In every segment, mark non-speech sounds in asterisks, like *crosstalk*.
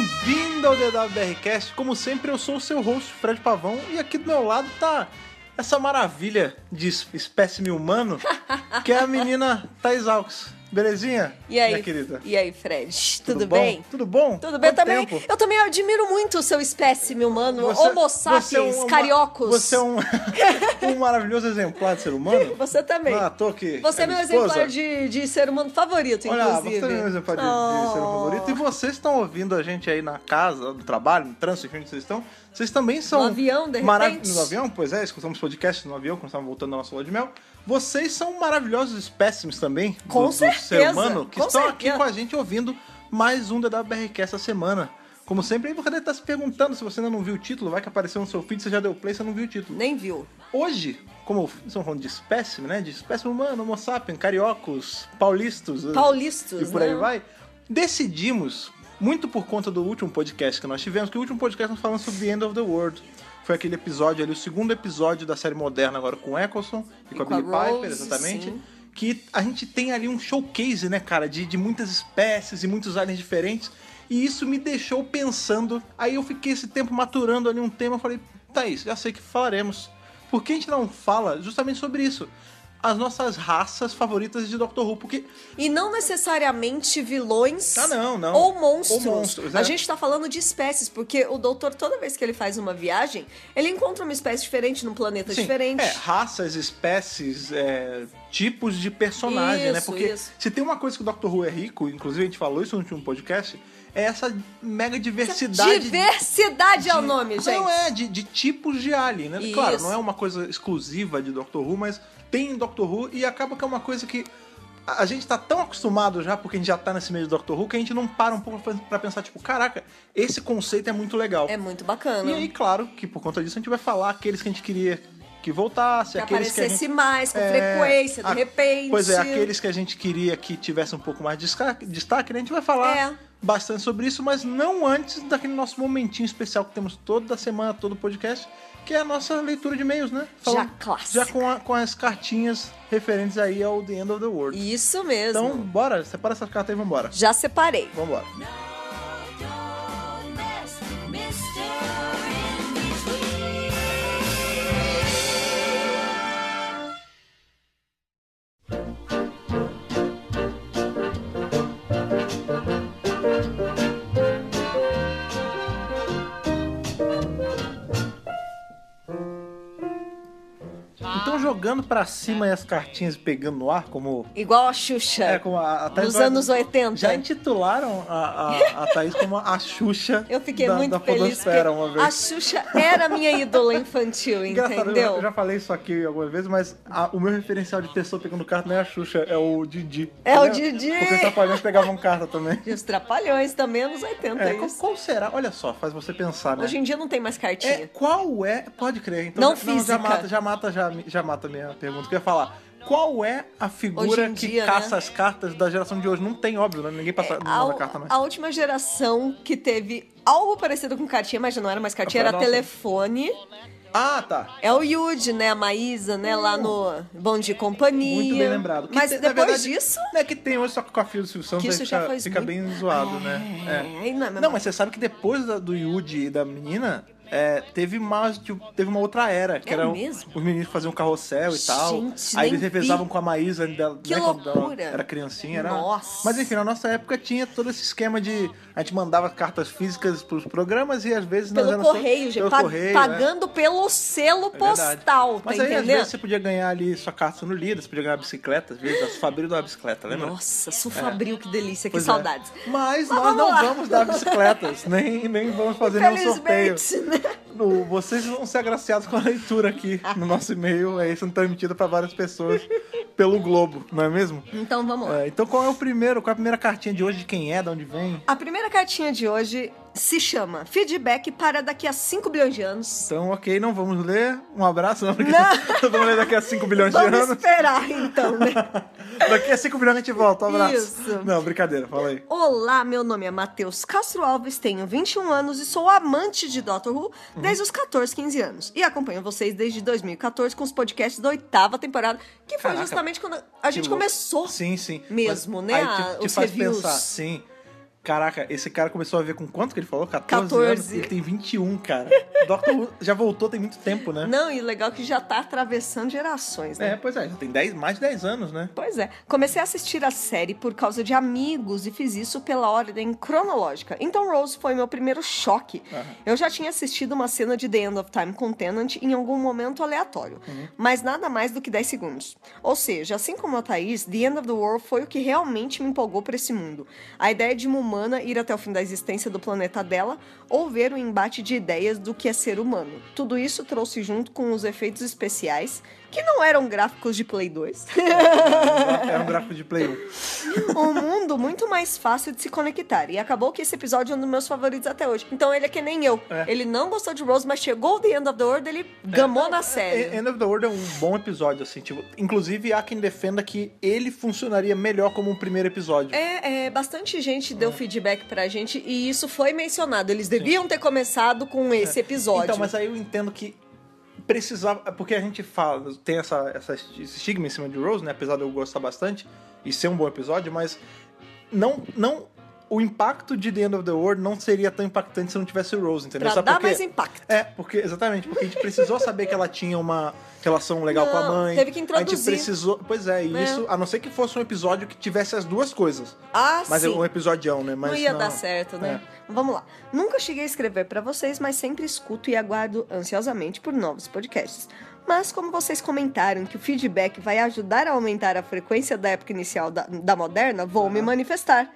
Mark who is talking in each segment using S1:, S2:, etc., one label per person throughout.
S1: Bem-vindo ao DWBRcast. Como sempre, eu sou o seu host, Fred Pavão, e aqui do meu lado tá essa maravilha de es- espécime
S2: *laughs*
S1: humano, que é a menina Thais Alves. Belezinha?
S2: E aí,
S1: Minha querida.
S2: e aí, Fred? *laughs* Tudo,
S1: bom?
S2: bem?
S1: Tudo bom?
S2: Tudo bem
S1: Quanto
S2: também.
S1: tempo?
S2: Eu também admiro muito o seu espécime humano,
S1: Você-
S2: homo sapiens,
S1: você é um- uma-
S2: cariocos.
S1: Você é um, *laughs* um maravilhoso exemplar de ser humano.
S2: Você também.
S1: Ah, tô aqui.
S2: Você é meu
S1: esposa.
S2: exemplar de, de ser humano favorito,
S1: Olha,
S2: inclusive.
S1: você é meu exemplar de, de
S2: Oh.
S1: ser favorito. E vocês estão ouvindo a gente aí na casa, no trabalho, no trânsito, enfim, onde vocês estão. Vocês também são.
S2: No avião, de
S1: mara-
S2: repente.
S1: No avião, pois é, escutamos podcast no avião quando estavam voltando da nossa lua de mel. Vocês são maravilhosos espécimes também
S2: Com
S1: do, do ser
S2: certeza,
S1: humano que
S2: com
S1: estão aqui
S2: certeza.
S1: com a gente ouvindo mais um DWRQ essa semana. Como sempre, aí você deve estar se perguntando se você ainda não viu o título, vai que apareceu no seu feed, você já deu play, você não viu o título.
S2: Oh, Nem viu.
S1: Hoje, como estão falando de espécime, né? De espécime humano, homo sapiens, cariocos, paulistas
S2: Paulistas,
S1: Ah, e por aí
S2: né?
S1: vai. Decidimos, muito por conta do último podcast que nós tivemos, que o último podcast nós falamos sobre The End of the World. Foi aquele episódio ali, o segundo episódio da série moderna agora com o Eccleston e, com a
S2: com a
S1: Billie Piper,
S2: Rose,
S1: exatamente.
S2: sim.
S1: Que a gente tem ali um showcase, né, cara, de, de muitas espécies e muitos aliens diferentes. E isso me deixou pensando. Aí eu fiquei esse tempo maturando ali um tema. Eu falei, Thaís, já sei que falaremos. Por que a gente não fala justamente sobre isso? As nossas raças favoritas de Doctor Who. Porque
S2: E não necessariamente vilões
S1: Ah, não, não.
S2: ou monstros.
S1: Ou monstros, né?
S2: A gente tá falando de espécies, porque o doutor, toda vez que ele faz uma viagem, ele encontra uma espécie diferente num planeta
S1: Sim,
S2: Tá diferente.
S1: É, raças, espécies, é, tipos de personagem, né?
S2: Isso,
S1: Porque
S2: isso.
S1: se tem uma coisa que o Dr. Who é rico, inclusive a gente falou isso no último podcast, é essa mega diversidade.
S2: Diversidade é o
S1: de-
S2: nome, gente.
S1: Não é, de, de tipos de alien, né? Claro,
S2: Isso.
S1: não é uma coisa exclusiva de Doctor Who, mas tem em Doctor Who e acaba que é uma coisa que a a gente tá tão acostumado já, porque a gente já tá nesse meio de Doctor Who, que a gente não para um pouco pra- pra pensar, tipo, caraca, esse conceito é muito legal.
S2: É muito bacana.
S1: E aí, claro, que por conta disso a gente vai falar aqueles que a gente queria que voltasse,
S2: que
S1: aqueles que a
S2: aparecesse
S1: gente...
S2: mais, com
S1: É,
S2: frequência, de
S1: a-
S2: repente.
S1: Pois é, aqueles que a gente queria que tivesse um pouco mais de desca- destaque, né? A gente vai falar
S2: É.
S1: bastante sobre isso, mas não antes daquele nosso momentinho especial que temos toda semana, todo podcast, que é a nossa leitura de e-mails, né?
S2: Já clássica.
S1: Já com, a- com as cartinhas referentes aí ao The End of the World.
S2: Isso mesmo.
S1: Então, bora, separa essas cartas e vambora.
S2: Já separei.
S1: Vambora. Então, jogando pra cima e as cartinhas e pegando no ar, como
S2: Igual a Xuxa.
S1: É, como a, a Thaís
S2: Nos
S1: vai-
S2: anos 80.
S1: Já intitularam a, a, a Thaís como a Xuxa
S2: Eu fiquei
S1: da,
S2: muito
S1: da
S2: feliz. porque
S1: Podosfera uma
S2: A
S1: vez.
S2: Xuxa era minha ídola infantil,
S1: *laughs* Engraçado,
S2: entendeu?
S1: eu já falei isso aqui algumas vezes, mas a- o meu referencial de pessoa pegando carta não é a Xuxa, é o Didi.
S2: É o
S1: Lembra?
S2: Didi!
S1: Porque os trapalhões pegavam carta
S2: *laughs*
S1: também.
S2: E os trapalhões também, anos 80.
S1: É, qual,
S2: isso. né?
S1: qual será? Olha só, faz você pensar, né?
S2: Hoje em dia não tem mais
S1: É,
S2: cartinha.
S1: qual é. Pode crer, então.
S2: Não
S1: já
S2: física.
S1: mata, já mata, já, já mata a minha pergunta. Que eu ia falar. Qual é a
S2: Hoje
S1: figura
S2: em
S1: que
S2: dia,
S1: caça
S2: né? É,
S1: as cartas da geração de hoje? Não tem, óbvio, né? Ninguém passa não manda
S2: u-
S1: carta mais.
S2: a última geração que teve algo parecido com cartinha, mas já não era mais cartinha, era
S1: Nossa.
S2: telefone.
S1: Ah, tá.
S2: É o Yud, né? A Maísa, né? Lá no Bom de Companhia.
S1: Hum. Muito bem lembrado. Que
S2: Mas
S1: tem- na
S2: depois
S1: verdade,
S2: disso,
S1: Não é que tem hoje só que com a filha do Silvio Santos,
S2: Que
S1: aí
S2: isso já
S1: fica,
S2: faz
S1: fica
S2: muito-
S1: bem zoado, né? É.
S2: Aí não é mesmo.
S1: Não, mas você sabe que depois da- do Yuji e da menina, é, teve mais, tipo, teve uma outra era, que
S2: É
S1: era o-
S2: mesmo?
S1: os meninos faziam carrossel e tal.
S2: Gente,
S1: aí
S2: nem
S1: eles revezavam
S2: vi.
S1: com a Maísa dela,
S2: Que
S1: né, quando ela
S2: loucura.
S1: era criancinha, era.
S2: Nossa.
S1: Mas enfim, na nossa época tinha todo esse esquema de a gente mandava cartas físicas pros programas e às vezes nós
S2: pelo
S1: éramos
S2: correio, gente.
S1: pelo
S2: pa-
S1: correio, né?
S2: pagando pelo selo
S1: É verdade.
S2: postal,
S1: Mas
S2: tá
S1: aí, às
S2: entendendo?
S1: vezes, você podia ganhar ali sua carta no líder, você podia ganhar bicicleta, às vezes, a Fabril da é bicicleta, lembra? É.
S2: Nossa, Sufabril, que delícia,
S1: Pois
S2: que
S1: é.
S2: saudades.
S1: Mas
S2: Mas
S1: nós
S2: vamos
S1: não
S2: lá.
S1: vamos dar
S2: *laughs*
S1: bicicletas, nem, nem vamos fazer nenhum sorteio.
S2: Felizmente, né?
S1: No- vocês vão ser agraciados com a leitura aqui no nosso e-mail, é isso não transmitido para várias pessoas pelo Globo, não é mesmo?
S2: Então vamos lá.
S1: É, então qual é o primeiro, qual é a primeira cartinha de hoje, de quem é, de onde vem?
S2: A primeira cartinha de hoje se chama Feedback para daqui a 5 bilhões de anos.
S1: Então, ok, não vamos ler. Um abraço, não, porque
S2: Não.
S1: *laughs* vamos ler daqui a 5 bilhões de
S2: Vamos
S1: anos.
S2: esperar, então, né?
S1: Daqui a 5 bilhões a gente volta, um abraço.
S2: Isso.
S1: Não, brincadeira, fala aí.
S2: Olá, meu nome é Matheus Castro Alves, tenho 21 anos e sou amante de Doctor Who desde os 14, 15 anos. E acompanho vocês desde 2014 com os podcasts da oitava temporada, que foi
S1: Caraca,
S2: justamente quando a gente
S1: Que louco.
S2: começou.
S1: Sim, sim.
S2: mesmo,
S1: Mas
S2: né,
S1: Aí te,
S2: a-
S1: te
S2: os
S1: faz
S2: reviews.
S1: pensar, sim. Caraca, esse cara começou a ver com quanto que ele falou? 14,
S2: 14.
S1: anos. Ele tem 21, cara. Doctor Who já voltou tem muito tempo, né?
S2: Não, e legal que já tá atravessando gerações, né?
S1: É, pois é, já tem 10, mais de 10 anos, né?
S2: Pois é. Comecei a assistir a série por causa de amigos e fiz isso pela ordem cronológica. Então Rose foi meu primeiro choque.
S1: Aham.
S2: Eu já tinha assistido uma cena de The End of Time com Tenant em algum momento aleatório, mas nada mais do que 10 segundos. Ou seja, assim como a Thaís, The End of the World foi o que realmente me empolgou para esse mundo. A ideia de uma humana ir até o fim da existência do planeta dela ou ver o embate de ideias do que é ser humano. Tudo isso trouxe junto com os efeitos especiais, que não eram gráficos de Play 2.
S1: É um gráfico de Play 1.
S2: um mundo muito mais fácil de se conectar. E acabou que esse episódio é um dos meus favoritos até hoje. Então ele é que nem eu.
S1: É.
S2: Ele não gostou de Rose, mas chegou The End of the World, ele *laughs* gamou na série.
S1: End of the World é um bom episódio, assim, tipo, inclusive há quem defenda que ele funcionaria melhor como um primeiro episódio.
S2: É, é, bastante gente deu feedback pra gente e isso foi mencionado. Eles deviam ter começado com esse episódio.
S1: Então, mas aí eu entendo que precisava. Porque a gente fala, tem essa, essa esse estigma em cima de Rose, né? Apesar de eu gostar bastante e ser um bom episódio, mas não. não o impacto de The End of the World não seria tão impactante se não tivesse Rose, entendeu?
S2: Pra
S1: Sabe
S2: dar
S1: por quê?
S2: mais impacto.
S1: É, porque, exatamente, porque a gente precisou saber que ela tinha uma relação legal com a
S2: Não,
S1: mãe.
S2: teve que
S1: A gente
S2: introduzir.
S1: precisou. Pois é, e
S2: É.
S1: isso, a não ser que fosse um episódio que tivesse as duas coisas.
S2: Ah,
S1: Mas é
S2: sim.
S1: um episodião, né? Mas É.
S2: não ia dar certo, né? Vamos lá. Nunca cheguei a escrever pra vocês, mas sempre escuto e aguardo ansiosamente por novos podcasts. Mas como vocês comentaram que o feedback vai ajudar a aumentar a frequência da época inicial da, da moderna, vou me manifestar.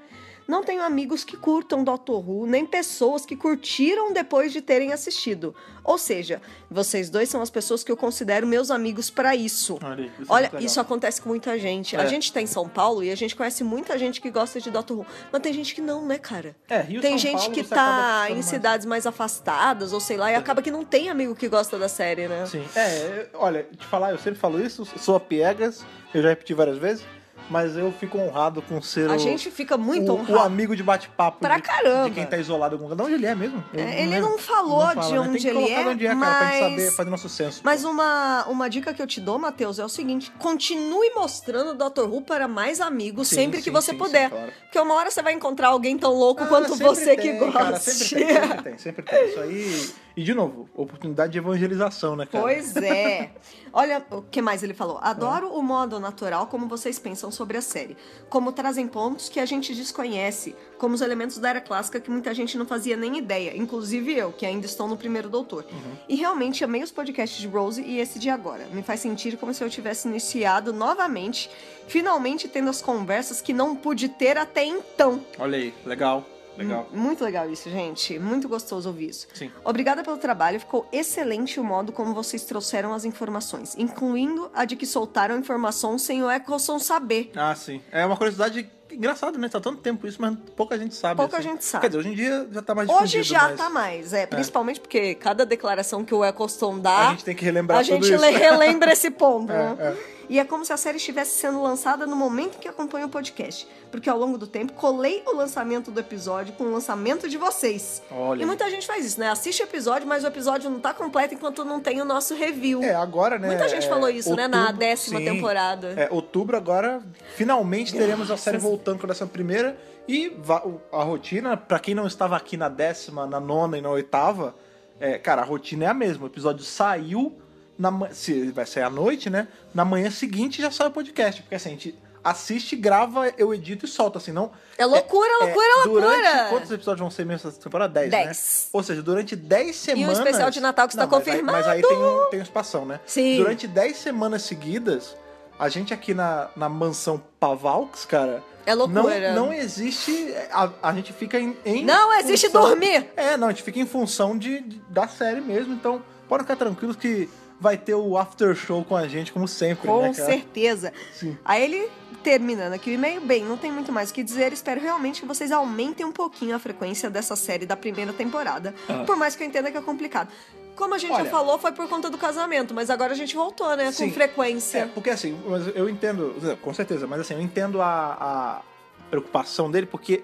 S2: Não tenho amigos que curtam Doctor Who, nem pessoas que curtiram depois de terem assistido. Ou seja, vocês dois são as pessoas que eu considero meus amigos pra isso.
S1: Olha, isso é
S2: Olha,
S1: muito legal.
S2: isso acontece com muita gente.
S1: É.
S2: A gente tá em São Paulo e a gente conhece muita gente que gosta de Doctor Who. Mas tem gente que não, né, cara?
S1: É, Rio,
S2: tem
S1: São
S2: gente
S1: Paulo,
S2: que
S1: você
S2: tá
S1: acaba ficando
S2: em
S1: mais- É.
S2: cidades mais afastadas, ou sei lá, e acaba que não tem amigo que gosta da série, né?
S1: Sim. É, eu- olha, te falar, eu sempre falo isso, sou a piegas, eu já repeti várias vezes, mas eu fico honrado com ser
S2: A
S1: o,
S2: gente fica muito
S1: o,
S2: honrado.
S1: o amigo de bate-papo
S2: Pra
S1: de,
S2: caramba.
S1: de quem tá isolado em algum lugar. De onde ele é mesmo? Eu
S2: É, ele
S1: lembro.
S2: não falou
S1: fala,
S2: de
S1: né?
S2: onde
S1: Tem que
S2: ele
S1: colocar
S2: é,
S1: de onde é, cara, pra gente
S2: mas-
S1: saber, fazer nosso senso.
S2: Mas uma, uma dica que eu te dou, Matheus, é o seguinte: continue mostrando o Dr. Who para mais amigos
S1: Sim,
S2: sempre que
S1: sim,
S2: você
S1: sim,
S2: puder.
S1: sim, claro.
S2: Porque uma hora você vai encontrar alguém tão louco
S1: Ah,
S2: quanto
S1: sempre tem,
S2: você que gosta.
S1: Cara, sempre tem, sempre tem, sempre tem. Isso aí. E de novo, oportunidade de evangelização, né, cara?
S2: Pois é. Olha o que mais ele falou. Adoro o modo natural como vocês pensam sobre a série. Como trazem pontos que a gente desconhece, como os elementos da era clássica que muita gente não fazia nem ideia, inclusive eu, que ainda estou no primeiro doutor. E realmente amei os podcasts de Rose e esse de agora. Me faz sentir como se eu tivesse iniciado novamente, finalmente tendo as conversas que não pude ter até então.
S1: Olha aí, legal, legal.
S2: Muito legal isso, gente. Muito gostoso ouvir isso.
S1: Sim.
S2: Obrigada pelo trabalho, ficou excelente o modo como vocês trouxeram as informações, incluindo a de que soltaram informação sem o Eccleston saber.
S1: Ah, sim. É uma curiosidade engraçada, né? Tá há tanto tempo isso, mas pouca gente sabe.
S2: Pouca
S1: assim.
S2: gente sabe.
S1: Quer dizer, hoje em dia já tá mais
S2: Hoje
S1: difundido,
S2: já
S1: mas
S2: tá mais, é, principalmente porque cada declaração que o Eccleston dá,
S1: A gente tem que relembrar
S2: a gente
S1: tudo isso.
S2: le- relembra esse ponto,
S1: *laughs* É,
S2: né?
S1: é.
S2: E é como se a série estivesse sendo lançada no momento em que acompanha o podcast, porque ao longo do tempo colei o lançamento do episódio com o lançamento de vocês.
S1: Olha.
S2: E muita gente faz isso, né? Assiste o episódio, mas o episódio não tá completo enquanto não tem o nosso review.
S1: É, agora, né?
S2: Muita gente
S1: é,
S2: falou isso, né, na
S1: outubro-
S2: décima
S1: sim.
S2: temporada.
S1: É, outubro agora, finalmente teremos a série voltando com essa primeira. E va- o- a rotina, pra quem não estava aqui na décima, na nona e na oitava, é, cara, a rotina é a mesma. O episódio saiu, na, ma- se vai sair à noite, né? Na manhã seguinte já sai o podcast. Porque assim, a gente assiste, grava, eu edito e solto, assim, não...
S2: É loucura, loucura, loucura!
S1: Durante quantos episódios vão ser mesmo essa temporada? 10, né?
S2: Dez.
S1: Ou seja, durante 10 semanas.
S2: especial de Natal que tá está
S1: Não, mas aí-
S2: confirmado.
S1: Mas aí tem, um, tem um espação, né?
S2: Sim.
S1: Durante 10 semanas seguidas, a gente aqui na, na mansão Pavalks, cara.
S2: É loucura.
S1: Não, não existe. A, a gente fica em. em
S2: Não existe dormir!
S1: É, não, a gente fica em função de, de- da série mesmo. Então, pode ficar tranquilos que vai ter o after show com a gente, como sempre,
S2: Com
S1: né, cara?
S2: certeza.
S1: Sim.
S2: Aí ele terminando aqui o e-mail, bem, não tem muito mais o que dizer, espero realmente que vocês aumentem um pouquinho a frequência dessa série da primeira temporada.
S1: Ah.
S2: Por mais que eu entenda que é complicado. Como a gente já
S1: Olha.
S2: falou, foi por conta do casamento, mas agora a gente voltou, né?
S1: Sim.
S2: Com frequência.
S1: É, porque assim, mas eu entendo, com certeza, mas assim, eu entendo a, a preocupação dele, porque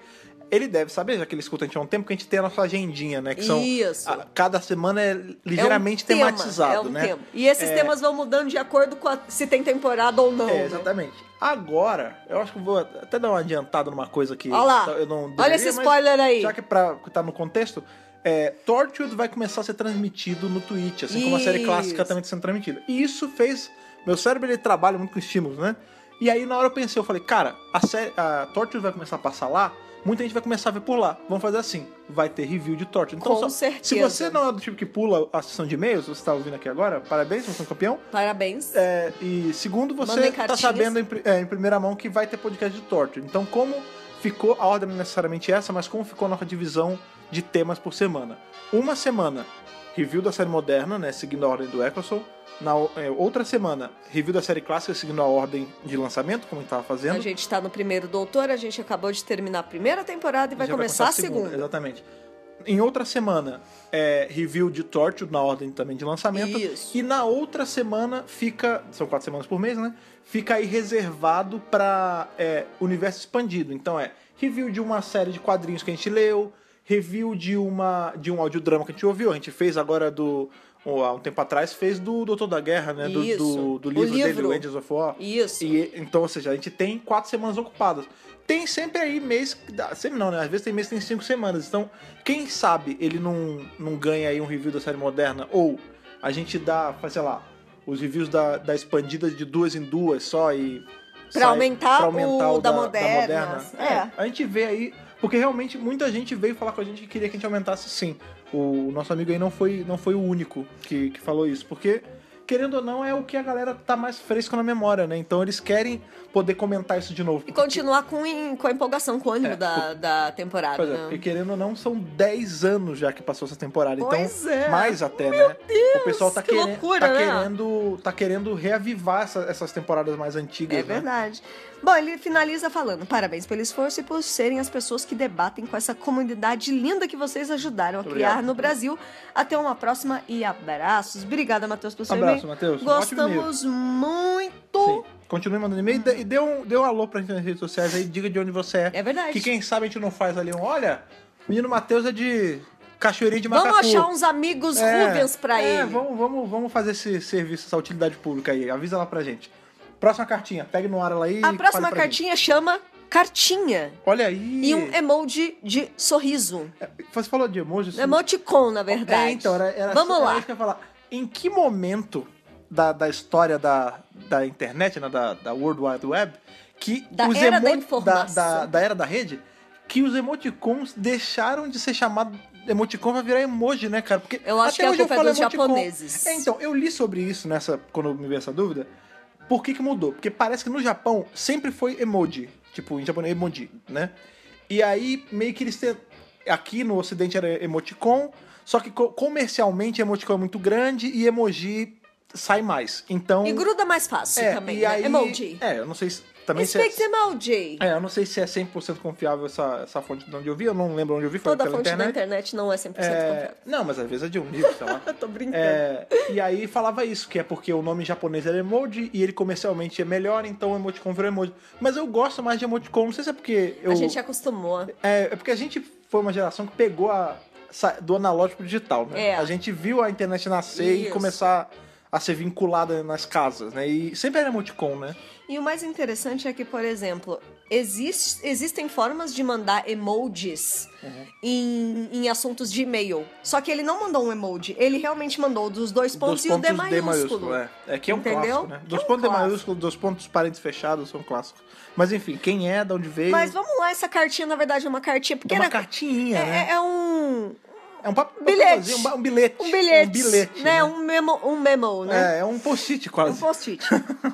S1: Ele deve saber, já que ele escuta a gente há um tempo, que a gente tem a nossa agendinha, né? Que são,
S2: Isso.
S1: a- cada semana é
S2: É um
S1: ligeiramente
S2: tema,
S1: tematizado,
S2: é um
S1: né?
S2: tema. E esses
S1: É.
S2: temas vão mudando de acordo com a- se tem temporada ou não.
S1: É,
S2: né?
S1: exatamente. Agora, eu acho que eu vou até dar uma adiantada numa coisa que
S2: Olha lá.
S1: eu não
S2: Olha esse
S1: mas
S2: spoiler aí.
S1: Já que pra, que tá no contexto, é, Tortured vai começar a ser transmitido no Twitch, assim como a série clássica
S2: Isso.
S1: também tá sendo transmitida. E isso fez. Meu cérebro ele trabalha muito com estímulos, né? E aí na hora eu pensei, eu falei, cara, a, série, a Tortured vai começar a passar lá, muita gente vai começar a ver por lá. Vamos fazer assim, vai ter review de Tortured. Então,
S2: Com
S1: só- se
S2: certeza.
S1: você não é do tipo que pula a sessão de e-mails, você tá ouvindo aqui agora, parabéns, você é um campeão.
S2: Parabéns.
S1: É, e segundo, você
S2: Mandem
S1: tá
S2: cartinhas.
S1: sabendo em, pri- é, em primeira mão que vai ter podcast de Torture. Então, como ficou, a ordem não é necessariamente essa, mas como ficou a nossa divisão de temas por semana? Uma semana, review da série moderna, né, seguindo a ordem do Eccleston. Na o- é, outra semana, review da série clássica, seguindo a ordem de lançamento, como a gente tava fazendo.
S2: A gente tá no primeiro doutor, a gente acabou de terminar a primeira temporada e vai
S1: Já
S2: começar, a segunda.
S1: Exatamente. Em outra semana, é, review de Torture, na ordem também de lançamento.
S2: Isso.
S1: E na outra semana fica. São quatro semanas por mês, né? Fica aí reservado pra é, universo expandido. Então é review de uma série de quadrinhos que a gente leu, review de uma de um audiodrama que a gente ouviu. A gente fez agora do. ou Há um tempo atrás, fez do Doutor da Guerra, né? Do,
S2: Isso.
S1: do, do
S2: O
S1: livro, dele,
S2: livro.
S1: o Angels of War.
S2: Isso.
S1: E, então, ou seja, a gente tem quatro semanas ocupadas. Tem sempre aí mês. que dá- Sempre não, né? Às vezes tem mês que tem cinco semanas. Então, quem sabe ele não, não ganha aí um review da série moderna? Ou a gente dá, faz, sei lá, os reviews da, da expandida de duas em duas só e.
S2: Pra
S1: sai-
S2: aumentar o da
S1: moderna.
S2: moderna.
S1: É.
S2: É.
S1: A gente vê aí. Porque realmente muita gente veio falar com a gente que queria que a gente aumentasse sim. O nosso amigo aí não foi, não foi o único que, que falou isso. Porque querendo ou não, é o que a galera tá mais fresco na memória, né? Então eles querem poder comentar isso de novo.
S2: E continuar com, em- com a empolgação, com o ânimo
S1: É,
S2: da, da temporada.
S1: Pois é,
S2: né?
S1: e querendo ou não, são 10 anos já que passou essa temporada.
S2: Pois
S1: então,
S2: é.
S1: mais até, né? o pessoal tá,
S2: que
S1: querendo,
S2: loucura,
S1: tá,
S2: né?
S1: querendo, tá querendo reavivar essa- essas temporadas mais antigas,
S2: É
S1: né?
S2: verdade. Bom, ele finaliza falando: parabéns pelo esforço e por serem as pessoas que debatem com essa comunidade linda que vocês ajudaram a
S1: Muito
S2: criar
S1: obrigado.
S2: no Brasil. Até uma próxima e abraços. Obrigada, Matheus, pelo
S1: Um
S2: seu
S1: abraço,
S2: e-mail.
S1: Matheus. Um ótimo e-mail.
S2: Gostamos muito.
S1: Sim. Continue mandando e-mail e dê- e dê um, dê um alô pra gente nas redes sociais aí, diga de onde você é.
S2: É verdade.
S1: Que quem sabe a gente não faz ali um. Olha, o menino Matheus é de Cachoeirinha de Macacu.
S2: Vamos achar uns amigos Rubens pra
S1: é,
S2: ele.
S1: Vamos, vamos, vamos fazer esse serviço, essa utilidade pública aí. Avisa lá pra gente. Próxima cartinha, pegue no ar ela aí. e
S2: A
S1: fale
S2: próxima
S1: pra gente.
S2: cartinha chama Cartinha.
S1: Olha aí. É,
S2: E um emoji de sorriso.
S1: Você falou de emoji? sim?
S2: Emoticon, na verdade.
S1: É, então, era, era
S2: Vamos
S1: era
S2: lá.
S1: isso que eu ia falar. Em que momento da, da história da, da internet, né, da, da World Wide Web, que
S2: Da
S1: os
S2: era da
S1: emo-
S2: informação.
S1: da- da era da rede, que os emoticons deixaram de ser chamado emoticon pra virar emoji, né, cara? Porque
S2: Eu acho
S1: até
S2: que a
S1: hoje eu
S2: culpa é
S1: falo
S2: dos
S1: emoticon.
S2: japoneses.
S1: É, então, eu li sobre isso nessa quando me veio essa dúvida. Por que que mudou? Porque parece que no Japão sempre foi emoji, tipo em japonês emoji, né? E aí meio que eles te- aqui no ocidente era emoticon, só que co- comercialmente emoticon é muito grande e emoji sai mais. Então
S2: E gruda mais fácil
S1: é, e
S2: também. né?
S1: aí,
S2: Emoji.
S1: É, eu não sei se também se é,
S2: Expect emoji.
S1: é, eu não sei se é 100% confiável essa, essa fonte de onde eu vi, eu não lembro onde eu vi, foi
S2: Toda
S1: pela
S2: fonte da
S1: internet.
S2: internet não é 100%
S1: É,
S2: confiável.
S1: não, mas às vezes é de um livro, sei lá.
S2: Eu tô brincando.
S1: É, e aí falava isso, que é porque o nome em japonês era emoji e ele comercialmente é melhor, então o emoticon virou emoji. Mas eu gosto mais de emoticon, não sei se é porque eu.
S2: A gente acostumou.
S1: é, é porque a gente foi uma geração que pegou a, sa- do analógico pro digital, né?
S2: É.
S1: A gente viu a internet nascer e
S2: Isso.
S1: começar a ser vinculada nas casas, né? E sempre era emoticon, né?
S2: E o mais interessante é que, por exemplo, exis- existem formas de mandar emojis
S1: Uhum.
S2: em, em assuntos de e-mail. Só que ele não mandou um emoji, ele realmente mandou dos dois pontos e o D maiúsculo.
S1: é. É que é um
S2: Entendeu?
S1: clássico, né?
S2: Que
S1: Dos
S2: é um
S1: pontos D
S2: clássico.
S1: maiúsculo, dos pontos parênteses fechados são clássicos. Mas enfim, quem é, de onde veio.
S2: Mas vamos lá, essa cartinha, na verdade, é uma cartinha
S1: é
S2: pequena.
S1: uma cartinha,
S2: é,
S1: né?
S2: é- é um.
S1: É um papo,
S2: Bilhete.
S1: Um, ba- um bilhete.
S2: Um bilhete.
S1: Um bilhete.
S2: né? Um memo, um memo né?
S1: É, é um post-it
S2: Um
S1: quase. *laughs*
S2: post-it.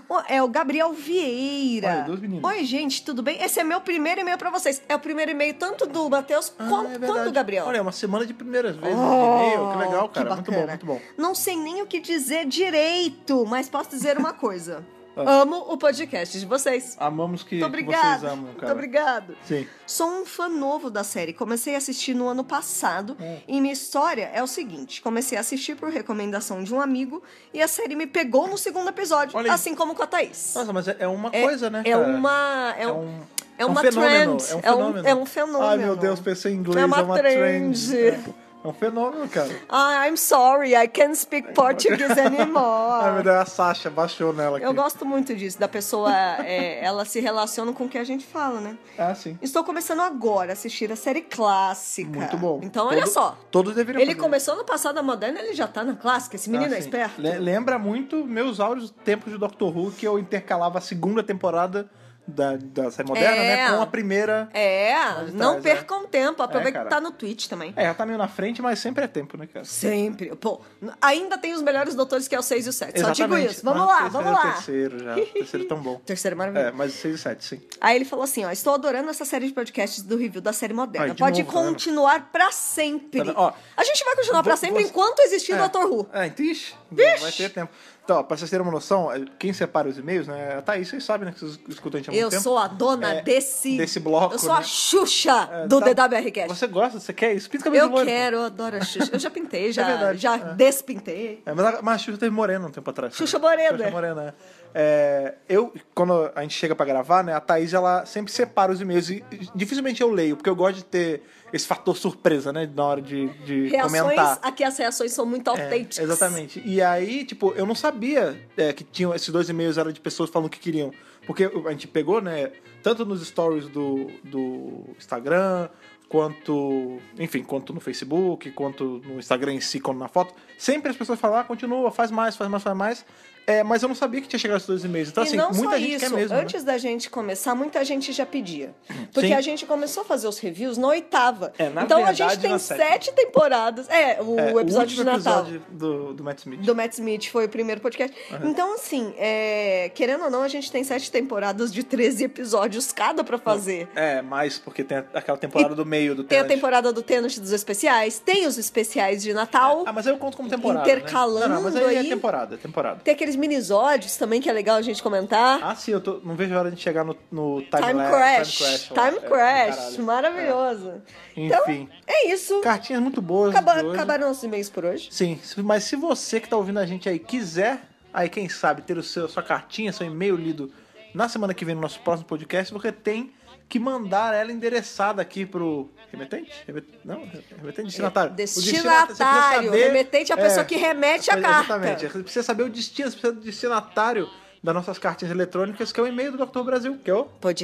S2: Ó, é o Gabriel Vieira.
S1: Olha, dois meninos.
S2: Oi, gente, tudo bem? Esse é meu primeiro e-mail pra vocês. É o primeiro e-mail tanto do Matheus
S1: Ah,
S2: quanto,
S1: é
S2: quanto
S1: verdade.
S2: do Gabriel.
S1: Olha, é uma semana de primeiras vezes
S2: Oh,
S1: de e-mail. Que legal,
S2: que
S1: cara. muito bom,
S2: bacana.
S1: muito bom.
S2: Não sei nem o que dizer direito, mas posso dizer uma coisa.
S1: *laughs* Ah.
S2: Amo o podcast de vocês.
S1: Amamos que,
S2: Muito
S1: que
S2: obrigado.
S1: vocês amam,
S2: Muito
S1: cara.
S2: obrigado.
S1: Sim.
S2: Sou um fã novo da série. Comecei a assistir no ano passado.
S1: Hum.
S2: E minha história é o seguinte: comecei a assistir por recomendação de um amigo e a série me pegou no segundo episódio,
S1: Olha aí.
S2: assim como com a Thaís.
S1: Nossa, mas é, é uma coisa, né,
S2: é
S1: cara?
S2: uma. É, um, é É uma
S1: fenômeno,
S2: trend.
S1: é um
S2: É um-
S1: fenômeno.
S2: é um fenômeno.
S1: Ai, meu Deus, pensei em inglês,
S2: É
S1: é
S2: uma
S1: uma,
S2: trend.
S1: trend. É um fenômeno, cara.
S2: Ah, I'm sorry, I can't speak Portuguese
S1: *laughs* Ai, meu
S2: anymore.
S1: Deus, a Sasha baixou nela aqui.
S2: Ah. Eu gosto muito disso, da pessoa, é, ela se relaciona com o que a gente fala, né?
S1: Ah, sim.
S2: Estou começando agora a assistir a série clássica.
S1: Muito bom.
S2: Então,
S1: Todo-
S2: olha só.
S1: Todos deveriam
S2: Ele
S1: fazer.
S2: começou no passado a moderna, ele já tá na clássica. Esse menino é
S1: Assim,
S2: esperto.
S1: le- Lembra muito meus áureos tempos de Doctor Who, que eu intercalava a segunda temporada da, da série moderna,
S2: É.
S1: né? Com a primeira.
S2: É,
S1: de
S2: não
S1: trás,
S2: percam tempo. Aproveita
S1: cara.
S2: que tá no Twitch também.
S1: É, já tá meio na frente, mas sempre é tempo, né, cara?
S2: Sempre. Pô, n- ainda tem os melhores doutores que é o 6 e o 7. Só digo
S1: Exatamente.
S2: isso. Vamos
S1: Mas
S2: lá,
S1: o terceiro
S2: vamos
S1: é o
S2: lá.
S1: terceiro já. O terceiro é tão
S2: *laughs*
S1: bom.
S2: Terceiro é maravilhoso.
S1: É, mas 6 e 7, sim.
S2: Aí ele falou assim, ó, estou adorando essa série de podcasts do review da série moderna.
S1: Ai, de
S2: Pode
S1: novo, tá vendo?
S2: continuar pra sempre.
S1: Tá vendo? Ó,
S2: a gente vai continuar pra
S1: vo-
S2: sempre
S1: você-
S2: enquanto existir
S1: É.
S2: Dr. Who.
S1: É, então, ixi,
S2: Vixe!
S1: não vai ter tempo. Então, ó, pra vocês terem uma noção, é, quem separa os e-mails, né? Tá aí, vocês sabem, né? Que vocês escutam a gente há muito
S2: Eu
S1: tempo.
S2: sou a dona
S1: É,
S2: desse...
S1: desse bloco,
S2: Eu sou a
S1: né?
S2: Xuxa
S1: É,
S2: do
S1: tá-
S2: DWRcast.
S1: Você gosta? Você quer isso? Pinta o cabelo
S2: Eu
S1: de loiro.
S2: quero, eu adoro a Xuxa. Eu já pintei, já,
S1: verdade,
S2: já
S1: é.
S2: despintei.
S1: É, mas, a, mas a Xuxa teve morena um tempo atrás.
S2: Xuxa
S1: também.
S2: Morena.
S1: Xuxa Morena, é. É, eu, quando a gente chega pra gravar, né, a Thaís, ela sempre separa os e-mails e e dificilmente eu leio, porque eu gosto de ter esse fator surpresa, né, na hora de, de
S2: Reações,
S1: comentar.
S2: aqui as reações são muito
S1: É,
S2: autênticas.
S1: exatamente. E aí, tipo, eu não sabia é, que tinham esses dois e-mails era de pessoas falando o que queriam. Porque a gente pegou, né? Tanto nos stories do, do Instagram, quanto. Enfim, quanto no Facebook, quanto no Instagram em si, quanto na foto. Sempre as pessoas falam, ah, continua, faz mais, faz mais, faz mais. É, mas eu não sabia que tinha chegado esses dois e-mails. Então,
S2: e
S1: assim,
S2: não
S1: muita
S2: só
S1: gente
S2: isso,
S1: quer mesmo. né?
S2: antes da gente começar, muita gente já pedia. Porque
S1: Sim.
S2: a gente começou a fazer os reviews na oitava.
S1: É, na
S2: então a
S1: verdade,
S2: gente tem
S1: na sétima.
S2: sete temporadas. É, o,
S1: É,
S2: episódio de
S1: último
S2: Natal
S1: episódio do, do Matt Smith.
S2: do Matt Smith foi o primeiro podcast. Então, assim, é, querendo ou não, a gente tem sete temporadas de 13 episódios cada pra fazer.
S1: É, mais porque tem aquela temporada do meio do
S2: Tem a
S1: Tenant.
S2: temporada do Tenant dos especiais, tem os especiais de Natal.
S1: Ah, mas eu conto como temporada.
S2: Intercalando
S1: né? Não, não, mas aí
S2: aí.
S1: é temporada, é temporada.
S2: Tem aqueles minisódios também que é legal a gente comentar.
S1: Ah, sim, eu tô, não vejo a hora de chegar no, no Ah, time,
S2: Time,
S1: la-
S2: Crash.
S1: Time Crash. lá.
S2: Time
S1: É,
S2: Crash.
S1: caralho.
S2: maravilhoso.
S1: É.
S2: Então,
S1: Enfim.
S2: é isso.
S1: Cartinhas muito boas.
S2: Acaba-
S1: de hoje.
S2: acabaram nossos e-mails por hoje.
S1: Sim, se- mas se você que tá ouvindo a gente aí quiser, aí quem sabe ter o seu, sua cartinha, seu e-mail lido na semana que vem no nosso próximo podcast, você tem que mandar ela endereçada aqui pro remetente? Remet... Não, remetente destinatário. O destinata- você precisa
S2: É, Destinatário.
S1: saber-
S2: Remetente é a pessoa
S1: é,
S2: que remete a carta.
S1: Exatamente. Você precisa saber o destino, você precisa do destinatário das nossas cartinhas eletrônicas, que é o e-mail do Dr. Brasil, que é o Pois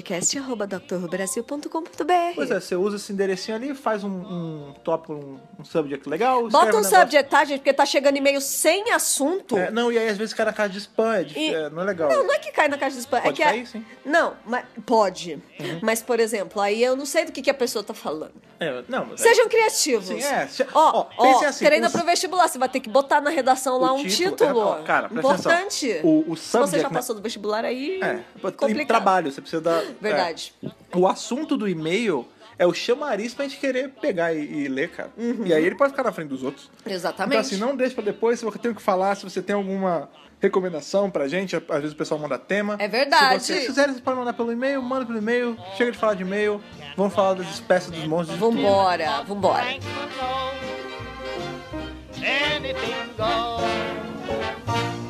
S2: podcast.drrubrasil.com.br
S1: é, você usa esse enderecinho ali, faz um, um tópico, um, um subject legal. escreve
S2: Bota um
S1: negócio-
S2: subject, tá, gente? Porque tá chegando e-mail sem assunto.
S1: É, não, e aí às vezes cai na caixa de spam, é, dif-
S2: E-
S1: é, não é legal.
S2: Não, não é que cai na caixa de spam. é
S1: Pode
S2: que
S1: cair, Uhum.
S2: é...
S1: sim.
S2: Não, mas pode. Mas, por exemplo, aí eu não sei do que, que a pessoa tá falando.
S1: É, não, mas-
S2: Sejam criativos.
S1: Sim, é. Se-
S2: Ó,
S1: ó,
S2: ó,
S1: pensem assim,
S2: treina
S1: os-
S2: pro vestibular. Você vai ter que botar na redação lá
S1: O
S2: um
S1: título,
S2: título.
S1: é, ó, cara, presta atenção.
S2: Importante.
S1: O- o
S2: Se você
S1: subject,
S2: já
S1: né?
S2: passou do vestibular aí,
S1: É, tem
S2: complicado.
S1: trabalho, você precisa dar.
S2: Verdade.
S1: é. o assunto do e-mail é o chamariz pra gente querer pegar e, e ler, cara.
S2: Uhum.
S1: E aí ele pode ficar na frente dos outros.
S2: Exatamente.
S1: Então, assim, não deixa pra depois. Se você tem o que falar, se você tem alguma recomendação pra gente, às vezes o pessoal manda tema.
S2: É verdade.
S1: Se vocês quiserem, vocês podem mandar pelo e-mail, manda pelo e-mail. Chega de falar de e-mail. Vamos falar das espécies dos monstros. de tudo.
S2: Vambora, vambora.
S3: Thanks for gold. Anything goes.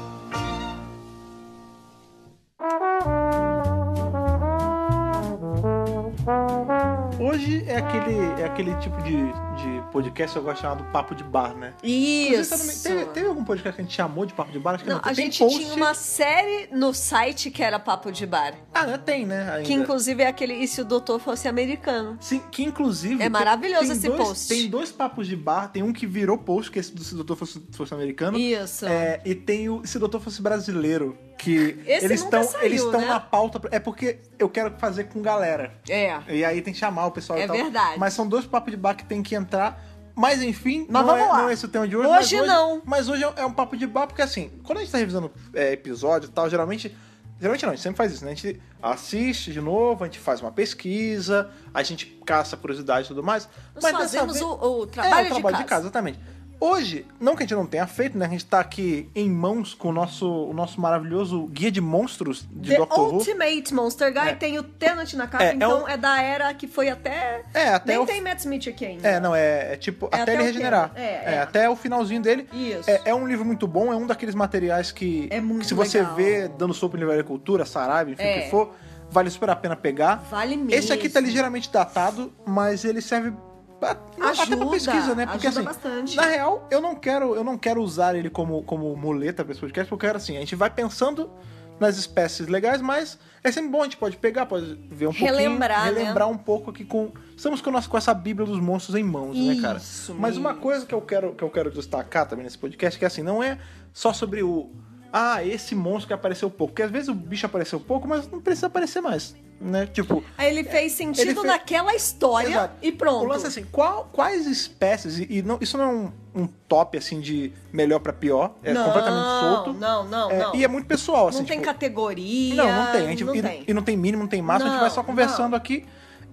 S1: Hoje é aquele, é aquele tipo de, de podcast que eu gosto de chamar do papo de bar, né? Inclusive, tá no meio-
S2: Isso.
S1: Teve, teve algum podcast que a gente chamou de papo de bar? Acho que
S2: Não,
S1: não.
S2: a
S1: Tem
S2: gente
S1: post-
S2: tinha uma série no site que era Papo de Bar.
S1: Ah, né? tem, né? ainda.
S2: Que inclusive é aquele E se o doutor fosse americano?
S1: Sim, que inclusive.
S2: É
S1: tem-
S2: maravilhoso
S1: tem
S2: esse
S1: dois-
S2: post.
S1: Tem dois papos de bar, tem um que virou post, que é esse do Se o Doutor fosse, fosse americano.
S2: Isso.
S1: É, e tem o Se o Doutor fosse brasileiro, que
S2: Esse
S1: eles
S2: nunca
S1: estão
S2: saiu,
S1: eles estão
S2: né?
S1: na pauta. É porque eu quero fazer com galera.
S2: É.
S1: E aí tem que chamar o pessoal
S2: É
S1: e tal.
S2: verdade.
S1: Mas são dois papos de bar que tem que entrar. Mas enfim,
S2: Mas
S1: não,
S2: vamos
S1: é,
S2: lá.
S1: não é esse o tema de hoje.
S2: Hoje
S1: mas
S2: não.
S1: Mas hoje é- é um papo de bar, porque assim, quando a gente tá revisando é, episódio e tal, geralmente. Geralmente não, a gente sempre faz isso, né? A gente assiste de novo, a gente faz uma pesquisa, a gente caça curiosidade e tudo mais.
S2: Nós
S1: mas dessa
S2: fazemos
S1: vez-
S2: o, o
S1: é,
S2: trabalho,
S1: o trabalho de casa. exatamente. Hoje, não que a gente não tenha feito, né? A gente tá aqui em mãos com o nosso, o nosso maravilhoso guia de monstros de
S2: The
S1: Doctor Who.
S2: Ultimate Monster Guy
S1: É.
S2: tem o Tenant na capa,
S1: É, é
S2: então
S1: um-
S2: é da era que foi até.
S1: É, até
S2: Nem
S1: o-
S2: tem Matt Smith aqui ainda.
S1: É, não, é, é tipo, até,
S2: até
S1: ele
S2: o
S1: regenerar.
S2: tempo. É, é.
S1: até o finalzinho dele.
S2: Isso.
S1: É, é um livro muito bom, é um daqueles materiais que.
S2: É muito
S1: que se você
S2: legal.
S1: vê dando sopa em livraria cultura, saraiva, enfim,
S2: É.
S1: o que for. vale super a pena pegar.
S2: Vale mesmo.
S1: É. Esse aqui tá ligeiramente datado, mas ele serve pra- até pra
S2: Ajuda,
S1: pesquisa, né? Porque
S2: ajuda
S1: assim,
S2: bastante.
S1: na real, eu não quero, eu não quero usar ele como, como muleta para esse podcast, porque eu quero assim, a gente vai pensando nas espécies legais, mas é sempre bom, a gente pode pegar, pode ver um
S2: Relembrar,
S1: pouquinho,
S2: né?
S1: relembrar um pouco aqui com... Estamos com, nossa, com essa bíblia dos monstros em mãos, né, cara?
S2: Isso
S1: Mas uma
S2: mesmo.
S1: coisa que eu, quero, que eu quero destacar também nesse podcast, que assim, não é só sobre o... Ah, esse monstro que apareceu pouco. Porque às vezes o bicho apareceu pouco, mas não precisa aparecer mais, né? Tipo,
S2: Aí ele fez sentido
S1: Ele fez-
S2: naquela história
S1: Exato.
S2: e pronto.
S1: O lance é assim, qual- quais espécies, e, e não- isso não é um, um top assim de melhor pra pior, é
S2: não,
S1: completamente solto.
S2: Não, não,
S1: é,
S2: não.
S1: E é muito pessoal, assim.
S2: não tem
S1: tipo,
S2: categoria.
S1: Não, não tem. a gente-
S2: não
S1: e,
S2: tem.
S1: e não tem mínimo, não tem máximo, a gente
S2: Não,
S1: vai só conversando aqui.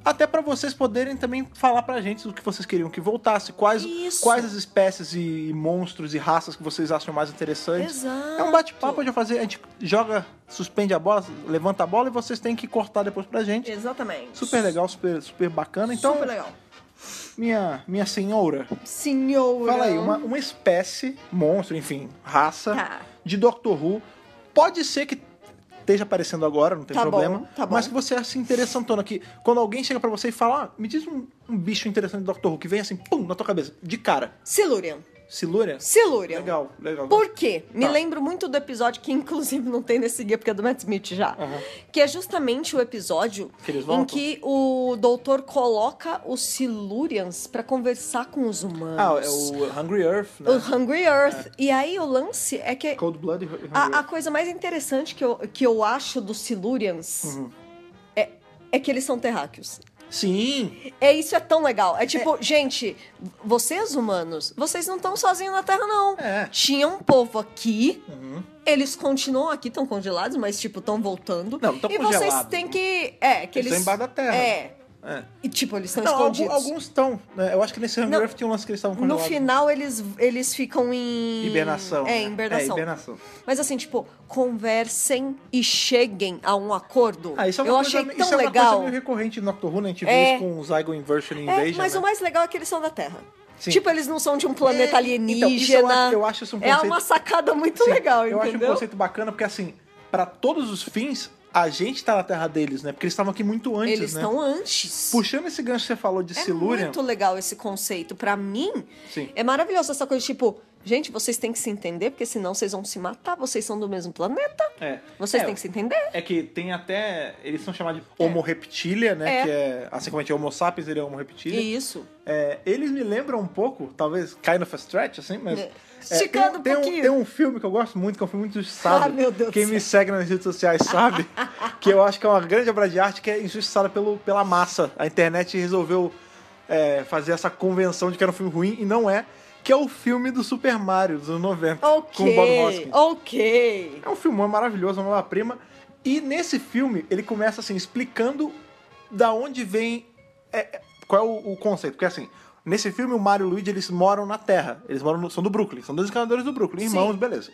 S1: Até pra vocês poderem também falar pra gente o que vocês queriam que voltasse, quais,
S2: Isso.
S1: quais as espécies e monstros e raças que vocês acham mais interessantes.
S2: Exato.
S1: É um bate-papo de fazer, a gente joga, suspende a bola, levanta a bola e vocês têm que cortar depois pra gente.
S2: Exatamente.
S1: Super legal, super, super bacana. Então,
S2: Super legal.
S1: minha, minha senhora,
S2: Senhor.
S1: fala aí, uma, uma espécie, monstro, enfim, raça
S2: Tá.
S1: de Doctor Who. Pode ser que esteja aparecendo agora, não tem
S2: Tá bom,
S1: problema.
S2: tá bom.
S1: Mas que você acha interessantona que quando alguém chega pra você e fala, ah, me diz um, um bicho interessante de Doctor Who que vem assim, pum, na tua cabeça, de cara.
S2: Silurian.
S1: Silúria?
S2: Silurian.
S1: Legal, legal.
S2: Por quê? Me
S1: Tá.
S2: lembro muito do episódio que, inclusive, não tem nesse guia, porque é do Matt Smith já.
S1: Aham.
S2: Que é justamente o episódio
S1: Que eles voltam?
S2: em que o doutor coloca os Silurians pra conversar com os humanos.
S1: Ah, é o Hungry Earth, né?
S2: O Hungry Earth. E aí o lance é que
S1: Cold Blood e Hu- Hungry
S2: a, a
S1: Earth.
S2: coisa mais interessante que eu, que eu acho dos Silurians
S1: Uhum.
S2: é, é que eles são terráqueos.
S1: Sim,
S2: É isso é tão legal. É tipo, gente, vocês humanos, vocês não estão sozinhos na Terra não.
S1: É.
S2: Tinha um povo aqui.
S1: Uhum.
S2: Eles continuam aqui, estão congelados, mas tipo, estão voltando.
S1: Não, tão
S2: E vocês
S1: congelados.
S2: têm que, é, que
S1: Eles
S2: eles,
S1: estão embaixo da Terra.
S2: É.
S1: é.
S2: E tipo, eles estão
S1: Não, algu-
S2: escondidos.
S1: alguns estão. né? Eu acho que nesse Hungry
S2: Não.
S1: Earth tinha um lance que eles estavam
S2: No
S1: congelados.
S2: final eles eles ficam em
S1: Hibernação.
S2: É,
S1: né?
S2: hibernação.
S1: É, hibernação.
S2: Mas assim, tipo, conversem e cheguem a um acordo.
S1: Ah, isso é uma
S2: Eu
S1: coisa,
S2: achei
S1: meio-
S2: tão
S1: isso é uma
S2: legal.
S1: coisa meio recorrente no Doctor Who, né? A gente
S2: É.
S1: viu isso com o Zygon Inversion
S2: É,
S1: Invasion,
S2: mas
S1: né?
S2: o mais legal é que eles são da Terra.
S1: Sim.
S2: Tipo, eles não são de um planeta
S1: É,
S2: alienígena.
S1: então, isso eu acho- eu acho isso um
S2: É
S1: conceito-
S2: uma sacada muito
S1: Sim,
S2: legal,
S1: Eu acho um
S2: entendeu?
S1: conceito bacana, porque assim, pra todos os fins, a gente tá na terra deles, né? Porque eles estavam aqui muito antes,
S2: eles
S1: né?
S2: estão antes.
S1: Puxando esse gancho que você falou de
S2: é
S1: Silurian,
S2: muito legal esse conceito. Pra mim,
S1: Sim.
S2: é maravilhoso essa coisa, tipo, gente, vocês têm que se entender, porque senão vocês vão se matar, vocês são do mesmo planeta.
S1: é.
S2: Vocês
S1: É,
S2: têm que se entender.
S1: É que tem até. Eles são chamados de Homo reptilia, né?
S2: É.
S1: Que é. Assim como a gente é Homo sapiens, ele é Homo reptilia.
S2: Isso.
S1: É, eles me lembram um pouco, talvez kind of a stretch, assim, mas.
S2: É.
S1: é,
S2: Esticando um
S1: tem, tem,
S2: pouquinho.
S1: um, tem um filme que eu gosto muito, que é um filme muito injustiçado.
S2: Ah, meu Deus do
S1: Quem
S2: céu.
S1: me segue nas redes sociais
S2: *laughs*
S1: sabe que eu acho que é uma grande obra de arte que é injustiçada pelo, pela massa. A internet resolveu é, fazer essa convenção de que era um filme ruim e não é, que é o filme do Super Mario dos anos 90
S2: Ok.
S1: com o Bob Hoskins.
S2: ok.
S1: É um filmão maravilhoso, uma obra-prima. E nesse filme, ele começa assim, explicando da onde vem. é, é, qual é o, o conceito. Porque assim, nesse filme, o Mario e o Luigi eles moram na Terra. Eles moram no- são do Brooklyn. São dois encanadores do Brooklyn,
S2: Sim.
S1: irmãos, beleza.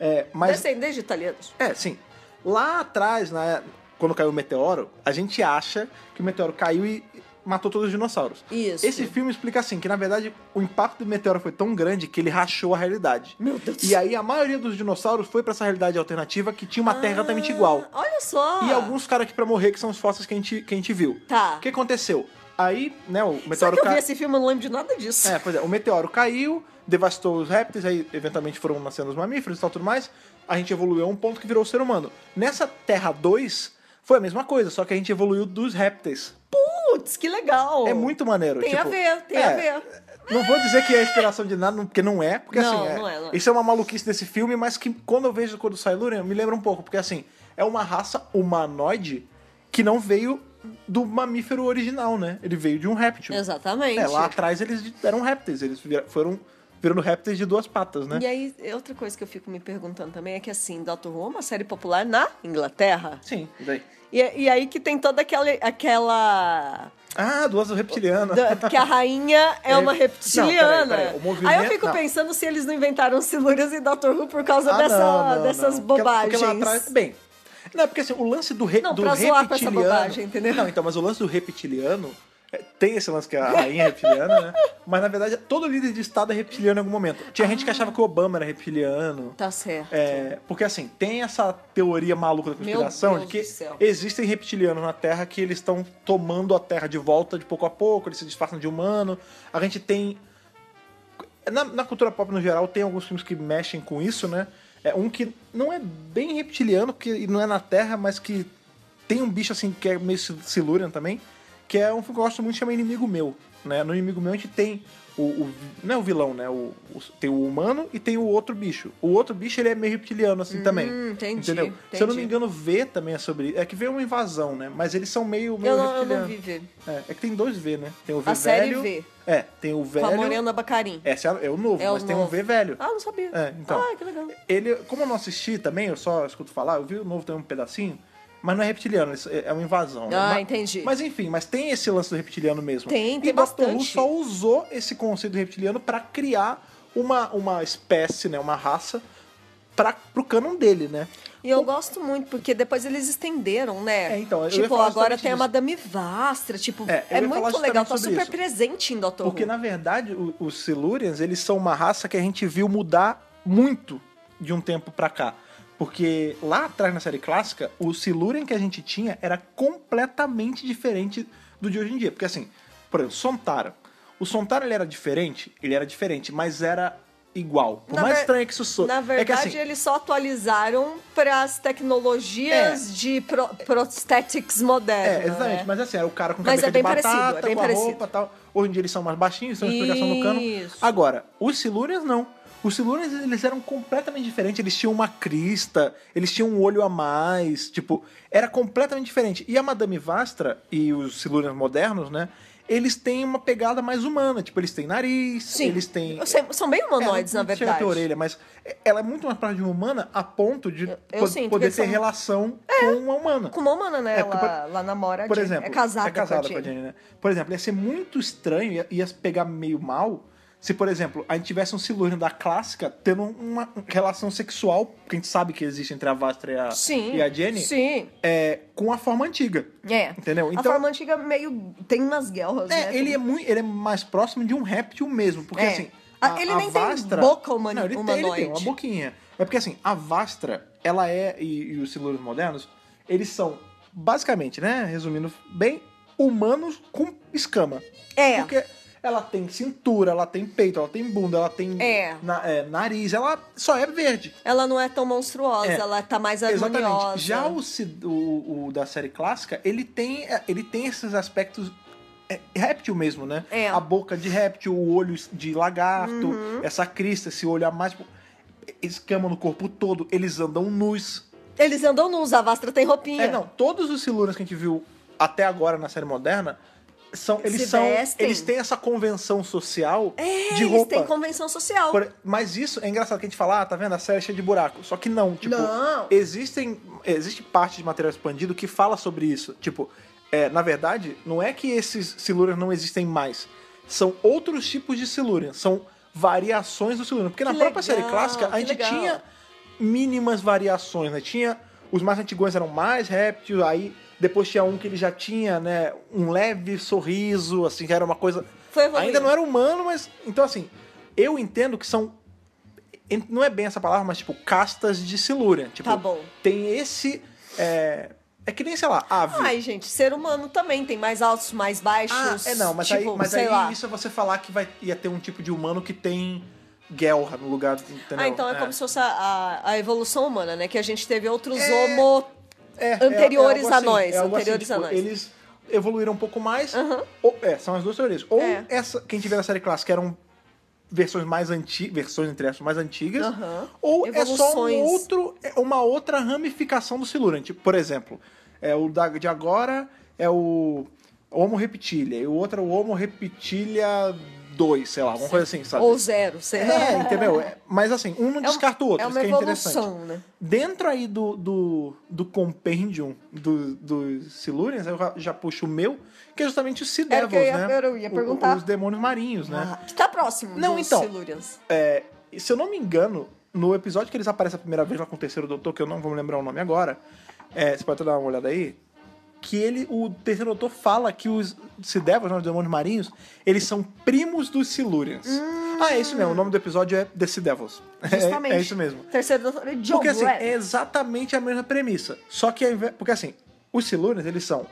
S1: É, mas.
S2: Descendentes de italianos.
S1: É, sim. Lá atrás, né, quando caiu o meteoro, a gente acha que o meteoro caiu e matou todos os dinossauros.
S2: Isso.
S1: Esse filme explica assim, que na verdade o impacto do meteoro foi tão grande que ele rachou a realidade.
S2: Meu Deus do
S1: E aí a maioria dos dinossauros foi pra essa realidade alternativa que tinha uma terra é exatamente igual.
S2: Ah, Olha só.
S1: E alguns caras aqui pra morrer, que são os fósseis que a gente, que a gente viu.
S2: Tá.
S1: O que aconteceu? Aí, né, o
S2: Será
S1: meteoro
S2: que eu vi
S1: caiu.
S2: esse filme? Eu não lembro de nada disso.
S1: É, pois é, o meteoro caiu, devastou os répteis, aí eventualmente foram nascendo os mamíferos e tal tudo mais. A gente evoluiu a um ponto que virou o ser humano. Nessa Terra 2, foi a mesma coisa, só que a gente evoluiu dos répteis.
S2: Putz, que legal.
S1: É muito maneiro.
S2: Tem a
S1: tipo,
S2: ver, tem a
S1: é,
S2: ver.
S1: Não vou dizer que é inspiração de nada, não- porque não é. Porque
S2: Não,
S1: assim, é,
S2: não é, não é.
S1: isso é uma maluquice desse filme, mas que quando eu vejo quando sai Lurian, me lembra um pouco. Porque assim, é uma raça humanoide que não veio do mamífero original, né? Ele veio de um réptil.
S2: Exatamente.
S1: É, lá atrás eles eram répteis, eles vira- foram virando répteis de duas patas, né?
S2: E é- aí, outra coisa que eu fico me perguntando também é que, assim, Doctor Who é uma série popular na Inglaterra.
S1: Sim, e daí.
S2: E, e aí que tem toda aquela... aquela
S1: Ah, do asa reptiliana.
S2: da- que a rainha
S1: *laughs*
S2: é
S1: Não,
S2: uma
S1: peraí,
S2: reptiliana.
S1: peraí, o
S2: Aí eu
S1: movimento-
S2: fico
S1: não.
S2: pensando se eles não inventaram Silurians e Doctor Who por causa
S1: Ah,
S2: dessa,
S1: não, não,
S2: dessas
S1: não. Porque-
S2: bobagens.
S1: porque lá atrás- bem, não, porque assim, o lance do, re,
S2: Não,
S1: do
S2: pra zoar com essa
S1: reptiliano.
S2: bobagem, entendeu?
S1: Não, então, mas o lance do reptiliano É, Tem esse lance que é a rainha é reptiliana, né? Mas na verdade, todo líder de estado é reptiliano em algum momento. Tinha gente que achava que o Obama era reptiliano.
S2: Tá certo.
S1: É, porque assim, tem essa teoria maluca da conspiração
S2: Deus
S1: de que
S2: do céu.
S1: existem reptilianos na Terra que eles estão tomando a Terra de volta de pouco a pouco, eles se disfarçam de humano. A gente tem. Na, na cultura pop no geral, tem alguns filmes que mexem com isso, né? É, um que não é bem reptiliano, que não é na Terra, mas que tem um bicho assim que é meio sil- Silurian também, que é um filme que eu gosto muito chama Inimigo Meu. Né? No Inimigo Meu a gente tem o, o- Não é o vilão, né? O, o- tem o humano e tem o outro bicho. O outro bicho ele é meio reptiliano assim também.
S2: Hum, entendi,
S1: Entendeu? Se eu não
S2: entendi.
S1: me engano, V também é sobre. É que V é uma invasão, né? Mas eles são meio. meio
S2: Eu não, eu
S1: reptiliano.
S2: não vi ver.
S1: É, é que tem dois V, né? Tem o V
S2: A série
S1: velho.
S2: V.
S1: É, tem o
S2: Com
S1: velho.
S2: a Morena Bacarim.
S1: Esse é, é o novo,
S2: É o
S1: mas tem um
S2: novo.
S1: V velho.
S2: Ah, não sabia.
S1: É, então.
S2: Ah, que legal.
S1: Ele, como eu não assisti também, eu só escuto falar, eu vi o novo tem um pedacinho, mas não é reptiliano, isso é é uma invasão. né?
S2: Ah,
S1: Mas-
S2: entendi.
S1: Mas enfim, mas tem esse lance do reptiliano mesmo.
S2: Tem,
S1: e
S2: tem
S1: Doctor Who
S2: bastante.
S1: só usou esse conceito de reptiliano pra criar uma, uma espécie, né, uma raça para pro canon dele, né?
S2: E eu gosto muito, porque depois eles estenderam, né?
S1: É, então, eu ia
S2: tipo,
S1: falar
S2: agora
S1: justamente
S2: tem a
S1: disso.
S2: Madame Vastra, tipo,
S1: É, eu ia
S2: é,
S1: falar
S2: muito
S1: justamente
S2: legal, tá
S1: sobre
S2: super
S1: isso.
S2: presente em Doctor
S1: Porque
S2: Who.
S1: na verdade, o- os Silurians, eles são uma raça que a gente viu mudar muito de um tempo pra cá. Porque lá atrás na série clássica, o Silurian que a gente tinha era completamente diferente do de hoje em dia. Porque assim, por exemplo, Sontara. O Sontara ele era diferente, ele era diferente, mas era igual. Por
S2: Na
S1: mais
S2: ver-
S1: estranho que isso sou. é
S2: Na
S1: que,
S2: verdade,
S1: assim,
S2: eles só atualizaram para as tecnologias de pro prosthetics modernas.
S1: É, exatamente.
S2: Né?
S1: Mas assim, era o cara com
S2: Mas
S1: cabeça
S2: é
S1: de
S2: bem
S1: batata,
S2: parecido, é bem
S1: com a
S2: parecido.
S1: roupa e tal. Hoje em dia eles são mais baixinhos, tem uma explicação no cano.
S2: Isso.
S1: Agora, os Silurians não. Os Silurians, eles eram completamente diferentes. Eles tinham uma crista, eles tinham um olho a mais. Tipo, era completamente diferente. E a Madame Vastra e os Silurians modernos, né? Eles têm uma pegada mais humana. Tipo, eles têm nariz,
S2: Sim.
S1: eles têm...
S2: Eu sei, São bem
S1: É,
S2: humanoides, na
S1: não chega a
S2: verdade.
S1: ter orelha, mas ela é muito mais próxima de uma humana a ponto de
S2: eu
S1: po-
S2: sinto que
S1: poder ter
S2: eles são- É.
S1: relação com uma humana.
S2: Com uma humana, né?
S1: É,
S2: ela,
S1: porque, por-
S2: ela namora, a
S1: Por
S2: Jane.
S1: exemplo,
S2: é casada,
S1: com a
S2: Jane.
S1: Jenny, né? Por exemplo, ia ser muito estranho, ia, ia pegar meio mal se, por exemplo, a gente tivesse um Silurian da clássica tendo uma relação sexual, que a gente sabe que existe entre a Vastra e a,
S2: Sim.
S1: e a Jenny,
S2: Sim.
S1: é, com a forma antiga.
S2: É.
S1: Entendeu? Então-
S2: a forma antiga meio. tem umas guerras, né?
S1: É, ele é, muito, ele é mais próximo de um réptil mesmo, porque
S2: É.
S1: assim.
S2: A- ele nem tem boca humani-
S1: não, ele Tem, ele tem uma
S2: humanoide.
S1: boquinha. É porque assim, a Vastra, ela é. E, e os silurios modernos, eles são, basicamente, né? Resumindo bem, humanos com escama.
S2: É.
S1: Porque ela tem cintura, ela tem peito, ela tem bunda, ela tem
S2: É.
S1: na- é, nariz, ela só é verde.
S2: Ela não é tão monstruosa,
S1: É.
S2: ela tá mais harmoniosa.
S1: Exatamente. Já o, ci- o- o da série clássica, ele tem, ele tem esses aspectos é, réptil mesmo, né?
S2: É. Uhum.
S1: A boca de réptil, o olho de lagarto, essa crista, esse olho a mais. tipo, Escama no corpo todo, eles andam nus.
S2: Eles andam nus, a Vastra tem roupinha.
S1: É, não, todos os Silurians que a gente viu até agora na série moderna são. Eles
S2: Se
S1: são.
S2: vestem.
S1: Eles têm essa convenção social
S2: É,
S1: de
S2: eles
S1: roupa.
S2: têm convenção social.
S1: Por- mas isso é engraçado que a gente fala, ah, tá vendo? A série é cheia de buraco. Só que não, tipo,
S2: Não.
S1: existem. Existe parte de material expandido que fala sobre isso. Tipo, é, na verdade, não é que esses Silurians não existem mais. São outros tipos de Silurians, são variações do Silurian. Porque na
S2: Que
S1: própria
S2: legal,
S1: série clássica
S2: que
S1: a gente
S2: legal.
S1: tinha mínimas variações, né? Tinha. Os mais antigos eram mais réptil, aí depois tinha um que ele já tinha, né, um leve sorriso, assim, que era uma coisa.
S2: Foi evoluindo.
S1: Ainda não é, era humano, mas. Então, assim, eu entendo que são. en- Não é bem essa palavra, mas tipo, castas de Silurian. Tipo,
S2: Tá bom.
S1: tem esse. É, é que nem, sei lá, ave.
S2: Ai, gente, ser humano também tem mais altos, mais
S1: ah,
S2: baixos.
S1: é não, mas
S2: tipo,
S1: aí, mas
S2: sei
S1: aí
S2: lá.
S1: isso é você falar que vai, ia ter um tipo de humano que tem guerra no lugar do. Entendeu?
S2: Ah, então é, como se fosse a, a- a evolução humana, né? Que a gente teve outros
S1: É.
S2: homo.
S1: É,
S2: anteriores
S1: algo é
S2: a nós,
S1: algo assim, tipo,
S2: anteriores a nós.
S1: Eles evoluíram um pouco mais.
S2: Aham.
S1: ou- é, são as duas teorias. Ou
S2: É.
S1: essa, quem tiver na série clássica eram versões mais antigas, versões entre aspas mais antigas,
S2: Aham.
S1: ou é só um
S2: Evoluções.
S1: outro, é uma outra ramificação do Silurian. Tipo, por exemplo, é o da- de agora é o Homo Reptilia, e o outro é o Homo Reptilia 2, sei lá, alguma coisa assim, sabe?
S2: Ou zero, sei lá.
S1: É, entendeu? É, Mas assim, um não
S2: É um-
S1: descarta o outro,
S2: é
S1: isso
S2: uma
S1: que é interessante.
S2: evolução, né?
S1: Dentro aí do, do, do compendium do- dos Silurians, eu já- já puxo o meu, que é justamente os Sea
S2: Era o
S1: Devils,
S2: que eu ia-
S1: né?
S2: eu ia
S1: O-
S2: perguntar.
S1: os demônios marinhos, né?
S2: Ah, que tá próximo
S1: Não,
S2: dos
S1: então.
S2: Silurians.
S1: É, e se eu não me engano, no episódio que eles aparecem a primeira vez lá com o terceiro doutor, que eu não vou me lembrar o nome agora, é, você pode até dar uma olhada aí. que ele, o terceiro autor fala que os Sidevas, né, os demônios marinhos, eles são primos dos Silurians. Ah, é isso mesmo. O nome do episódio é The Sea Devils. *laughs* *laughs* É-
S2: Justamente.
S1: É, isso mesmo.
S2: Terceiro doutor é John
S1: Porque assim,
S2: Glenn.
S1: é exatamente a mesma premissa. Só que, ao invés- porque assim, os Silurians, eles são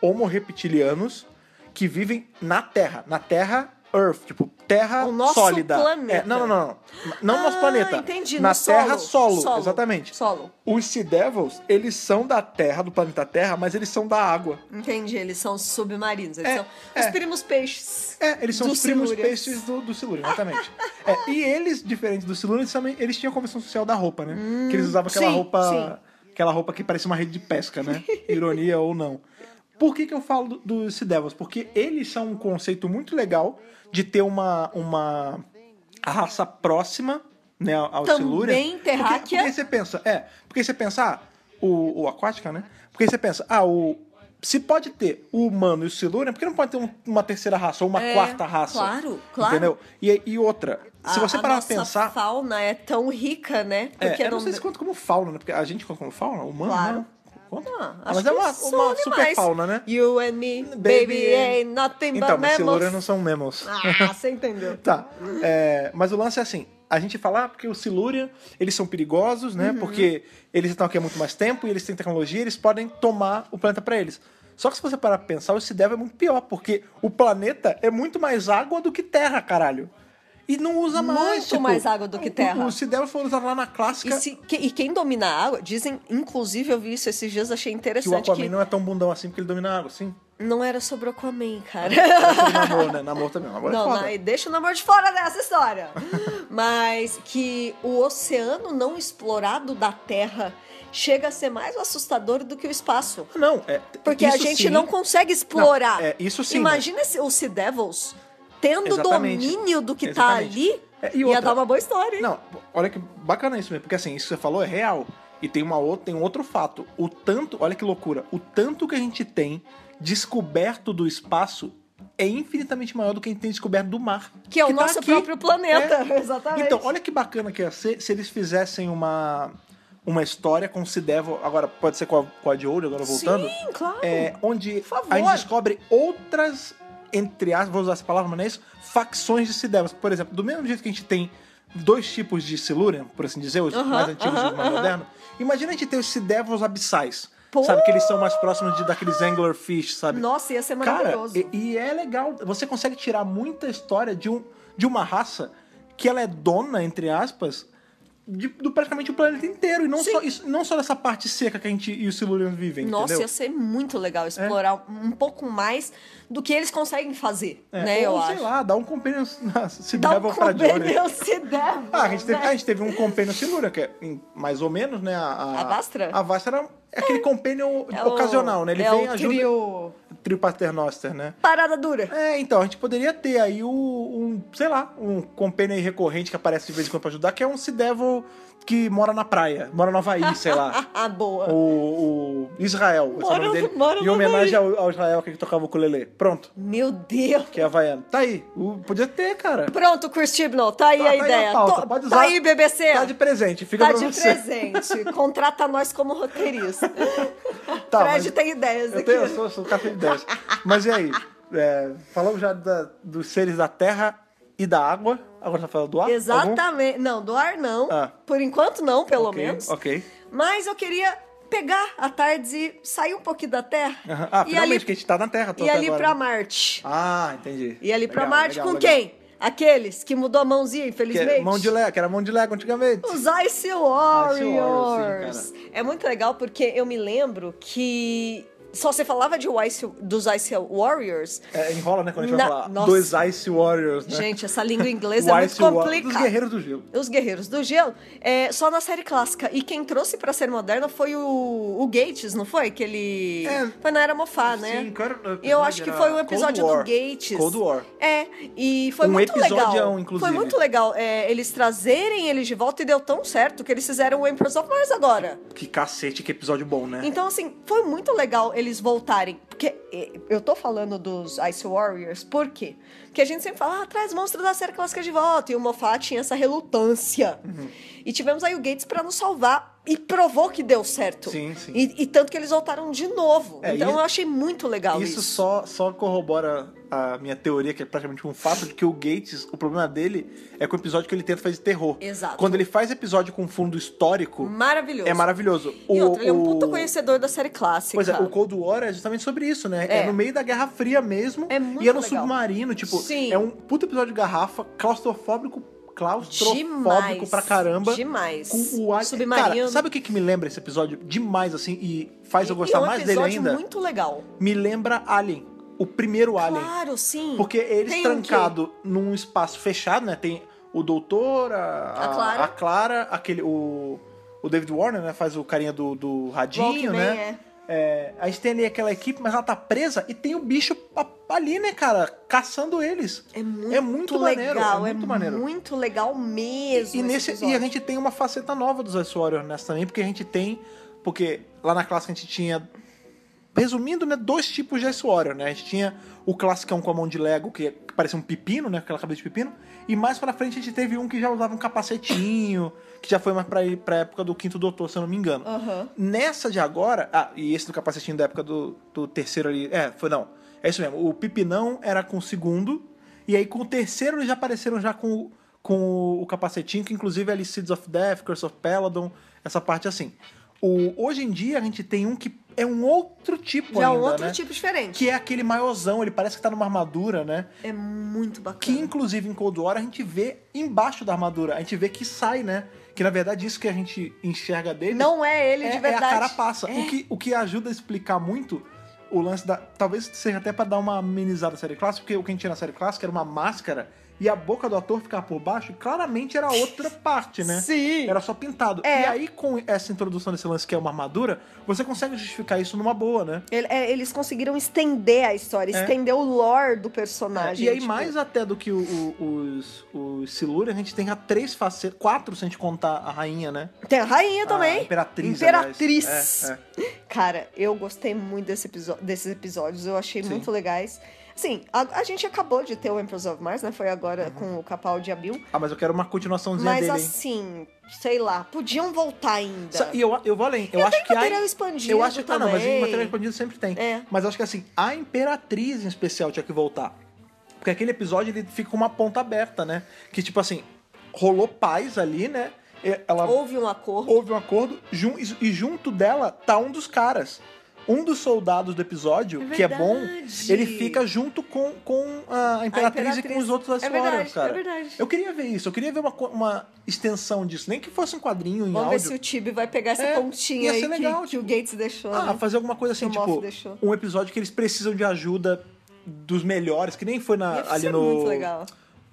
S1: homo-reptilianos que vivem na Terra. Na Terra, Earth, tipo, terra
S2: O nosso
S1: sólida. É,
S2: planeta.
S1: não, não, não. Não, não
S2: Ah,
S1: nosso planeta.
S2: entendi,
S1: Na
S2: no solo.
S1: Terra, solo.
S2: Solo.
S1: Exatamente.
S2: Solo.
S1: Os Sea Devils, eles são da Terra, do planeta Terra, mas eles são da água.
S2: Entendi, eles são submarinos. Eles
S1: É,
S2: são
S1: é.
S2: os primos peixes.
S1: É, eles são
S2: Do
S1: os primos
S2: Silurians.
S1: peixes do, do Silurian, exatamente. É, e eles, diferente do Silurian, eles, também- eles tinham a convenção social da roupa, né? que eles usavam aquela
S2: Hum, sim,
S1: roupa.
S2: sim.
S1: Aquela roupa que parece uma rede de pesca,
S2: *laughs*
S1: né? Ironia ou não. Por que, que eu falo dos do Sea Devils? Porque eles são um conceito muito legal de ter uma, uma raça próxima né, ao
S2: Também
S1: Silurian.
S2: terráquea.
S1: Porque, porque você pensa, é, porque você pensa, ah, o, o aquática, né? Porque você pensa, ah, o. Se pode ter o humano e o Silurian, por que não pode ter um- uma terceira raça ou uma
S2: É,
S1: quarta raça?
S2: claro, claro.
S1: Entendeu? E, e outra, se
S2: A-
S1: você
S2: a
S1: parar pra
S2: nossa
S1: pensar.
S2: fauna é tão rica, né?
S1: é, eu não sei se conta como fauna, né? Porque a gente conta como fauna, humano.
S2: Claro.
S1: Né? Conta?
S2: Ah,
S1: Ah,
S2: acho
S1: mas é
S2: que
S1: uma,
S2: são
S1: uma
S2: animais.
S1: super fauna, né?
S2: You and me, baby, ain't nothing
S1: Então,
S2: but
S1: mas Silurian
S2: mammals.
S1: não são mammals.
S2: Ah, você
S1: *laughs*
S2: entendeu.
S1: Tá. é, mas o lance é assim. A gente fala ah, porque os Silurian, eles são perigosos,
S2: Uhum.
S1: né? Porque eles estão aqui há muito mais tempo e eles têm tecnologia, eles podem tomar o planeta pra eles. Só que se você parar pra pensar, o Sideva é muito pior, porque o planeta é muito mais água do que terra, caralho. E não usa
S2: Muito
S1: mais. tipo,
S2: mais água do que
S1: o-
S2: terra. é
S1: O, o Sideva foi usado lá na
S2: E,
S1: clássica
S2: se- que- e quem domina a água, dizem, inclusive eu vi isso esses dias, achei
S1: que o
S2: interessante
S1: Aquaman
S2: que não...
S1: não é tão bundão assim porque ele domina a água,
S2: *laughs*
S1: sim.
S2: era sobre o Aquaman,
S1: *laughs*
S2: cara.
S1: Era sobre namoro, né? Namor também. Namor é
S2: Não,
S1: foda.
S2: não, e deixa o namoro de fora dessa
S1: *laughs*
S2: história. Mas que o oceano não explorado da Terra chega a ser mais assustador do que o espaço.
S1: Não, é,
S2: Porque a
S1: isso
S2: gente
S1: sim.
S2: não consegue explorar.
S1: Não, é, isso sim,
S2: Imagina se os Sea Devils tendo
S1: Exatamente.
S2: domínio do que
S1: Exatamente.
S2: tá
S1: É,
S2: ali,
S1: e
S2: ia
S1: outra-
S2: dar uma boa história. hein?
S1: Não, olha que bacana isso mesmo, porque assim, isso que você falou é real. E tem, uma outra, tem um outro fato. O tanto, olha que loucura, o tanto que a gente tem descoberto do espaço é infinitamente maior do que a gente tem descoberto do mar.
S2: que é o
S1: tá
S2: nosso
S1: aqui.
S2: próprio planeta.
S1: É.
S2: *laughs* Exatamente.
S1: Então, olha que bacana que ia ser se eles fizessem uma, uma história com o Cidevo, agora pode ser com a, com a de ouro, agora voltando.
S2: Sim, claro.
S1: é, onde
S2: Por favor.
S1: a gente descobre outras, entre aspas, vou usar essa palavra, mas não é isso, facções de Sidevas. Por exemplo, do mesmo jeito que a gente tem dois tipos de Silurian, por assim dizer, os
S2: Aham,
S1: mais antigos e
S2: aham,
S1: os mais
S2: aham.
S1: modernos, imagina a gente ter os Sidevos abissais.
S2: Pô!
S1: Sabe, que eles são mais próximos de, daqueles anglerfish, sabe?
S2: Nossa, ia ser
S1: Cara,
S2: maravilhoso.
S1: e, e é legal. Você consegue tirar muita história de, um, de uma raça que ela é dona, entre aspas, de, do praticamente o planeta inteiro. E não,
S2: Sim.
S1: só, isso- não só dessa parte seca que a gente e os Silurians vivem,
S2: Nossa,
S1: entendeu? É.
S2: ia ser muito legal explorar um pouco mais do que eles conseguem fazer,
S1: É,
S2: né?
S1: ou,
S2: eu
S1: sei
S2: acho.
S1: lá, dá um *laughs* compênio se
S2: Dá
S1: leva
S2: um
S1: pra Johnny.
S2: compêndio *laughs* se der.
S1: Ah, a gente, teve, a gente teve
S2: *laughs*
S1: um compênio Silura, que é em- mais ou menos, né? A,
S2: A Vastra?
S1: A Vastra era é aquele compênio ocasional, né? Ele
S2: é
S1: vem e
S2: o
S1: ajuda.
S2: trio
S1: Trio Paternoster, né?
S2: Parada dura.
S1: É, então, a gente poderia ter aí o- um, sei lá, um compênio aí recorrente que aparece de vez em quando pra ajudar, que é um Sea Devil que mora na praia, mora no Havaí, sei
S2: *laughs*
S1: lá.
S2: Ah, boa.
S1: O, o Israel, esse é o
S2: Mora-
S1: nome dele.
S2: mora
S1: em
S2: no
S1: homenagem ao, ao Israel que tocava o ukulele. Pronto.
S2: Meu Deus.
S1: Que é havaiano. Tá aí. O- podia ter, cara.
S2: Pronto, Chris Chibnall, tá aí
S1: Tá-
S2: a
S1: tá aí a
S2: ideia.
S1: pauta,
S2: Tô-
S1: pode
S2: Tá
S1: usar.
S2: aí, BBC.
S1: Tá de presente. Fica
S2: Tá
S1: pra
S2: de
S1: você. *laughs*
S2: presente. Contrata nós como roteirista.
S1: Tá,
S2: Fred
S1: mas
S2: tem ideias
S1: Eu,
S2: aqui.
S1: tenho, eu sou, sou café de 10. Mas e aí? É, falamos já da- dos seres da terra e da água. Agora você fala do ar? Algum?
S2: Exatamente. Não, do ar não.
S1: Ah.
S2: Por enquanto não, pelo
S1: Ok,
S2: menos.
S1: Ok.
S2: Mas eu queria pegar a tarde e sair um pouquinho da Terra.
S1: Aham. Ah,
S2: e
S1: finalmente,
S2: ali,
S1: que a gente tá na terra. até
S2: e ali
S1: agora, né?
S2: pra Marte.
S1: Ah, entendi.
S2: E ali pra
S1: Legal,
S2: Marte
S1: legal,
S2: com
S1: legal.
S2: quem? Aqueles que mudou a mãozinha,
S1: Que
S2: infelizmente.
S1: era mão de lego, que era mão de lego antigamente.
S2: Os Ice Warriors.
S1: Warriors, sim,
S2: é muito legal porque eu me lembro que só você falava de Ice, dos Ice Warriors.
S1: É, enrola, né, quando a gente vai
S2: Na-
S1: falar
S2: Nossa.
S1: dois Ice Warriors, né?
S2: Gente, essa língua inglesa
S1: O
S2: é muito
S1: Ice Warriors, dos
S2: complicada.
S1: guerreiros do gelo.
S2: Os Guerreiros do Gelo, é, só na série clássica. E quem trouxe pra ser moderna foi o, o Gates, não foi? Que ele.
S1: É.
S2: Foi na Era Mofá, né?
S1: Sim, qual era o
S2: E eu acho que
S1: episódio?
S2: foi um
S1: Era Cold
S2: episódio do
S1: War.
S2: Gates.
S1: Cold War.
S2: É, e foi
S1: Um
S2: muito legal.
S1: episodião, inclusive.
S2: Foi muito legal é, eles trazerem eles de volta e deu tão certo que eles fizeram o Empress of Mars agora.
S1: Que cacete, que episódio bom, né?
S2: Então, assim, foi muito legal eles voltarem. Porque e- eu tô falando dos Ice Warriors, por quê? Porque a gente sempre fala, ah, traz monstros da série clássica de volta, e o Moffat tinha essa relutância.
S1: Uhum.
S2: E tivemos aí o Gates pra nos salvar, e provou que deu certo.
S1: Sim, sim.
S2: E, e tanto que eles voltaram de novo.
S1: É,
S2: então
S1: e-
S2: eu achei muito legal isso.
S1: Isso só, só corrobora a minha teoria, que é praticamente um fato, de que o Gates, o problema dele é com o episódio que ele tenta fazer terror.
S2: Exato.
S1: Quando ele faz episódio com fundo histórico,
S2: Maravilhoso.
S1: é maravilhoso.
S2: E outro, ele é um
S1: o-
S2: puta conhecedor da série clássica.
S1: Pois é, o Cold War é justamente sobre isso, né?
S2: É.
S1: É, no meio da Guerra Fria mesmo.
S2: É muito
S1: e é no
S2: legal.
S1: submarino, tipo,
S2: Sim.
S1: é um puta episódio de garrafa, claustrofóbico, claustrofóbico
S2: Demais.
S1: pra caramba.
S2: Demais.
S1: Com o ar...
S2: Submarino.
S1: Cara, sabe o que, que me lembra esse episódio demais, assim, e faz eu gostar
S2: e é um
S1: mais dele
S2: episódio
S1: ainda?
S2: muito legal.
S1: Me lembra Alien, o primeiro Alien.
S2: Claro, sim.
S1: Porque é eles
S2: Tem
S1: trancados num espaço fechado, né? Tem o doutor, a,
S2: A Clara.
S1: a Clara, aquele. O, o David Warner, né? Faz o carinha do, do radinho,
S2: Walkman,
S1: né?
S2: é.
S1: É, a gente tem ali aquela equipe, mas ela tá presa e tem o bicho pa- ali, né, cara? Caçando eles.
S2: É muito,
S1: É muito maneiro,
S2: legal,
S1: é muito maneiro.
S2: muito legal mesmo.
S1: E,
S2: esse
S1: nesse, e
S2: episódio.
S1: a gente tem uma faceta nova dos Ice Warriors nessa também, porque a gente tem. Porque lá na classe a gente tinha. Resumindo, né, dois tipos de Ice Warrior, né? A gente tinha o classicão com a mão de Lego, que parecia um pepino, né? Aquela cabeça de pepino. E mais pra frente a gente teve um que já usava um capacetinho, que já foi mais pra, pra época do quinto doutor, se eu não me engano.
S2: Aham.
S1: Nessa de agora. Ah, e esse do capacetinho da época do, do terceiro ali. É, foi não. É isso mesmo. O Pipinão era com o segundo. E aí com o terceiro eles já apareceram já com, o- com o, o capacetinho, que inclusive é ali Seeds of Death, Curse of Peladon, essa parte assim. O, hoje em dia a gente tem um que é um outro tipo
S2: Já é
S1: ainda,
S2: um outro
S1: né?
S2: tipo diferente.
S1: Que é aquele maiorzão, ele parece que tá numa armadura, né?
S2: É muito bacana.
S1: Que inclusive em Cold War a gente vê embaixo da armadura, a gente vê que sai, né? Que na verdade isso que a gente enxerga dele
S2: Não é ele
S1: é,
S2: de
S1: é a
S2: verdade.
S1: carapaça. O, que, o que ajuda a explicar muito o lance da. Talvez seja até pra dar uma amenizada à série clássica, porque o que a gente tinha na série clássica era uma máscara e a boca do ator ficar por baixo, claramente era outra parte, né?
S2: Sim.
S1: Era só pintado.
S2: É.
S1: E aí, com essa introdução desse lance que é uma armadura, você consegue justificar isso numa boa, né?
S2: Ele- é, eles conseguiram estender a história,
S1: É.
S2: estender o lore do personagem.
S1: e aí,
S2: tipo,
S1: mais até do que o- o- os, os Silure, a gente tem já três facetas, quatro se a gente contar a rainha, né?
S2: Tipo, Tem a rainha
S1: A
S2: também.
S1: imperatriz.
S2: Imperatriz.
S1: aliás. É, é.
S2: Cara, eu gostei muito desse episo- desses episódios, eu achei
S1: Sim.
S2: muito legais. Assim, a, a gente acabou de ter o Emperors of Mars, né? Foi agora com o Capaldi e a Bill.
S1: Ah, mas eu quero uma continuaçãozinha
S2: Mas
S1: dele, hein?
S2: assim, sei lá, podiam voltar ainda.
S1: Sa- E eu, eu vou além. Eu,
S2: E
S1: acho
S2: tem
S1: que a,
S2: material expandido
S1: eu acho, ah,
S2: também.
S1: não, mas em material expandido sempre tem.
S2: É.
S1: Mas eu acho que assim, a Imperatriz em especial tinha que voltar. Porque aquele episódio ele fica com uma ponta aberta, né? Que tipo assim, rolou paz ali, né? E Ela
S2: Houve um acordo.
S1: houve um acordo jun- e junto dela tá um dos caras. Um dos soldados do episódio,
S2: É
S1: que é bom,
S2: verdade.
S1: ele fica junto com, com a, Imperatriz e
S2: Imperatriz.
S1: com os outros Ice
S2: É
S1: Warriors,
S2: verdade,
S1: cara.
S2: é verdade.
S1: Eu queria ver isso, eu queria ver uma, co- uma extensão disso, nem que fosse um quadrinho em
S2: Vamos ver
S1: áudio.
S2: se o Tibi vai pegar essa
S1: É,
S2: pontinha
S1: ia
S2: aí
S1: ser legal,
S2: que, que o Gates deixou.
S1: Ah,
S2: né?
S1: fazer alguma coisa assim,
S2: Que o Moff
S1: tipo,
S2: deixou.
S1: um episódio que eles precisam de ajuda dos melhores, que nem foi na-
S2: Ia
S1: ali
S2: ser
S1: no. é
S2: muito legal.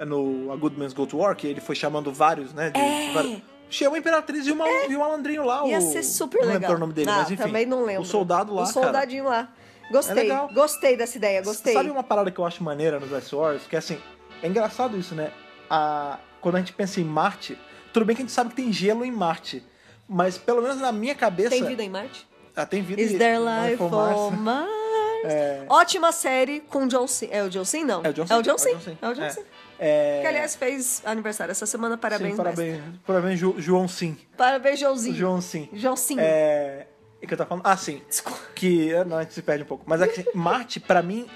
S1: No A Good Man's Go to War, que ele foi chamando vários, né? de-
S2: É.
S1: vários- Chama a Imperatriz e, uma, e um malandrinho lá.
S2: Ia
S1: o,
S2: ser super
S1: não
S2: legal.
S1: lembro o nome dele,
S2: Ah,
S1: mas enfim.
S2: Também não lembro.
S1: O soldado lá,
S2: O
S1: cara. É
S2: soldadinho lá. Gostei,
S1: legal.
S2: gostei dessa ideia, gostei.
S1: Sabe uma parada que eu acho maneira nos Ice Wars? Que assim, é engraçado isso, né? A- Quando a gente pensa em Marte, tudo bem que a gente sabe que tem gelo em Marte. Mas pelo menos na minha cabeça.
S2: Tem vida em Marte?
S1: Ah, tem vida
S2: Is
S1: e-
S2: There
S1: não é
S2: Life
S1: por
S2: on
S1: Marte.
S2: Mars?
S1: É.
S2: Ótima série com o John Cena. É o John Cena, não?
S1: É o John
S2: É
S1: Cena,
S2: o John Cena. É o John
S1: É.
S2: Cena.
S1: É...
S2: Que, aliás, fez aniversário essa semana. Parabéns,
S1: Sim,
S2: mestre.
S1: parabéns, parabéns, Ju- João Sim.
S2: Parabéns, Joãozinho.
S1: João Sim.
S2: João Sim.
S1: É. O que eu tava falando? Ah, sim.
S2: Desculpa.
S1: Que. é, Não, a gente se perde um pouco. Mas é que assim, Marte, pra mim,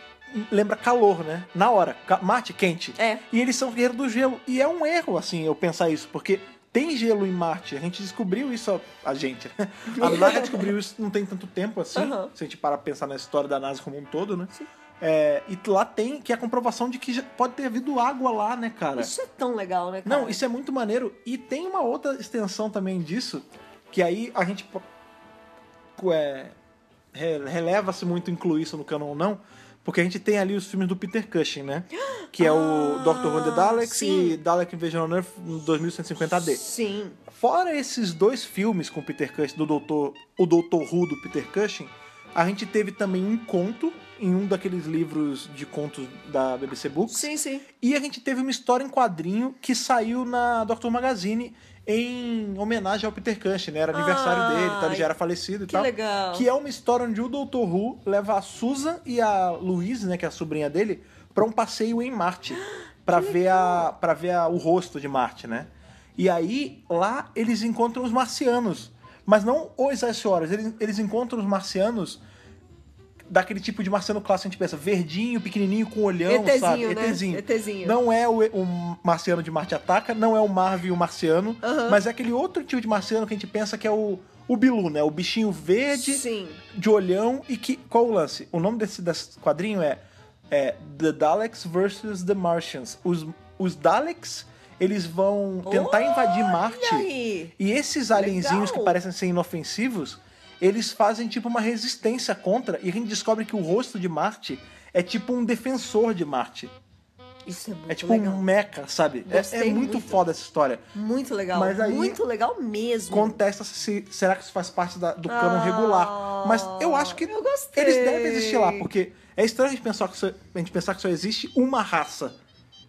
S1: lembra calor, né? Na hora. Ca- Marte quente.
S2: É.
S1: E eles são guerreiros do gelo. E é um erro, assim, eu pensar isso, porque. Tem gelo em Marte, a gente descobriu isso, a a gente. *laughs* né? A NASA descobriu isso não tem tanto tempo assim,
S2: Aham.
S1: se a gente parar pra pensar na história da NASA como um todo, né? É, e lá tem que é a comprovação de que já pode ter havido água lá, né, cara?
S2: Isso é tão legal, né, cara?
S1: Não, isso é muito maneiro. E tem uma outra extensão também disso, que aí a gente po- co- é, re- releva-se muito incluir isso no canon ou não, porque a gente tem ali os filmes do Peter Cushing, né? Que é o
S2: Ah,
S1: Dr. Who and the Daleks
S2: sim.
S1: e Dalek Invasion on Earth 2150D.
S2: Sim.
S1: Fora esses dois filmes com o Peter Cushing, do Doutor, o Doutor Who do Peter Cushing, a gente teve também um conto em um daqueles livros de contos da BBC Books.
S2: Sim, sim.
S1: E a gente teve uma história em quadrinho que saiu na Doctor Magazine em homenagem ao Peter Cushing, né? Era aniversário
S2: Ai,
S1: dele, então ele já era falecido e
S2: Que
S1: tal.
S2: legal.
S1: Que é uma história onde o Dr. Who leva a Susan e a Louise, né, que é a sobrinha dele, pra um passeio em
S2: *gasps*
S1: Marte, Pra ver a para ver a- o rosto de Marte, né? E aí lá eles encontram os marcianos, mas não os as senhoras, eles, eles encontram os marcianos daquele tipo de marciano clássico que a gente pensa, verdinho, pequenininho com olhão,
S2: ETzinho,
S1: sabe?
S2: né?
S1: ETzinho.
S2: ETzinho.
S1: Não é o, o marciano de Marte Ataca, não é o Marvel e o marciano,
S2: Aham.
S1: mas é aquele outro tipo de marciano que a gente pensa que é o o Bilu, né? O bichinho verde
S2: Sim.
S1: de olhão e que. Qual o lance? O nome desse, desse quadrinho é, é The Daleks vs. The Martians. Os, os Daleks, eles vão tentar invadir Marte.
S2: E aí?
S1: E esses alienzinhos que
S2: Legal.
S1: parecem ser inofensivos, eles fazem tipo uma resistência contra. E a gente descobre que o rosto de Marte é tipo um defensor de Marte.
S2: Isso é muito
S1: É tipo
S2: legal.
S1: um mecha, sabe? É- É,
S2: Gostei
S1: muito,
S2: muito.
S1: foda essa história.
S2: Muito legal.
S1: Mas aí-
S2: muito legal mesmo.
S1: Contesta se será que isso faz parte da- do cânon
S2: Ah,
S1: regular. Mas eu acho que
S2: eu gostei.
S1: eles devem existir lá, porque é estranho a gente pensar que só, a gente pensar que só existe uma raça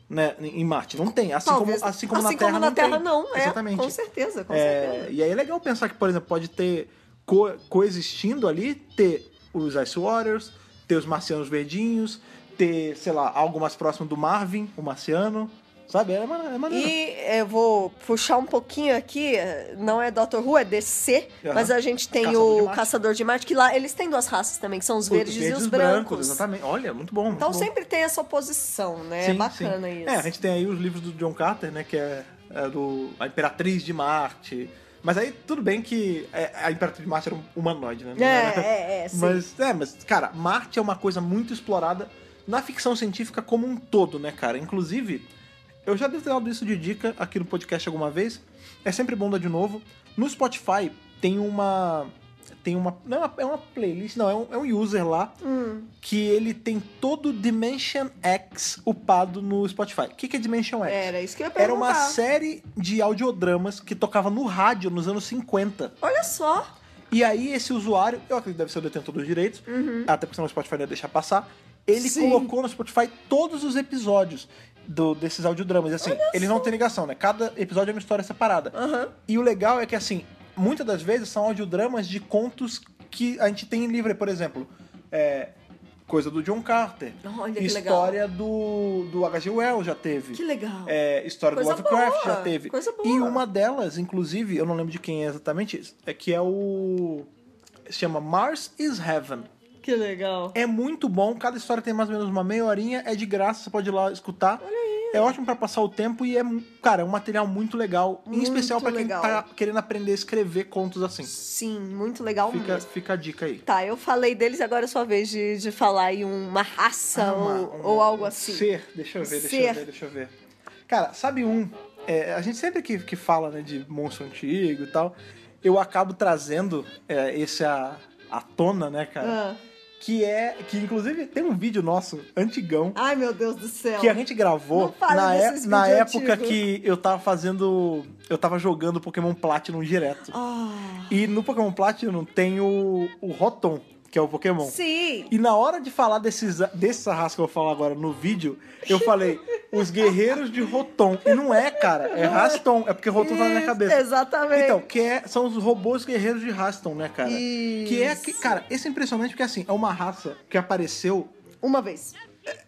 S1: né, em Marte. Não tem. Assim
S2: Talvez-
S1: como, assim como na Terra. não
S2: Terra,
S1: tem.
S2: não, é.
S1: Exatamente.
S2: Com certeza, com
S1: É,
S2: certeza.
S1: e aí é legal pensar que, por exemplo, pode ter co- coexistindo ali, ter os Ice Warriors, ter os marcianos verdinhos, ter, sei lá, algo mais próximo do Marvin, o marciano. Sabe? É, ma- é maneiro.
S2: E eh, eu vou puxar um pouquinho aqui, não é Doctor Who, é DC,
S1: Aham.
S2: mas a gente tem
S1: Caçador de
S2: o
S1: Marte.
S2: Caçador de Marte, que lá eles têm duas raças também, que são os,
S1: Os
S2: verdes, e os brancos.
S1: Exatamente. Olha, muito bom. muito
S2: então
S1: bom.
S2: sempre tem essa oposição, né?
S1: Sim,
S2: é bacana
S1: sim.
S2: isso.
S1: É, a gente tem aí os livros do John Carter, né? Que é, é do A Imperatriz de Marte. Mas aí tudo bem que é, a Imperatriz de Marte era um humanoide, né? Não
S2: É,
S1: era-
S2: é, é, sim.
S1: Mas, é, mas, cara, Marte é uma coisa muito explorada na ficção científica como um todo, né, cara? Inclusive, eu já devo ter dado isso de dica aqui no podcast alguma vez. É sempre bom dar de novo. No Spotify tem uma. Tem uma. Não é uma, é uma playlist, não, é um, é um user lá
S2: Hum,
S1: que ele tem todo o Dimension X upado no Spotify. O que, que é Dimension X?
S2: era isso que eu ia perguntar.
S1: Era uma série de audiodramas que tocava no rádio nos anos 50.
S2: Olha só.
S1: E aí, esse usuário, eu acredito que deve ser o detentor dos direitos, até porque senão o Spotify não ia deixar passar. Ele
S2: Uhum. Sim.
S1: colocou no Spotify todos os episódios do, desses audiodramas. E, Assim, eles não têm ligação, né? Cada episódio é uma história separada.
S2: Aham.
S1: E o legal é que, assim, muitas das vezes são audiodramas de contos que a gente tem em livro. Por exemplo, é, coisa do John Carter.
S2: Olha que legal.
S1: história do, do H.G. Wells já teve.
S2: Que legal.
S1: É, história
S2: Coisa
S1: do Lovecraft
S2: boa,
S1: já teve.
S2: coisa boa.
S1: E uma delas, inclusive, eu não lembro de quem é exatamente isso, é que é o. Se chama Mars is Heaven.
S2: Que legal.
S1: É muito bom, cada história tem mais ou menos uma meia horinha, é de graça, você pode ir lá escutar. É ótimo pra passar o tempo e é, mu- cara, é um material muito legal, em
S2: Muito
S1: especial pra quem
S2: legal.
S1: tá querendo aprender a escrever contos assim.
S2: Sim, muito legal
S1: Fica,
S2: mesmo.
S1: fica a dica aí.
S2: Tá, eu falei deles, agora é sua vez de, de falar em uma raça
S1: Ah, uma-
S2: ou,
S1: um-
S2: ou algo
S1: um
S2: assim.
S1: Ser, deixa eu ver, deixa
S2: Ser.
S1: eu ver, deixa eu ver. Cara, sabe um? é, a gente sempre que, que fala né, de monstro antigo e tal, eu acabo trazendo é, esse a, a tona, né, cara?
S2: Ah.
S1: Que é. Que inclusive tem um vídeo nosso, antigão,
S2: Ai, meu Deus do céu.
S1: que é a gente
S2: Não
S1: gravou
S2: fale
S1: na, é-
S2: desses
S1: na
S2: vídeos
S1: época
S2: antigos.
S1: que eu tava fazendo. Eu tava jogando Pokémon Platinum direto.
S2: Ah.
S1: E no Pokémon Platinum tem o, o Rotom, que é o Pokémon.
S2: Sim.
S1: E na hora de falar desses, dessa raça que eu vou falar agora no vídeo, eu falei os guerreiros de Rotom. E não é, cara, é Raston. É porque Rotom tá na minha
S2: Isso,
S1: cabeça.
S2: Exatamente.
S1: Então, que é- são os robôs guerreiros de Raston, né, cara?
S2: Isso.
S1: Que é que, cara, esse é impressionante porque assim, é uma raça que apareceu.
S2: Uma vez.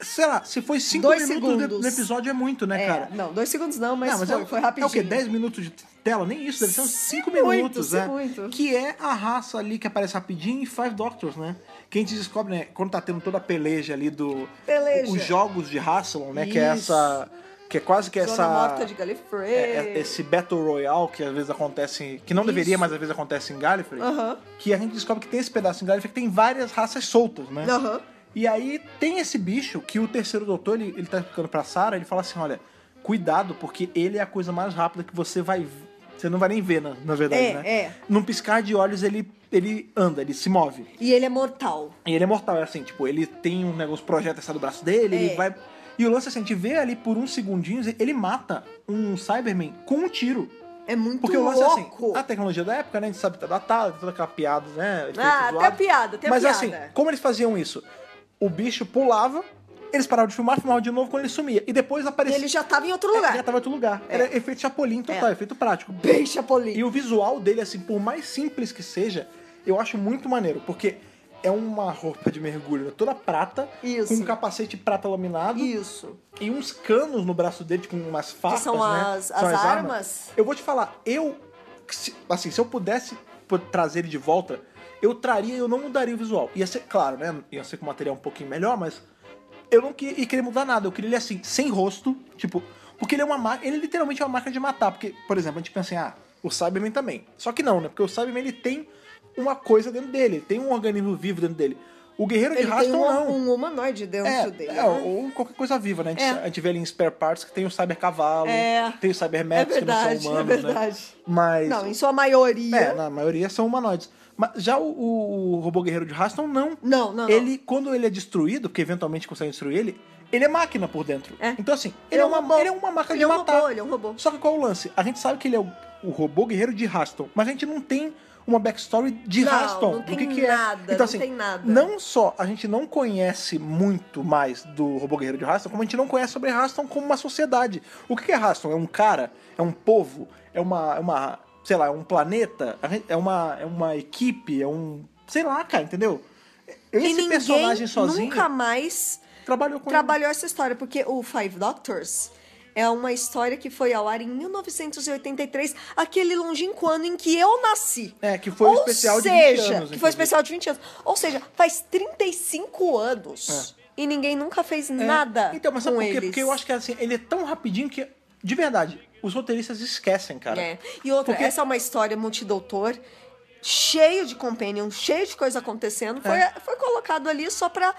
S1: Sei lá, se foi cinco
S2: Dois
S1: minutos do-
S2: segundos.
S1: do episódio é muito, né,
S2: É,
S1: cara?
S2: Não, dois segundos não, mas,
S1: Não, mas
S2: foi,
S1: é,
S2: foi
S1: é
S2: rapidinho.
S1: o quê? 10 minutos de tela? Nem isso, deve ser uns 5
S2: Muito,
S1: minutos,
S2: sim,
S1: né?
S2: muito.
S1: Que é a raça ali que aparece rapidinho e Five Doctors, né? Que a gente descobre, né? Quando tá tendo toda a peleja ali do.
S2: Peleja.
S1: Os jogos de Hasselon, né? Que é
S2: Isso.
S1: essa. Que é quase que
S2: Zona
S1: essa.
S2: morta de Gallifrey.
S1: é- é- esse Battle Royale que às vezes acontece. em- Que não
S2: Isso.
S1: deveria, mas às vezes acontece em Gallifrey.
S2: Aham.
S1: Que a gente descobre que tem esse pedaço em Gallifrey que tem várias raças soltas, né?
S2: Aham.
S1: E aí tem esse bicho que o terceiro doutor, ele, ele tá explicando pra Sarah, ele fala assim, olha, cuidado, porque ele é a coisa mais rápida que você vai... v- Você não vai nem ver, na, na verdade,
S2: É,
S1: né?
S2: é.
S1: Num piscar de olhos, ele, ele anda, ele se move.
S2: E ele é mortal.
S1: E ele é mortal, é assim, tipo, ele tem um negócio, projeta essa do braço dele,
S2: É.
S1: ele vai... E o lance é assim, a gente vê ali por uns segundinhos, ele mata um Cyberman com um tiro.
S2: É muito
S1: Porque o lance é assim,
S2: louco.
S1: a tecnologia da época, né, a gente sabe que tá datada, tem toda aquela piada, né? efeito
S2: ah, até a
S1: zoado.
S2: piada, até a
S1: Mas
S2: piada.
S1: assim, como eles faziam isso? o bicho pulava, eles paravam de filmar, filmavam de novo quando ele sumia. E depois
S2: E
S1: aparecia.
S2: ele já tava em outro
S1: É,
S2: lugar.
S1: já tava em outro lugar.
S2: É.
S1: Era efeito Chapolin total,
S2: É.
S1: efeito prático.
S2: Bem Chapolin.
S1: E o visual dele, assim, por mais simples que seja, eu acho muito maneiro, porque é uma roupa de mergulho né? toda prata,
S2: Isso.
S1: com um capacete prata laminado
S2: Isso.
S1: e uns canos no braço dele, tipo umas
S2: Que
S1: facas,
S2: são
S1: né?
S2: as,
S1: São
S2: as armas.
S1: Eu vou te falar, eu, se- assim, se eu pudesse pô- trazer ele de volta, eu traria e eu não mudaria o visual. Ia ser, claro, né? Ia ser com um material um pouquinho melhor, mas eu não que- ia querer mudar nada. Eu queria ele assim, sem rosto, tipo. Porque ele é uma marca. Ele literalmente é uma marca de matar. Porque, por exemplo, a gente pensa assim, ah, o Cyberman também. Só que não, né? Porque o Cyberman ele tem uma coisa dentro dele, ele tem um organismo vivo dentro dele. O guerreiro de
S2: Ele tem
S1: Raston
S2: um,
S1: não.
S2: um humanoide dentro
S1: É,
S2: dele.
S1: é,
S2: né?
S1: ou qualquer coisa viva, né? A gente,
S2: É.
S1: a gente vê ali em spare parts que tem o cybercavalo,
S2: É.
S1: tem os
S2: É
S1: cybermechs que não são
S2: verdade,
S1: humanos,
S2: é
S1: né?
S2: verdade.
S1: Mas...
S2: Não, em sua maioria.
S1: é, na maioria são humanoides. Mas já o, o- o robô guerreiro de Raston, não.
S2: Não, não, não.
S1: Ele, quando ele é destruído, porque eventualmente consegue destruir ele, ele é máquina por dentro.
S2: É.
S1: Então, assim, ele,
S2: Ele é
S1: é
S2: um
S1: uma,
S2: robô.
S1: ele é uma marca
S2: Ele
S1: de
S2: é um
S1: matar.
S2: robô, ele é um robô.
S1: Só que qual é o lance? A gente sabe que ele é o, o robô guerreiro de Raston, mas a gente não tem uma backstory de
S2: Não,
S1: Raston.
S2: não
S1: do
S2: tem
S1: que que é.
S2: nada,
S1: então,
S2: não
S1: assim,
S2: tem nada.
S1: Não só a gente não conhece muito mais do robô guerreiro de Raston, como a gente não conhece sobre Raston como uma sociedade. O que que é Raston? É um cara? É um povo? É uma. É uma sei lá, é um planeta? A gente- É uma, é uma equipe? É um. Sei lá, cara, entendeu?
S2: E
S1: Esse
S2: ninguém
S1: personagem sozinho
S2: nunca mais
S1: trabalhou com ele.
S2: trabalhou essa história, porque o Five Doctors é uma história que foi ao ar em 1983, aquele longínquo ano em que eu nasci.
S1: É, que foi o
S2: Ou
S1: especial de 20
S2: seja,
S1: anos,
S2: que foi
S1: inclusive.
S2: o especial de 20 anos. Ou seja, faz 35 anos. E ninguém nunca fez
S1: É.
S2: nada
S1: Então, mas sabe
S2: com
S1: por quê?
S2: eles.
S1: Porque eu acho que assim, ele é tão rapidinho que, de verdade, os roteiristas esquecem, cara.
S2: É. E outra,
S1: Porque-
S2: essa é uma história multidoutor, cheio de companion, cheio de coisa acontecendo. Foi,
S1: É.
S2: foi colocado ali só pra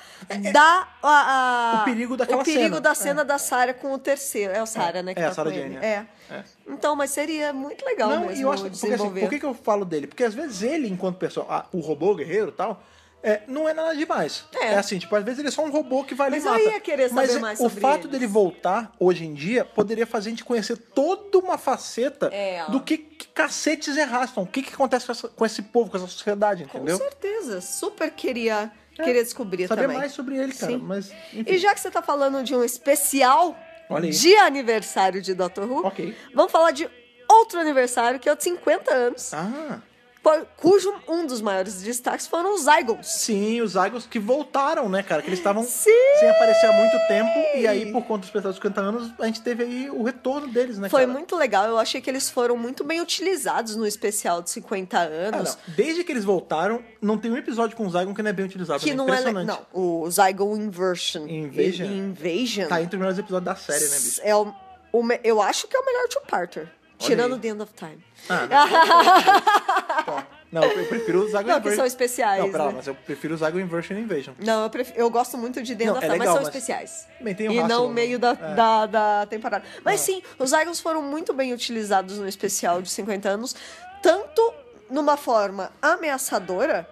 S2: dar a, a-
S1: O perigo daquela
S2: o perigo
S1: cena.
S2: da cena da Sarah com o terceiro. É o Sarah, né? Que
S1: É,
S2: tá
S1: a Sarah
S2: com
S1: Jane,
S2: ele.
S1: é.
S2: É.
S1: É.
S2: Então, mas seria muito legal
S1: Não, e
S2: mesmo
S1: eu acho. Porque, assim,
S2: desenvolver.
S1: por que, que eu falo dele? Porque às vezes ele, enquanto pessoa, ah, o robô guerreiro e tal. É, não é nada demais.
S2: É.
S1: É. assim, tipo, às vezes ele é só um robô que vai ali
S2: Mas
S1: e
S2: eu
S1: mata.
S2: ia querer saber
S1: Mas é-
S2: mais
S1: o
S2: sobre
S1: fato
S2: eles.
S1: dele voltar hoje em dia poderia fazer a gente conhecer toda uma faceta
S2: É.
S1: do que, que cacetes é Raston, o que, que acontece com, essa- com esse povo, com essa sociedade,
S2: Com
S1: entendeu?
S2: certeza. Super queria, queria descobrir
S1: Saber
S2: também.
S1: É. mais sobre ele, cara.
S2: Sim.
S1: Mas, enfim.
S2: E já que você tá falando de um especial
S1: Olha aí.
S2: de aniversário de Dr. Who,
S1: Ok.
S2: vamos falar de outro aniversário, que é o de 50 anos.
S1: Ah.
S2: por- cujo um dos maiores destaques foram os Zygons.
S1: Sim, os Zygons que voltaram, né, cara? Que eles estavam
S2: Sim!
S1: sem aparecer há muito tempo. E aí, por conta dos pesados 50 anos, a gente teve aí o retorno deles, né,
S2: Foi
S1: cara?
S2: muito legal, eu achei que eles foram muito bem utilizados no especial de 50
S1: Ah,
S2: anos.
S1: não. Desde que eles voltaram, não tem um episódio com o Zygon que não é bem utilizado.
S2: Que
S1: né?
S2: não é. le-
S1: Impressionante.
S2: Não, o Zygon Inversion.
S1: Invasion?
S2: E- Invasion.
S1: Tá entre os melhores episódios da série, né, bicho?
S2: É o, o me- eu acho que é o melhor two-parter. Tirando
S1: aí.
S2: The End of Time.
S1: Ah, não. Tá.
S2: *laughs*
S1: Não, eu prefiro o Zygon
S2: Não, que são especiais,
S1: Não, pera lá,
S2: né?
S1: mas eu prefiro o Zygon Inversion e Invasion.
S2: Não, eu, pref- eu gosto muito de The End
S1: Não,
S2: of
S1: é
S2: Time, mas
S1: legal,
S2: são
S1: mas
S2: especiais.
S1: também tem o
S2: e
S1: Hasselhoff,
S2: não meio da,
S1: né? É.
S2: da, da temporada. Mas sim, os Zygons foram muito bem utilizados no especial de 50 anos, tanto numa forma ameaçadora,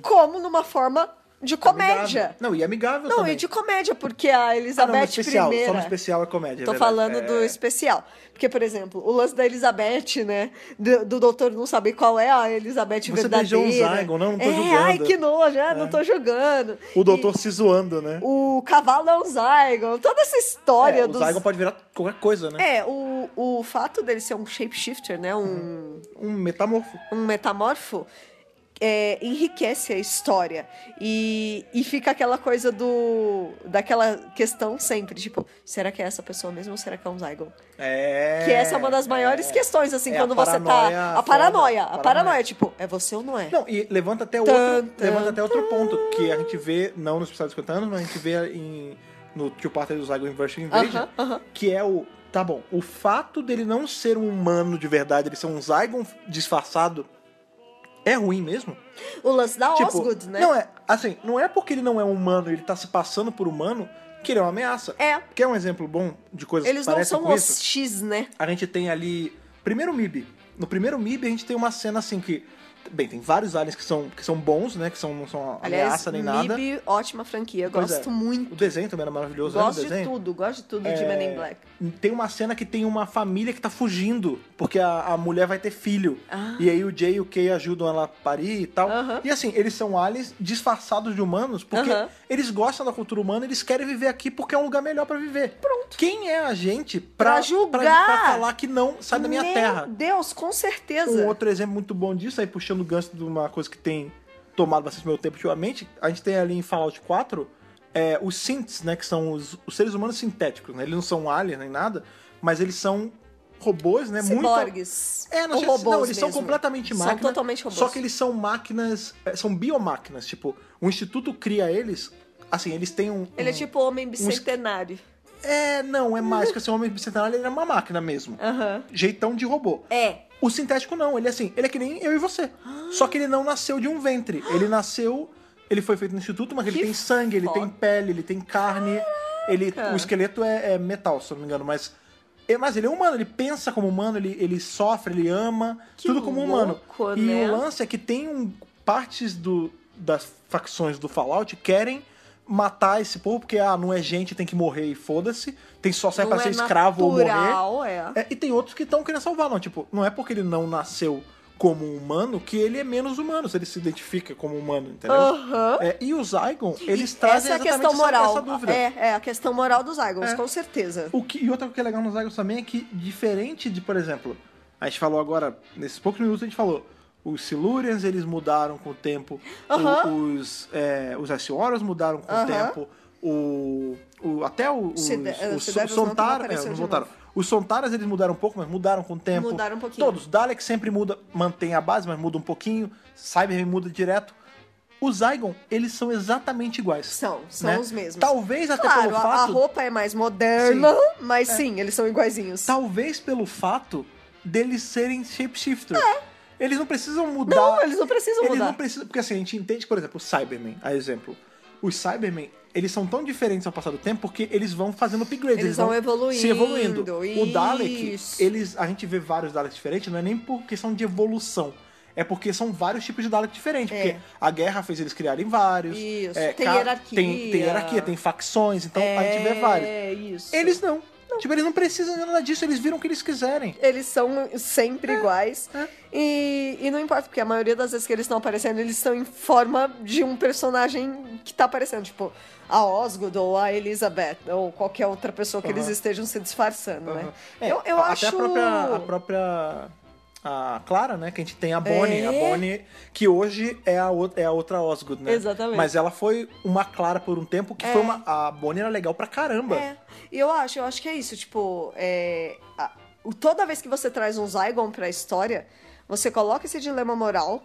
S2: como numa forma de comédia.
S1: Uhum. Amigável. Não, e amigável
S2: Não,
S1: também.
S2: e de comédia, porque a
S1: Ah, não,
S2: Elizabeth
S1: no especial.
S2: I...
S1: Só no especial é comédia, é
S2: Tô
S1: verdade.
S2: falando
S1: É.
S2: do especial. Porque, por exemplo, o lance da Elizabeth, né? Do, do doutor não saber qual é a Elizabeth
S1: Você
S2: verdadeira.
S1: beijou um Zygon, não, não tô
S2: é,
S1: julgando.
S2: Ai, que nojo, é, não tô julgando.
S1: O doutor se zoando, né?
S2: E o cavalo é um Zygon. Toda essa história
S1: É, o
S2: dos...
S1: Zygon pode virar qualquer coisa, né?
S2: É, o, o fato dele ser um shapeshifter, né? Um,
S1: Um metamorfo.
S2: um metamorfo, é, enriquece a história. E, e fica aquela coisa do... Daquela questão sempre, tipo... Será que é essa pessoa mesmo ou será que é um Zygon?
S1: É.
S2: Que essa é uma das maiores
S1: é.
S2: questões, assim,
S1: É, a
S2: quando você
S1: paranoia
S2: tá. A
S1: foda.
S2: paranoia. A
S1: Paranoia.
S2: paranoia, tipo, é você ou não é?
S1: Não, e levanta até outro,
S2: Tan, tan,
S1: levanta até outro ponto que a gente vê, não nos especiais 50 anos, mas a gente vê em, no Tio Parter do Zygon Inversion Invasion,
S2: Aham, aham.
S1: que é o. Tá bom, o fato dele não ser um humano de verdade, ele ser um Zygon disfarçado, é ruim mesmo?
S2: O lance da
S1: Tipo,
S2: Osgood, né?
S1: Não é, assim, não é porque ele não é humano e ele tá se passando por humano que ele é uma ameaça.
S2: É.
S1: Quer um exemplo bom de coisas
S2: Eles
S1: que
S2: não
S1: parecem
S2: são
S1: com
S2: os
S1: isso?
S2: X, né?
S1: a gente tem ali. Primeiro MIB. No primeiro MIB, a gente tem uma cena assim que Bem, tem vários aliens que são, que são bons, né? Que são, não são
S2: Aliás,
S1: ameaça nem
S2: MIB,
S1: nada.
S2: ótima franquia.
S1: Pois
S2: Gosto
S1: é.
S2: muito.
S1: O desenho também era maravilhoso, né?
S2: Gosto
S1: O
S2: de
S1: desenho. É.
S2: tudo, gosto de tudo de Men in Black.
S1: Tem uma cena que tem uma família que tá fugindo, porque a, a mulher vai ter filho.
S2: Ah.
S1: E aí o Jay e o Kay ajudam ela a parir e tal.
S2: Aham.
S1: E assim, eles são aliens disfarçados de humanos, porque
S2: Aham.
S1: eles gostam da cultura humana, eles querem viver aqui porque é um lugar melhor pra viver. Pronto. Quem é a gente pra,
S2: Pra julgar?
S1: pra- pra falar que não sai da minha
S2: Meu
S1: terra?
S2: Deus, com certeza.
S1: Um outro exemplo muito bom disso, aí puxando o gancho de uma coisa que tem tomado bastante meu tempo ultimamente, a gente tem ali em Fallout 4 é, os synths, né? Que são os, os seres humanos sintéticos, né? Eles não são aliens nem nada, mas eles são robôs, né? Muito...
S2: Ciborgues.
S1: É, não, sei
S2: Ou
S1: se-
S2: robôs
S1: não, eles são
S2: mesmo.
S1: completamente
S2: São
S1: máquinas.
S2: totalmente robôs.
S1: Só que eles são máquinas, é, são biomáquinas. Tipo, o instituto cria eles, assim, eles têm um.
S2: Ele é
S1: um-
S2: tipo homem bicentenário.
S1: É, não, é mais, porque assim, o homem bicentenário ele é uma máquina mesmo.
S2: Aham.
S1: Jeitão de robô.
S2: É.
S1: O sintético não, ele é assim, ele é que nem eu e você. Só que ele não nasceu de um ventre. Ele nasceu, ele foi feito no instituto, mas ele
S2: Que
S1: tem sangue, ele
S2: foda.
S1: tem pele, ele tem carne. Ele, o esqueleto é, é metal, se eu não me engano, mas. é- Mas ele é humano, ele pensa como humano, ele, ele sofre, ele ama,
S2: Que
S1: tudo como humano.
S2: louco,
S1: e
S2: né?
S1: o lance é que tem um, partes do, das facções do Fallout querem matar esse povo, porque ah, não é gente, tem que morrer e foda-se. Tem só sai
S2: Não
S1: pra
S2: é
S1: ser escravo ou morrer.
S2: natural, é.
S1: É, e tem outros que estão querendo salvar, não. Tipo, não é porque ele não nasceu como um humano que ele é menos humano, se ele se identifica como humano, entendeu?
S2: Aham.
S1: É, e os Zygon, eles
S2: Essa
S1: trazem
S2: é a
S1: exatamente
S2: questão
S1: essa-
S2: moral.
S1: essa dúvida.
S2: É, é a questão moral dos Zygons,
S1: É.
S2: com certeza.
S1: O que, e outra coisa que é legal nos Zygons também é que, diferente de, por exemplo, a gente falou agora, nesses poucos minutos a gente falou, os Silurians, eles mudaram com o tempo, o-
S2: Aham.
S1: os, é, os Asciorians mudaram com
S2: Aham.
S1: o tempo, o, o- até o, os,
S2: Cide- eh,
S1: os
S2: Sideros não, que não
S1: Sontaras,
S2: apareceu
S1: é, não
S2: de
S1: voltaram. Os Sontaras, eles mudaram um pouco, mas mudaram com o tempo.
S2: Mudaram um pouquinho.
S1: Todos, Dalek sempre muda, mantém a base, mas muda um pouquinho, Cybermen muda direto. Os Zygon, eles são exatamente iguais.
S2: São, são
S1: né?
S2: os mesmos.
S1: Talvez até
S2: claro,
S1: pelo
S2: a, a
S1: fato É.
S2: roupa é mais moderna, mas sim, eles são iguaizinhos.
S1: Talvez pelo fato deles serem shapeshifters. Eles não precisam mudar.
S2: É. Não, eles não precisam
S1: Eles
S2: mudar.
S1: não precisam. Porque assim, a gente entende, por exemplo, o Cybermen, a exemplo. Os Cybermen, eles são tão diferentes ao passar do tempo porque eles vão fazendo upgrades.
S2: Eles vão evoluindo,
S1: Se evoluindo. O Dalek,
S2: isso.
S1: eles, a gente vê vários Daleks diferentes, não é nem por questão de evolução. É porque são vários tipos de Dalek diferentes.
S2: É.
S1: Porque a guerra fez eles criarem vários.
S2: Isso,
S1: é,
S2: tem
S1: ca-
S2: hierarquia.
S1: Tem, tem hierarquia, tem facções. Então a gente vê vários.
S2: É, isso.
S1: Eles não. Tipo, eles não precisam de nada disso, eles viram o que eles quiserem.
S2: Eles são sempre iguais.
S1: é.
S2: E, e não importa, porque a maioria das vezes que eles estão aparecendo, eles estão em forma de um personagem que tá aparecendo. Tipo, a Osgood ou a Elizabeth, ou qualquer outra pessoa que eles
S1: Aham.
S2: estejam se disfarçando, né?
S1: É,
S2: eu eu
S1: a-
S2: acho.
S1: Até a própria, a própria- a Clara, né? Que a gente tem a Bonnie.
S2: É.
S1: A Bonnie, que hoje é a, ou- é a outra Osgood, né?
S2: Exatamente.
S1: Mas ela foi uma Clara por um tempo, que foi uma... A Bonnie era legal pra caramba.
S2: É, e eu acho, eu acho que é isso, tipo, é, a- o- toda vez que você traz um Zygon pra história, você coloca esse dilema moral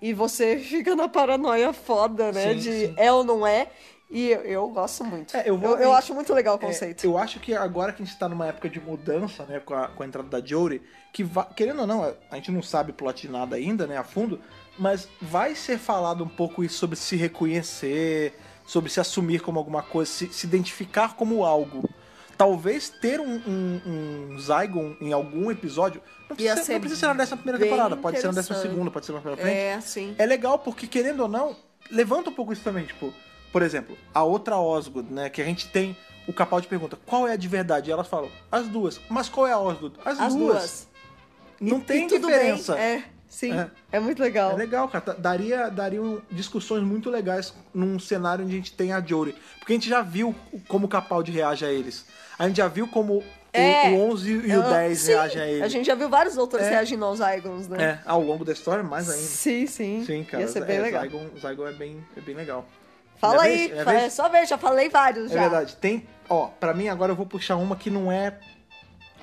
S2: e você *laughs* fica na paranoia foda, né,
S1: Sim,
S2: de
S1: sim.
S2: é ou não é, e eu, eu gosto muito.
S1: É, eu vou-
S2: eu, acho muito legal o
S1: É,
S2: conceito.
S1: eu acho que agora que a gente tá numa época de mudança, né, com a, com a entrada da Jory, que va- querendo ou não, a gente não sabe plot de nada ainda, né, a fundo, mas vai ser falado um pouco isso sobre se reconhecer, sobre se assumir como alguma coisa, se, se identificar como algo. Talvez ter um, um, um Zygon em algum episódio. Não
S2: Ia
S1: precisa,
S2: ser
S1: não precisa ser na décima primeira
S2: bem
S1: temporada, pode ser na décima
S2: interessante.
S1: segunda, pode ser mais pra frente
S2: sim.
S1: é legal porque, querendo ou não, levanta um pouco isso também. Tipo, por exemplo, a outra Osgood, né? Que a gente tem. O Capaldi pergunta qual é a de verdade? E elas falam, as duas. Mas qual é a Osgood? As,
S2: As
S1: duas.
S2: duas.
S1: Não
S2: E-
S1: tem
S2: e tudo
S1: diferença.
S2: Bem, é, sim.
S1: É.
S2: É, muito legal.
S1: É legal, cara. Tá- Daria, dariam discussões muito legais num cenário onde a gente tem a Jory. Porque a gente já viu o- como o Capaldi reage a eles. A gente já viu como o-
S2: É.
S1: o, 11 e o
S2: Ah,
S1: 10
S2: sim,
S1: reagem a eles.
S2: A gente já viu vários autores
S1: É.
S2: reagindo aos Zygons, né?
S1: É, ao longo da história, mais ainda.
S2: Sim, sim.
S1: Sim, cara.
S2: Ia ser bem
S1: é,
S2: legal.
S1: Zygon, Zygon é bem, é bem legal.
S2: Fala
S1: Minha
S2: aí,
S1: vez? Minha
S2: fala-
S1: vez?
S2: só veja, já falei vários
S1: É
S2: já.
S1: verdade. Tem, ó, pra mim agora eu vou puxar uma que não é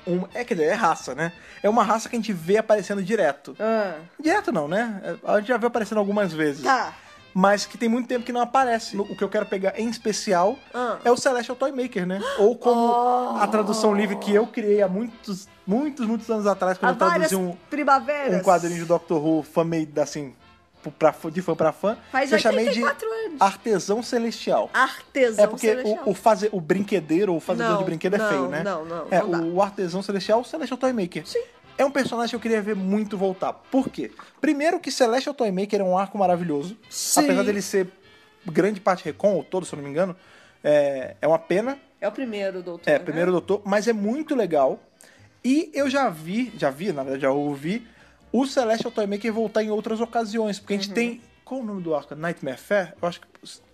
S1: uma, é quer dizer, é raça, né? É uma raça que a gente vê aparecendo direto.
S2: Ah,
S1: Direto não, né? É, A gente já viu aparecendo algumas vezes.
S2: tá.
S1: Mas que tem muito tempo que não aparece. O que eu quero pegar em especial
S2: Ah.
S1: é o Celestial Toymaker, né? Ou como
S2: Oh.
S1: a tradução livre que eu criei há muitos, muitos, muitos anos atrás, quando
S2: Há
S1: eu traduzi
S2: várias
S1: um,
S2: primaveras.
S1: um quadrinho de Doctor Who, fã meio assim, pra, de fã pra fã,
S2: Faz
S1: eu chamei de
S2: 84 anos.
S1: Artesão Celestial.
S2: Artesão
S1: É porque
S2: celestial.
S1: o, o, faze- o brinquedeiro ou o fazedor
S2: Não,
S1: de brinquedo é
S2: não,
S1: feio, né?
S2: não, não,
S1: É,
S2: não dá.
S1: o artesão celestial, o Celestial Toymaker.
S2: Sim.
S1: É um personagem que eu queria ver muito voltar. Por quê? Primeiro que Celestial Toymaker é um arco maravilhoso.
S2: Sim.
S1: Apesar dele ser grande parte Recon, ou todo, se eu não me engano, é, é uma pena.
S2: É o primeiro, doutor.
S1: É,
S2: né?
S1: primeiro doutor, mas é muito legal. E eu já vi, já vi, na verdade, já ouvi o Celestial Toymaker voltar em outras ocasiões. Porque a
S2: Uhum.
S1: gente tem. Qual o nome do arco? Nightmare Fair? Eu acho que.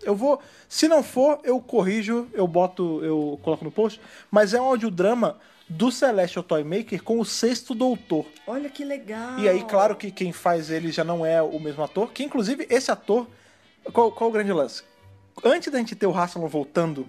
S1: Eu vou. Se não for, eu corrijo, eu boto, eu coloco no post. Mas é um audiodrama do Celestial Toymaker com o sexto doutor.
S2: Olha que legal.
S1: E aí, claro que quem faz ele já não é o mesmo ator, que inclusive esse ator. Qual, qual o grande lance? Antes da gente ter o Hasselhoff voltando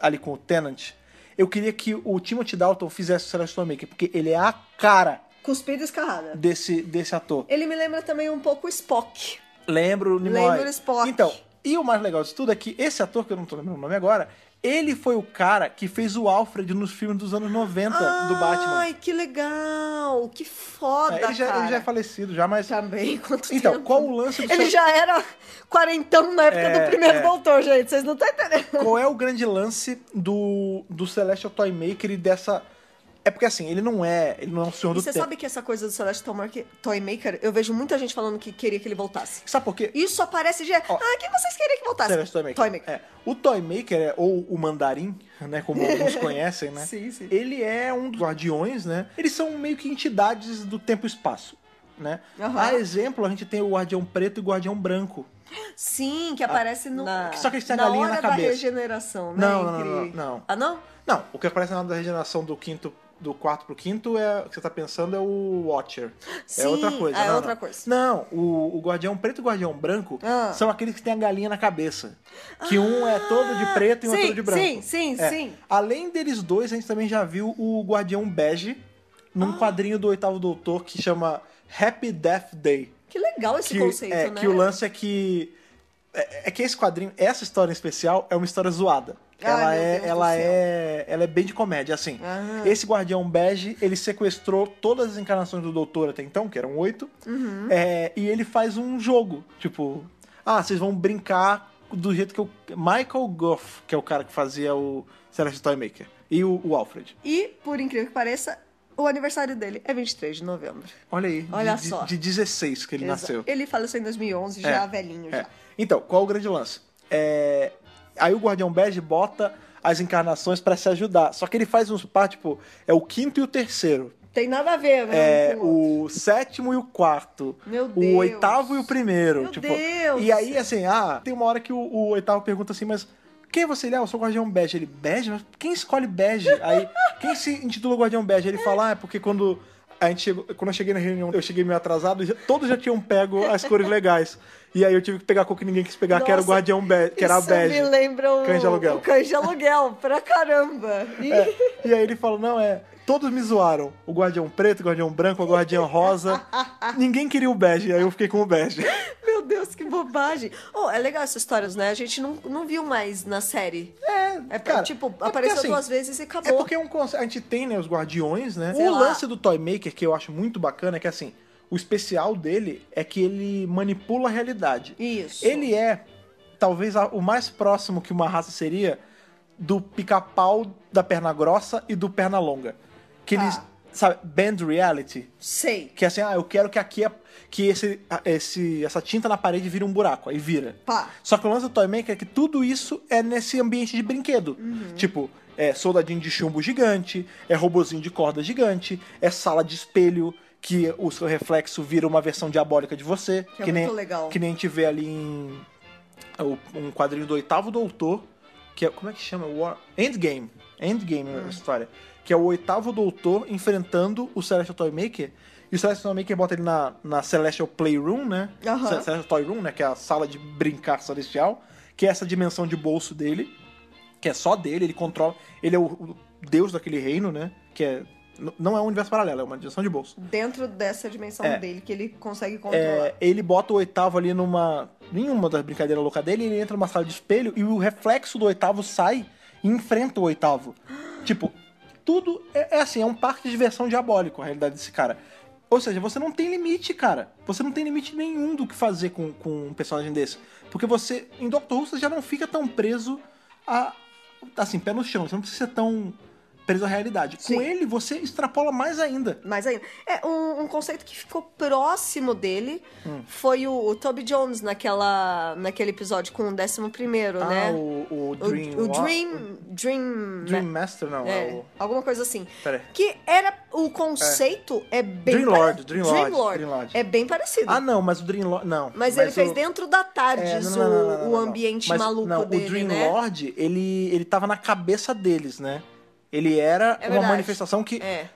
S1: ali com o Tenant, eu queria que o Timothy Dalton fizesse o Celestial Maker, porque ele é a cara
S2: Cuspida escarrada.
S1: desse, desse ator.
S2: Ele me lembra também um pouco o Spock.
S1: Lembro o Nimoy.
S2: Lembra o Spock.
S1: Então, e o mais legal disso tudo é que esse ator, que eu não tô lembrando o nome agora, ele foi o cara que fez o Alfred nos filmes dos anos 90 do Batman.
S2: Ai, que legal. Que foda,
S1: É, ele, já,
S2: cara.
S1: ele já é falecido já, mas...
S2: Também, quanto
S1: Então,
S2: tempo.
S1: qual o lance do
S2: Ele
S1: seu-
S2: já era quarentão na época
S1: É,
S2: do primeiro
S1: é.
S2: doutor, gente. Vocês não estão entendendo.
S1: Qual é o grande lance do, do Celestial Toymaker e dessa. É porque assim, ele não é. Ele não é um senhor
S2: E
S1: do
S2: você
S1: tempo.
S2: sabe que essa coisa do Celeste Toymaker, Toymaker, eu vejo muita gente falando que queria que ele voltasse.
S1: Sabe por quê?
S2: Isso aparece de...
S1: Ó.
S2: ah, quem vocês queriam que voltasse?
S1: Celestial Toymaker.
S2: Toymaker.
S1: É. O Toymaker, é- ou o Mandarim, né? Como
S2: *laughs*
S1: alguns conhecem, né?
S2: Sim, sim.
S1: Ele é um dos guardiões, né? Eles são meio que entidades do tempo e espaço. Né?
S2: Aham.
S1: A exemplo, a gente tem o Guardião Preto e o Guardião Branco.
S2: Sim, que aparece no...
S1: Ah, na- Só que eles têm a
S2: na
S1: galinha
S2: hora
S1: na
S2: da
S1: cabeça.
S2: regeneração, né?
S1: Não, não,
S2: Entre-
S1: não, não, não.
S2: Ah, não?
S1: Não, o que aparece na hora da regeneração do quinto, do quarto pro quinto, é, o que você tá pensando é o Watcher.
S2: Sim,
S1: é outra coisa.
S2: é
S1: não,
S2: outra
S1: não.
S2: coisa.
S1: Não, o, o Guardião Preto e o Guardião Branco
S2: Ah.
S1: são aqueles que têm a galinha na cabeça. Que um é todo de preto e um é
S2: Sim,
S1: todo de branco.
S2: sim, sim,
S1: É.
S2: sim.
S1: Além deles dois, a gente também já viu o Guardião Bege
S2: Ah.
S1: num quadrinho do Oitavo Doutor que chama Happy Death Day
S2: Que legal esse
S1: que,
S2: conceito,
S1: é,
S2: né?
S1: que o lance é que. É, é que esse quadrinho, essa história em especial, é uma história zoada.
S2: Ai,
S1: ela
S2: Ah, meu
S1: é,
S2: Deus do
S1: ela
S2: céu.
S1: é, ela é bem de comédia, assim.
S2: Ah.
S1: Esse guardião bege, ele sequestrou todas as encarnações do Doutor até então, que eram oito,
S2: Uhum.
S1: é, e ele faz um jogo, tipo, ah, vocês vão brincar do jeito que o Michael Goff, que é o cara que fazia o Celestial Toymaker, e o, o Alfred.
S2: E, por incrível que pareça, o aniversário dele é 23 de novembro.
S1: Olha aí,
S2: Olha
S1: de,
S2: só.
S1: de 16 que ele
S2: Exa-
S1: nasceu.
S2: Ele faleceu em 2011, já
S1: É,
S2: velhinho.
S1: É.
S2: Já.
S1: Então, qual o grande lance? É, Aí o Guardião Bege bota as encarnações pra se ajudar. Só que ele faz uns par, tipo, é o quinto e o terceiro.
S2: Tem nada a ver, né?
S1: É
S2: um com outro.
S1: o sétimo e o quarto.
S2: Meu
S1: O
S2: Deus.
S1: oitavo e o primeiro.
S2: Meu
S1: tipo,
S2: Deus.
S1: E aí, assim, ah, tem uma hora que o, o oitavo pergunta assim, mas quem você? Ele, ah, eu sou o Guardião Bege. Ele, Bege? Mas quem escolhe Bege? Aí, quem se intitula Guardião Bege? Ele fala, ah, é porque quando... A gente chegou, quando eu cheguei na reunião, eu cheguei meio atrasado, e já- todos já tinham pego as cores legais. E aí eu tive que pegar a cor que ninguém quis pegar, que era o
S2: Nossa,
S1: Guardião Bege, que era a
S2: Isso é
S1: Bege.
S2: me lembra o
S1: Cães de aluguel.
S2: o cães de aluguel, pra caramba.
S1: *laughs*
S2: Ih,
S1: É, E aí ele falou, não, é. Todos me zoaram. O Guardião Preto, o Guardião Branco, o Guardião Rosa. Ninguém queria o bege, aí eu fiquei com o bege.
S2: Meu Deus, que bobagem. Oh, é legal essas histórias, né? A gente não, não viu mais na série. É,
S1: cara,
S2: tipo,
S1: é porque,
S2: apareceu
S1: assim,
S2: duas vezes e
S1: É
S2: acabou.
S1: porque é um conce- a gente tem, né, os Guardiões, né?
S2: Tá Sei
S1: o
S2: lá.
S1: lance do Toymaker, que eu acho muito bacana, é que assim, o especial dele é que ele manipula a realidade.
S2: Isso.
S1: Ele é, talvez, a- o mais próximo que uma raça seria do pica-pau da perna grossa e do perna longa. Que eles,
S2: Tá.
S1: sabe, band reality.
S2: Sei.
S1: Que é assim, ah, eu quero que aqui é, que esse, a- esse, essa tinta na parede vire um buraco, aí vira.
S2: Pá.
S1: Só que o lance do Toymaker é que tudo isso é nesse ambiente de brinquedo.
S2: Uhum.
S1: Tipo, é soldadinho de chumbo gigante, é robozinho de corda gigante, é sala de espelho que o seu reflexo vira uma versão diabólica de você.
S2: Que é muito legal.
S1: Que nem a gente vê ali em o- um quadrinho do oitavo doutor, que é, como é que chama? War... Endgame. Endgame é a história. Que é o oitavo doutor enfrentando o Celestial Toymaker. E o Celestial Toymaker bota ele na, na Celestial Playroom, né?
S2: Aham.
S1: Ce- Celestial Toyroom, né? Que é a sala de brincar celestial. Que é essa dimensão de bolso dele. Que é só dele, ele controla... Ele é o, o deus daquele reino, né? Que é... n- Não é um universo paralelo, é uma dimensão de bolso.
S2: Dentro dessa dimensão
S1: É.
S2: dele, que ele consegue controlar.
S1: É, ele bota o oitavo ali numa. nenhuma das brincadeiras loucas dele, ele entra numa sala de espelho e o reflexo do oitavo sai e enfrenta o oitavo. tipo, tudo é, é assim, é um parque de diversão diabólico a realidade desse cara. Ou seja, você não tem limite, cara. Você não tem limite nenhum do que fazer com, com um personagem desse. Porque você, em Doctor Who, você já não fica tão preso a. Assim, pé no chão. Você não precisa ser tão preso à realidade.
S2: Sim.
S1: Com ele, você extrapola mais ainda.
S2: Mas ainda. É, um, um conceito que ficou próximo dele
S1: Hum.
S2: foi o, o Toby Jones naquela, naquele episódio com o décimo primeiro,
S1: ah,
S2: né?
S1: o, o
S2: O-
S1: Dream...
S2: o
S1: Wa-
S2: Dream. Dream.
S1: Dream Master, um não.
S2: é,
S1: É. o...
S2: Alguma coisa assim.
S1: Pera aí.
S2: Que era. O conceito é, bem.
S1: Dream Lord, Dream Lord,
S2: Lord.
S1: Dream Lord.
S2: É bem parecido.
S1: Ah, não, mas o Dream Lord... Não.
S2: mas, ele fez
S1: o-
S2: dentro da
S1: É, não,
S2: Tardes o,
S1: não, não, não, não,
S2: o
S1: não.
S2: ambiente
S1: Mas,
S2: maluco
S1: não,
S2: dele,
S1: o Dream
S2: né?
S1: Lord, ele, ele tava na cabeça deles, né? Ele era
S2: É
S1: uma
S2: verdade.
S1: manifestação que
S2: É.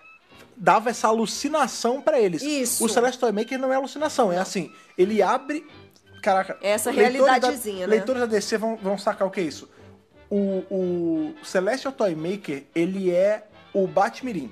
S1: dava essa alucinação pra eles.
S2: Isso.
S1: O Celestial Maker não é alucinação, é assim, ele abre... Caraca,
S2: É Essa
S1: leitores da-
S2: realidadezinha, né?
S1: Leitores da DC vão, vão sacar o que é isso. O, o Celestial Toymaker, ele é o Batmirim.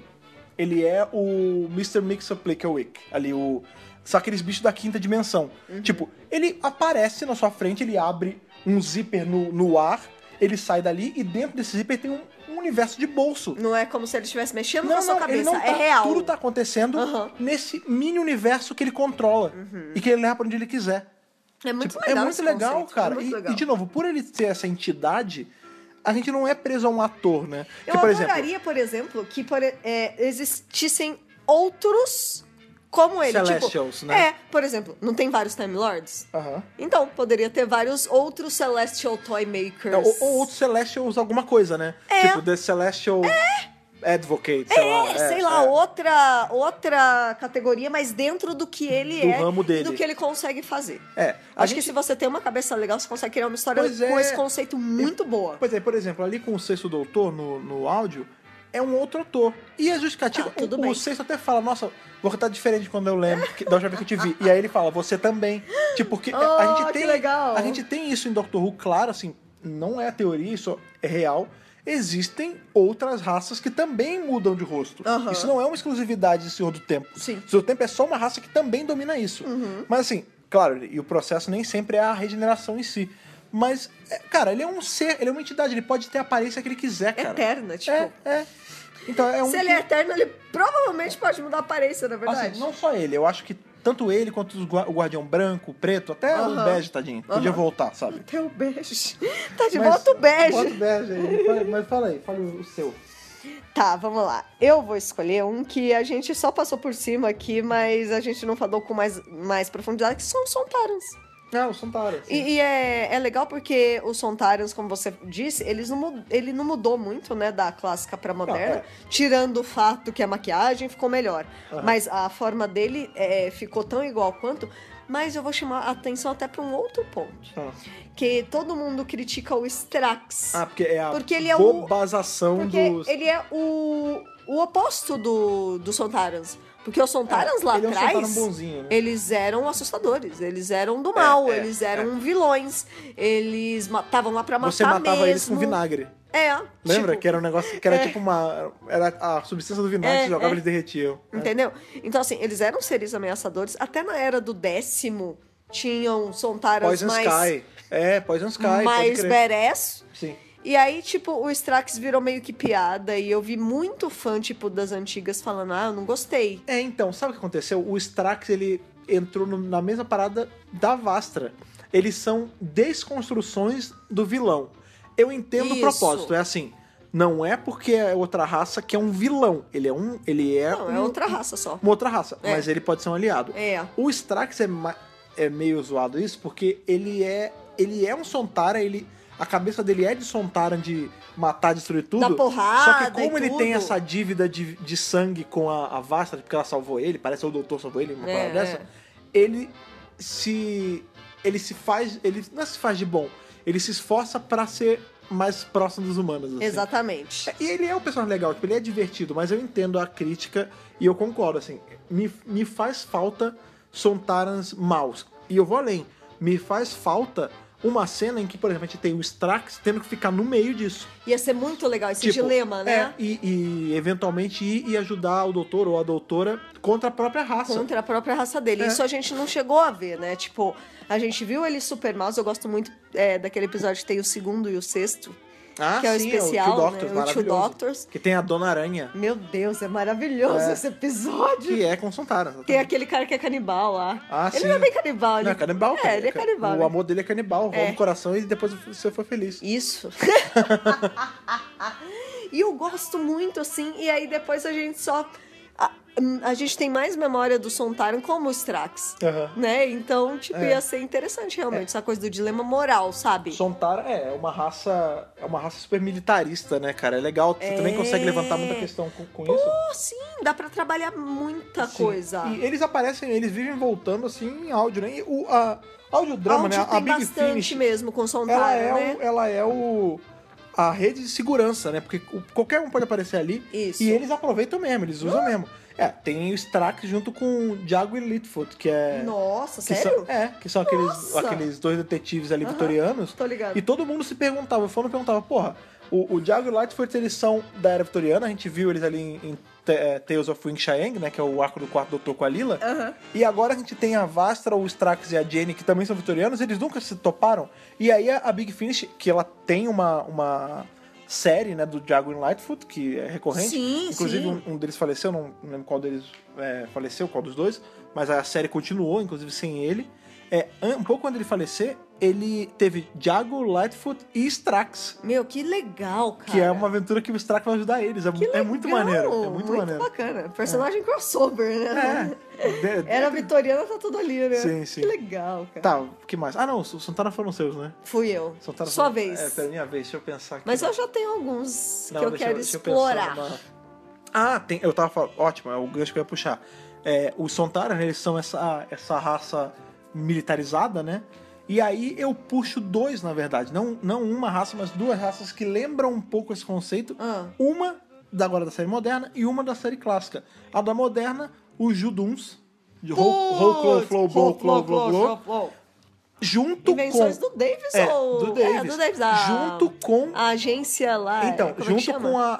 S1: Ele é o Mr. Mixaplicawick, ali é o... Só aqueles bichos da quinta dimensão.
S2: Uhum.
S1: Tipo, ele aparece na sua frente, ele abre um zíper no, no ar, ele sai dali e dentro desse zíper tem um, um universo de bolso.
S2: Não é como se ele estivesse mexendo na
S1: Não,
S2: sua
S1: não, ele
S2: cabeça.
S1: não tá,
S2: é real.
S1: Tudo tá acontecendo
S2: Aham.
S1: nesse mini universo que ele controla e que ele leva pra onde ele quiser.
S2: É muito
S1: Tipo,
S2: legal.
S1: é muito
S2: esse
S1: legal,
S2: conceito, é
S1: cara.
S2: muito
S1: E- tipo,
S2: legal.
S1: E, de novo, por ele ser essa entidade, a gente não é preso a um ator, né?
S2: Eu
S1: que, por
S2: adoraria,
S1: exemplo,
S2: por exemplo, que por, é, existissem outros como ele.
S1: Celestials,
S2: tipo,
S1: né?
S2: É, por exemplo, não tem vários Time Lords?
S1: Aham.
S2: Então, poderia ter vários outros Celestial Toy Makers.
S1: Então, Ou, ou outro Celestial usa alguma coisa, né?
S2: É.
S1: Tipo, The Celestial Advocate, sei lá.
S2: É, sei lá,
S1: é.
S2: outra outra categoria, mas dentro do que ele
S1: Do
S2: é
S1: ramo
S2: e
S1: dele.
S2: do que ele consegue fazer.
S1: É, a
S2: Acho que
S1: gente-
S2: se você tem uma cabeça legal, você consegue criar uma história
S1: Pois
S2: com
S1: é.
S2: esse conceito muito boa.
S1: Pois é, por exemplo, ali com o sexto doutor no, no áudio, é um outro ator. E a justificativa.
S2: Ah, tudo
S1: o,
S2: bem.
S1: o sexto até fala, nossa, vou cantar diferente quando eu lembro, que- da última vez que eu te vi. E aí ele fala, você também. Tipo, porque a
S2: Oh,
S1: gente
S2: que
S1: tem.
S2: legal.
S1: A gente tem isso em Doctor Who, claro, assim, não é teoria, isso é real. Existem outras raças que também mudam de rosto.
S2: Aham.
S1: Isso não é uma exclusividade do Senhor do Tempo.
S2: Sim.
S1: O Senhor do Tempo é só uma raça que também domina isso.
S2: Uhum.
S1: Mas assim, claro, e o processo nem sempre é a regeneração em si. Mas, é, cara, ele é um ser, ele é uma entidade, ele pode ter a aparência que ele quiser, cara.
S2: Eterna, tipo.
S1: É, é. Então é um.
S2: Se ele é eterno, ele provavelmente pode mudar a aparência, na é verdade.
S1: Assim, não só ele, eu acho que tanto ele quanto os gua- o guardião branco, preto, até o
S2: Aham.
S1: bege, tadinho, podia voltar, sabe? *laughs*
S2: Teu bege. Tá de
S1: Mas-
S2: volta
S1: Bota
S2: o
S1: o
S2: bege.
S1: bege aí. Fala- Mas fala aí, fala o seu.
S2: Tá, vamos lá. Eu vou escolher um que a gente só passou por cima aqui, mas a gente não falou com mais, mais profundidade, que são os Sontarans.
S1: Ah, o Santara. sim.
S2: E, e é, é legal porque os Sontarans, como você disse, eles não, mu- ele não mudou muito, né, da clássica pra moderna. Tirando o fato que a maquiagem ficou melhor.
S1: é. Aham.
S2: Mas a forma dele é, ficou tão igual quanto. Mas eu vou chamar a atenção até pra um outro ponto.
S1: Ah.
S2: Que todo mundo critica o Strax.
S1: Ah, porque é a
S2: Porque ele é o-
S1: bobazação
S2: Porque
S1: dos...
S2: ele é o, o oposto do, do Sontarans. Porque os Sontarans lá
S1: ele
S2: atrás.
S1: é um Santara bonzinho, né?
S2: Eles eram assustadores, eles eram do mal,
S1: é,
S2: eles eram vilões, eles matavam lá pra matar
S1: Você matava
S2: mesmo.
S1: eles com vinagre.
S2: É,
S1: Lembra?
S2: tipo,
S1: que era um negócio que era
S2: É.
S1: tipo uma. Era a substância do vinagre,
S2: É,
S1: você jogava
S2: é.
S1: eles derretiam.
S2: Entendeu? Então, assim, eles eram seres ameaçadores. Até na era do décimo, tinham Sontaras
S1: Poison
S2: mais,
S1: Sky. É, Poison Sky, pode
S2: mais
S1: crer.
S2: badass.
S1: Sim.
S2: E aí, tipo, o Strax virou meio que piada. E eu vi muito fã, tipo, das antigas falando, ah, eu não gostei.
S1: É, então, sabe o que aconteceu? O Strax, ele entrou no- na mesma parada da Vastra. Eles são desconstruções do vilão. Eu entendo o
S2: Isso.
S1: propósito, é assim. Não é porque é outra raça que é um vilão. Ele é um. Ele é,
S2: Não, é
S1: um-
S2: outra raça só.
S1: uma outra raça.
S2: É.
S1: Mas ele pode ser um aliado.
S2: É.
S1: O Strax é, ma- é meio zoado isso, porque ele é. Ele é um Sontara, ele. A cabeça dele é de Sontara de matar, destruir tudo.
S2: Da porrada
S1: Só que como
S2: e
S1: ele tem
S2: tudo.
S1: essa dívida de, de sangue com a, a Vastra, porque ela salvou ele, parece que o doutor salvou ele, uma
S2: É,
S1: parada dessa,
S2: é.
S1: ele se. ele se faz. Ele não é se faz de bom. Ele se esforça pra ser mais próximo dos humanos. Assim.
S2: Exatamente.
S1: E ele é um personagem legal, tipo, ele é divertido, mas eu entendo a crítica e eu concordo, assim, me, me faz falta Sontarans maus. E eu vou além, me faz falta uma cena em que, por exemplo, a gente tem o Strax tendo que ficar no meio disso.
S2: Ia ser muito legal esse
S1: Tipo,
S2: dilema,
S1: É,
S2: né?
S1: e, e, eventualmente ir e ajudar o doutor ou a doutora contra a própria raça.
S2: Contra a própria raça dele.
S1: É.
S2: Isso a gente não chegou a ver, né? Tipo, a gente viu ele super maus. Eu gosto muito é, daquele episódio que tem o segundo e o sexto,
S1: Ah,
S2: que é o
S1: sim,
S2: especial,
S1: o Two Doctors,
S2: né? O Two
S1: maravilhoso.
S2: Doctors.
S1: Que tem a Dona Aranha,
S2: Meu Deus, é maravilhoso
S1: É.
S2: esse episódio.
S1: que é com Sontarans.
S2: Tem aquele cara que é canibal lá.
S1: Ah,
S2: ele
S1: sim.
S2: não é bem canibal, ele
S1: Não, é canibal, cara.
S2: É, ele é canibal.
S1: O
S2: né?
S1: amor dele é canibal, rouba
S2: É.
S1: o coração e depois você foi feliz.
S2: Isso. E eu gosto muito, assim, e aí depois a gente só. A, a gente tem mais memória do Sontaran como os Trax.
S1: Aham.
S2: Né? Então, tipo,
S1: É.
S2: ia ser interessante realmente essa coisa do dilema moral, sabe?
S1: Sontar é uma raça, é uma raça super militarista, né, cara? É legal, você
S2: É.
S1: também consegue levantar muita questão com, com isso.
S2: Oh, sim, dá pra trabalhar muita
S1: Sim.
S2: coisa.
S1: E eles aparecem, eles vivem voltando assim em áudio, né? E o a audiodrama,
S2: Áudio
S1: né? A
S2: tem
S1: Big
S2: bastante
S1: Finish,
S2: mesmo com Sontaran,
S1: ela é
S2: né?
S1: o, ela é o a rede de segurança, né? Porque o- qualquer um pode aparecer ali.
S2: Isso. Ah.
S1: E eles aproveitam mesmo, eles usam mesmo. É, tem o Strax junto com o Diago e Litfoot, que é
S2: Nossa,
S1: que
S2: sério?
S1: São, é, que são aqueles,
S2: Nossa!
S1: aqueles dois detetives ali
S2: Aham.
S1: vitorianos.
S2: É, Tô ligado.
S1: E todo mundo se perguntava, o fã perguntava, porra, o, o Diago e o Lightfoot eles são da era vitoriana, a gente viu eles ali em, em Te- eh, Tales of Wing Chiang, né, que é o arco do quarto doutor com a Lila,
S2: Aham.
S1: e agora a gente tem a Vastra, o Strax e a Jenny, que também são vitorianos, eles nunca se toparam, e aí a, a Big Finish, que ela tem uma, uma série, né, do Diago e Lightfoot, que é recorrente,
S2: Sim,
S1: inclusive
S2: sim.
S1: Um, um deles faleceu, não, não lembro qual deles eh, faleceu, qual dos dois, mas a série continuou, inclusive sem ele, é, an- um pouco antes dele falecer, ele teve Diago, Lightfoot e Strax.
S2: Meu, que legal, cara.
S1: Que é uma aventura que o Strax vai ajudar eles. É,
S2: Que
S1: é muito
S2: legal,
S1: maneiro. É muito, maneiro.
S2: bacana. Personagem crossover, né?
S1: É. De-
S2: Era vitoriana, tá tudo ali, né?
S1: Sim, sim.
S2: Que legal, cara.
S1: Tá, o que mais? Ah, não, o Santana foram seus, né?
S2: Fui eu.
S1: Santana
S2: Sua
S1: foram-
S2: vez.
S1: É, pera, minha vez, deixa eu pensar aqui.
S2: Mas eu já tenho alguns
S1: Não,
S2: que eu
S1: deixa
S2: quero
S1: deixa eu pensar
S2: explorar.
S1: numa- Ah, tem, eu tava falando. Ótimo, é o gancho que eu ia puxar. É, os Sontaran, eles são essa, essa raça militarizada, né? E aí eu puxo dois, na verdade. Não, não uma raça, mas duas raças que lembram um pouco esse conceito.
S2: Ah.
S1: Uma da agora da série moderna e uma da série clássica. A da moderna, os Juduns. de Ho- Ho, Clo, Flow, Blow, Clo, Blow, Blow. Junto com.
S2: Invenções do Davis
S1: É,
S2: ou...
S1: do Davis.
S2: É, do Davis. a-
S1: Junto com.
S2: A agência lá.
S1: Então,
S2: como é que
S1: junto
S2: chama?
S1: com a,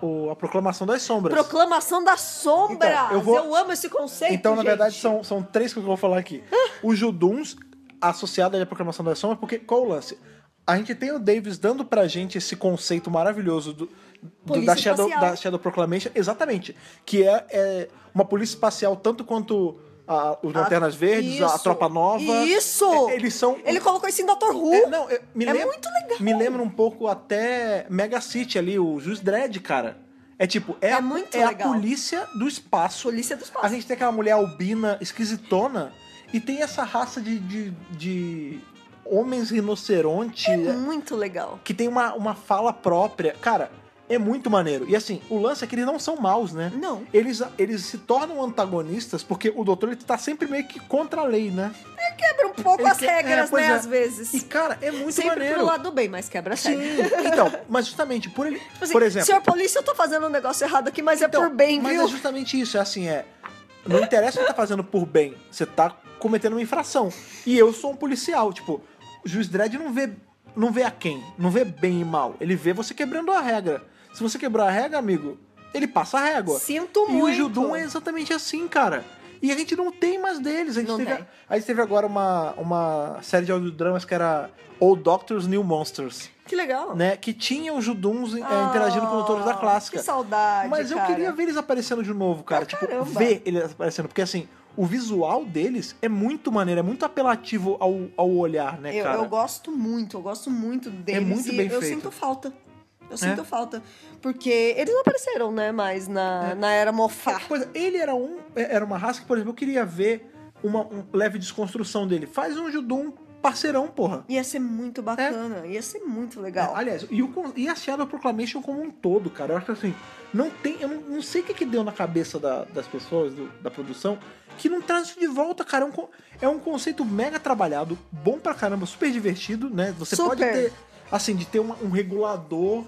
S1: a, o- a Proclamação das Sombras.
S2: Proclamação das Sombras.
S1: Então, eu
S2: eu,
S1: vou-
S2: amo esse conceito,
S1: Então, na
S2: gente.
S1: verdade, são, são três que eu vou falar aqui.
S2: Ah.
S1: Os Juduns, associado à Proclamação das Sombras, porque qual o lance? A gente tem o Davis dando pra gente esse conceito maravilhoso do, do,
S2: Polícia
S1: da, Shadow,
S2: espacial.
S1: da Shadow Proclamation, exatamente, que é, é uma polícia espacial tanto quanto a, os
S2: A-
S1: Lanternas Verdes, a
S2: Ah, isso.
S1: Tropa Nova.
S2: Isso!
S1: É, Eles são...
S2: Ele colocou isso em Dr. Who.
S1: É, não, eu- me
S2: É
S1: lem-
S2: muito legal.
S1: Me lembra um pouco até Mega City ali, o Juiz Dredd, cara. É tipo, é,
S2: É
S1: a-
S2: muito
S1: é a
S2: legal.
S1: polícia do espaço.
S2: Polícia dos
S1: A
S2: Passos.
S1: gente tem aquela mulher albina esquisitona e tem essa raça de, de, de homens rinoceronte
S2: É
S1: é.
S2: Muito legal.
S1: que tem uma, uma fala própria. Cara, é muito maneiro. E assim, o lance é que eles não são maus, né?
S2: Não.
S1: Eles, eles se tornam antagonistas porque o doutor ele tá sempre meio que contra a lei, né?
S2: Quebra um pouco
S1: Ele
S2: as
S1: que- é,
S2: regras,
S1: pois
S2: né?
S1: é.
S2: Às vezes.
S1: E cara, é muito
S2: Sempre
S1: maneiro.
S2: pro lado do bem, mas quebra as
S1: Sim.
S2: regras.
S1: Então, mas justamente por ele,
S2: Tipo assim,
S1: por exemplo,
S2: Senhor polícia, eu tô fazendo um negócio errado aqui, mas
S1: Então,
S2: é por bem,
S1: mas
S2: viu?
S1: é justamente isso, é assim, é. Não interessa o que tá fazendo por bem, você tá cometendo uma infração. E eu sou um policial, tipo, o juiz Dredd não vê, não vê a quem, não vê bem e mal, ele vê você quebrando a regra. Se você quebrar a regra, amigo, ele passa a régua.
S2: Sinto
S1: e o
S2: muito.
S1: Judum é exatamente assim, cara. E a gente não tem mais deles. A gente,
S2: Não
S1: teve,
S2: tem.
S1: a gente teve agora uma, uma série de audiodramas que era Old Doctors, New Monsters,
S2: Que legal.
S1: né? Que tinha os Juduns eh,
S2: Ah,
S1: interagindo com doutores da clássica.
S2: Que saudade,
S1: Mas eu
S2: cara.
S1: queria ver eles aparecendo de novo, cara.
S2: Ah,
S1: tipo,
S2: caramba.
S1: ver eles aparecendo. Porque assim, o visual deles é muito maneiro, é muito apelativo ao, ao olhar, né,
S2: eu,
S1: cara?
S2: eu gosto muito, eu gosto muito deles.
S1: É muito
S2: e
S1: bem
S2: eu
S1: feito. É?
S2: sinto falta. Eu sinto falta. Porque eles não apareceram, né, mais na,
S1: É.
S2: na era Mofá.
S1: Outra coisa, ele era um. Era uma raça que, por exemplo, eu queria ver uma um leve desconstrução dele. Faz um Judum parceirão, porra.
S2: Ia ser
S1: É.
S2: muito bacana, ia ser muito legal.
S1: Aliás, e, o, con- e a Shadow Proclamation como um todo, cara. Eu acho que assim, não tem. Eu não, não sei o que, que deu na cabeça da- das pessoas, do- da produção, que não traz isso de volta, cara. É um, con- é um conceito mega trabalhado, bom pra caramba, super divertido, né? Você pode
S2: Super.
S1: ter, assim, de ter uma- um regulador.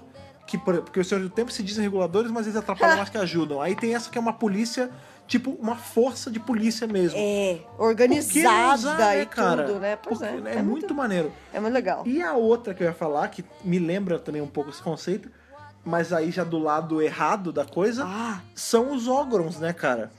S1: Que, por exemplo, porque os senhores do tempo se dizem reguladores, mas eles
S2: *laughs*
S1: atrapalham mais que ajudam. Aí tem essa que é uma polícia, tipo, uma força de polícia mesmo.
S2: É,
S1: Por que não
S2: organizada
S1: usar, né,
S2: e
S1: cara?
S2: tudo, né? Pois
S1: Porque
S2: é.
S1: é muito maneiro.
S2: É muito legal.
S1: E a outra que eu ia falar, que me lembra também um pouco esse conceito, mas aí já do lado errado da coisa,
S2: Ah,
S1: são os Ogrons, né, cara?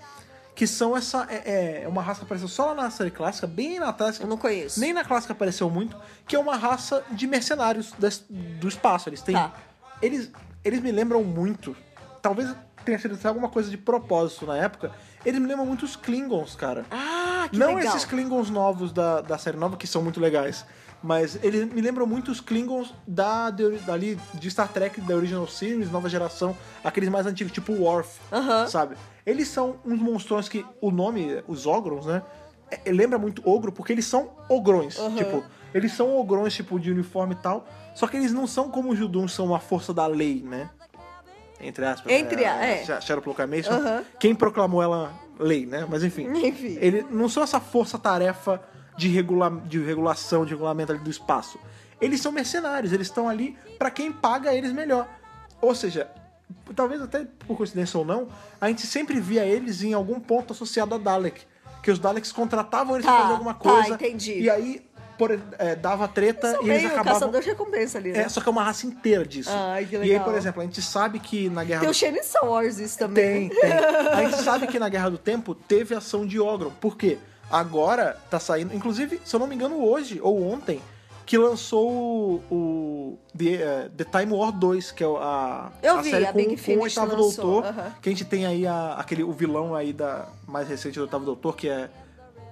S1: Que são essa. É, é uma raça que apareceu só lá na série clássica, bem na
S2: eu
S1: clássica.
S2: não conheço.
S1: Nem na clássica apareceu muito, que é uma raça de mercenários das- do espaço. Eles têm.
S2: Tá.
S1: Eles, eles me lembram muito. Talvez tenha sido alguma coisa de propósito na época. Eles me lembram muito os Klingons, cara
S2: Ah, que
S1: não
S2: legal.
S1: esses Klingons novos da, da série nova, que são muito legais. Mas ele me lembra muito os Klingons da, de, dali, de Star Trek, da Original Series, nova geração, aqueles mais antigos, tipo Worf,
S2: Aham.
S1: sabe? Eles são uns monstrões que o nome, os Ogrons, né? é- é- lembra muito ogro, porque eles são ogrões.
S2: Aham.
S1: Tipo, eles são ogrões, tipo, de uniforme e tal. Só que eles não são como os Juduns, são a força da lei, né? Entre aspas.
S2: Entre
S1: né?
S2: a- é.
S1: Sh- Cheryl Plucker Mason.
S2: Aham.
S1: Quem proclamou ela lei, né? Mas enfim.
S2: Enfim.
S1: Ele não são essa força-tarefa de, regula de regulação, de regulamento ali do espaço. Eles são mercenários, eles estão ali pra quem paga eles melhor. Ou seja, talvez até por coincidência ou não, a gente sempre via eles em algum ponto associado a Dalek. Que os Daleks contratavam eles
S2: Tá,
S1: pra fazer alguma
S2: tá,
S1: coisa.
S2: entendi.
S1: E aí por, é, dava treta
S2: São
S1: e eles
S2: meio
S1: acabavam.
S2: caçador de recompensa ali, né?
S1: É, só que é uma raça inteira disso.
S2: Ai, que
S1: E aí,
S2: legal.
S1: por exemplo, a gente sabe que na Guerra
S2: Tem
S1: do
S2: o Shane Wars isso
S1: tem,
S2: também.
S1: tem. A gente sabe que na Guerra do Tempo teve ação de Ogron. Por quê? Agora tá saindo. Inclusive, se eu não me engano, hoje ou ontem, que lançou o, o The, eh, The Time War 2, que é a,
S2: Eu
S1: a
S2: vi,
S1: série
S2: a
S1: com,
S2: Big
S1: com o
S2: Finish
S1: Oitavo
S2: lançou,
S1: Doutor.
S2: aham.
S1: Que a gente tem aí a- aquele, o vilão aí da mais recente do Oitavo Doutor, que é.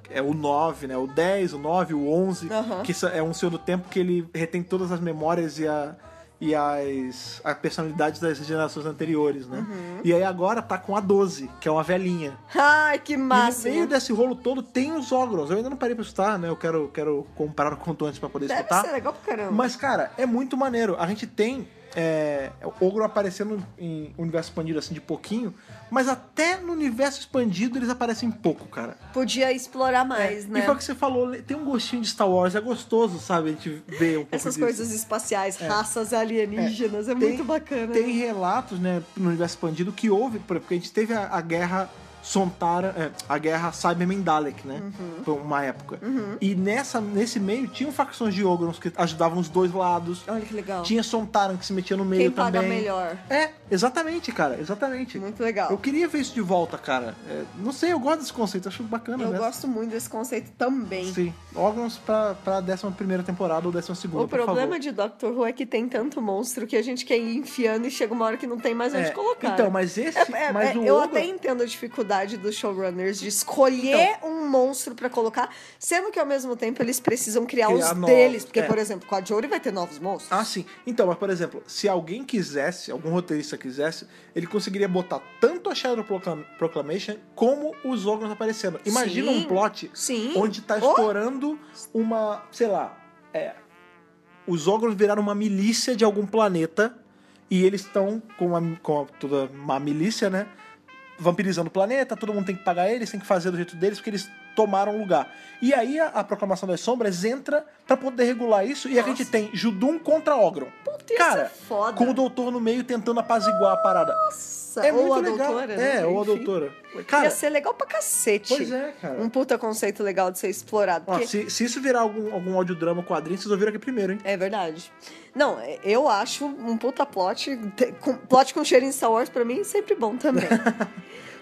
S1: É o 9, né? O 10, o 9, o 11,
S2: Aham.
S1: que sa- é um senhor do tempo que ele retém todas as memórias e, a, e as a personalidade das gerações anteriores, né?
S2: Uhum.
S1: E aí agora tá com a 12, que é uma velhinha.
S2: Ai, que
S1: E no meio
S2: máximo.
S1: desse rolo todo tem os Ogrons. Eu ainda não parei pra escutar, né? Eu quero, quero comprar o quanto antes pra poder
S2: Deve
S1: escutar.
S2: ser legal pra caramba.
S1: Mas, cara, é muito maneiro. A gente tem é, o Ogro aparecendo em universo expandido assim de pouquinho, mas até no universo expandido eles aparecem pouco, cara.
S2: Podia explorar mais, né?
S1: É, E foi o que você falou, tem um gostinho de Star Wars, é gostoso, sabe? A gente vê um pouco
S2: Essas
S1: disso.
S2: coisas espaciais, raças alienígenas, é, muito bacana.
S1: Tem relatos, né, no universo expandido que houve, por- porque a gente teve a, a guerra Sontara, é, a guerra Cybermen Dalek, né?
S2: Uhum.
S1: Por uma época. E nessa, nesse meio tinham facções de Ogrons que ajudavam os dois lados.
S2: Olha que legal.
S1: Tinha Sontaran que se metia no meio
S2: Quem
S1: também.
S2: paga melhor.
S1: É, exatamente, cara, exatamente.
S2: Muito legal.
S1: Eu queria ver isso de volta, cara. É, não sei, eu gosto desse conceito, acho bacana,
S2: Eu
S1: né?
S2: gosto muito desse conceito também.
S1: Sim. Ogrons pra, pra 11 temporada ou 12 segunda,
S2: O
S1: por favor.
S2: problema de Doctor Who é que tem tanto monstro que a gente quer ir enfiando e chega uma hora que não tem mais onde
S1: É,
S2: colocar.
S1: Então, mas esse.
S2: É, é,
S1: mas
S2: é,
S1: o
S2: eu
S1: ogro-
S2: até entendo a dificuldade dos showrunners de escolher
S1: Então.
S2: um monstro pra colocar, sendo que ao mesmo tempo eles precisam criar,
S1: Criar
S2: os
S1: novos,
S2: deles. Porque,
S1: é.
S2: por exemplo, com a Jory vai ter novos monstros.
S1: Ah, sim. Então, mas por exemplo, se alguém quisesse, algum roteirista quisesse, ele conseguiria botar tanto a Shadow Proclam- Proclamation como os órgãos aparecendo. Imagina
S2: Sim.
S1: um plot
S2: Sim.
S1: onde tá
S2: Oh.
S1: estourando uma, sei lá, é, os órgãos viraram uma milícia de algum planeta e eles estão com, a- com a- toda uma milícia, né? Vampirizando o planeta, todo mundo tem que pagar eles, tem que fazer do jeito deles, porque eles tomaram o lugar. E aí a, a Proclamação das Sombras entra pra poder regular isso, e a gente tem Judum contra Ogron.
S2: Puta, ia
S1: Cara,
S2: ser foda.
S1: com o doutor no meio tentando apaziguar a parada.
S2: Nossa,
S1: é
S2: ou
S1: muito
S2: a
S1: legal.
S2: doutora,
S1: é,
S2: né?
S1: ou a
S2: Enfim. é
S1: doutora. Cara,
S2: Ia ser legal pra cacete.
S1: pois é, cara.
S2: Um puta conceito legal de ser explorado.
S1: Ó,
S2: Porque...
S1: se, se isso virar algum, algum audiodrama quadrinho, vocês ouviram aqui primeiro, hein?
S2: É verdade. Não, é- eu acho um puta plot. te- com- Plot com cheiro em Star Wars pra mim é sempre
S1: *laughs*
S2: bom também.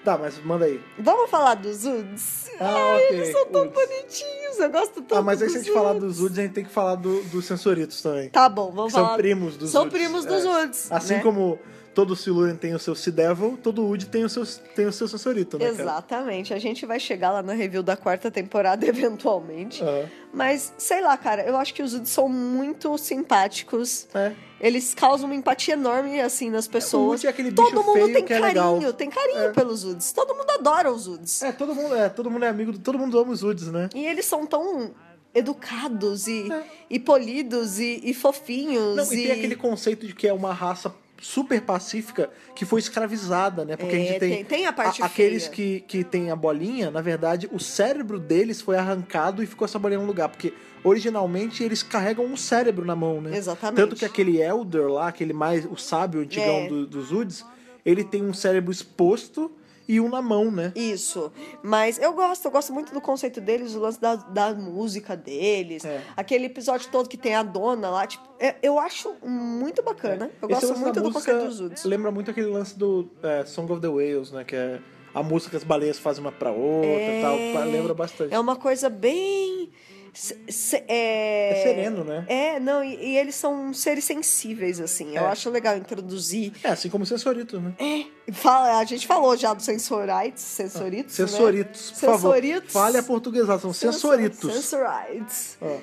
S1: Tá, mas manda aí.
S2: Vamos falar dos Uds?
S1: Ah, ok.
S2: Eles são É, tão
S1: Uds.
S2: bonitinhos, eu gosto tanto
S1: Ah, mas aí
S2: dos
S1: se a gente falar
S2: Uds.
S1: dos Uds, a gente tem que falar do- dos Sensoritos também.
S2: Tá bom, vamos
S1: Que são
S2: falar.
S1: primos dos
S2: São
S1: Uds,
S2: primos
S1: é.
S2: dos Uds.
S1: Assim
S2: né?
S1: como todo Silurian tem o seu Sea-Devil, todo Ud tem o seu, tem o seu Sensorito, né, cara?
S2: Exatamente. A gente vai chegar lá na review da quarta temporada, *laughs* eventualmente.
S1: É.
S2: Mas, sei lá, cara, eu acho que os Uds são muito simpáticos.
S1: É.
S2: Eles causam uma empatia enorme, assim, nas pessoas.
S1: Ud é aquele
S2: Todo
S1: bicho
S2: mundo
S1: feio
S2: tem
S1: que é
S2: carinho,
S1: legal.
S2: tem carinho pelos Uds. Todo mundo adora os Uds.
S1: É, todo mundo é, todo mundo é amigo, do- todo mundo ama os Uds, né?
S2: E eles são tão educados e,
S1: É.
S2: e polidos e, e fofinhos.
S1: Não, e tem aquele conceito de que é uma raça super pacífica que foi escravizada, né? Porque a
S2: É,
S1: gente tem,
S2: tem- tem a parte
S1: aqueles
S2: feia.
S1: que que tem a bolinha, na verdade, o cérebro deles foi arrancado e ficou essa bolinha no lugar, porque originalmente eles carregam um cérebro na mão, né?
S2: Exatamente.
S1: Tanto que aquele elder lá, aquele mais o sábio antigão
S2: É.
S1: do- dos Uds, ele tem um cérebro exposto e um na mão, né?
S2: Isso. Mas eu gosto, eu gosto muito do conceito deles, o lance da, da música deles.
S1: É.
S2: Aquele episódio todo que tem a dona lá, tipo, é- eu acho muito bacana. Eu
S1: É. Esse
S2: gosto
S1: lance da
S2: muito do
S1: música
S2: conceito dos Uds.
S1: Lembra muito aquele lance do é, Song of the Whales, né? Que é a música que as baleias fazem uma pra outra e tal. pa- Lembra bastante.
S2: É uma coisa bem. se- se-
S1: É
S2: é...
S1: sereno, né?
S2: É, não, e, e eles são seres sensíveis, assim. Eu
S1: É.
S2: acho legal introduzir.
S1: É, assim como o Sensorito,
S2: É
S1: né?
S2: Fala, a gente falou já do sensorites, sensoritos, né?
S1: Ah, Sensoritos, por favor.
S2: Sensoritos.
S1: Fale a portuguesada, são
S2: Senso-
S1: sensoritos.
S2: Sensorites.
S1: Ó,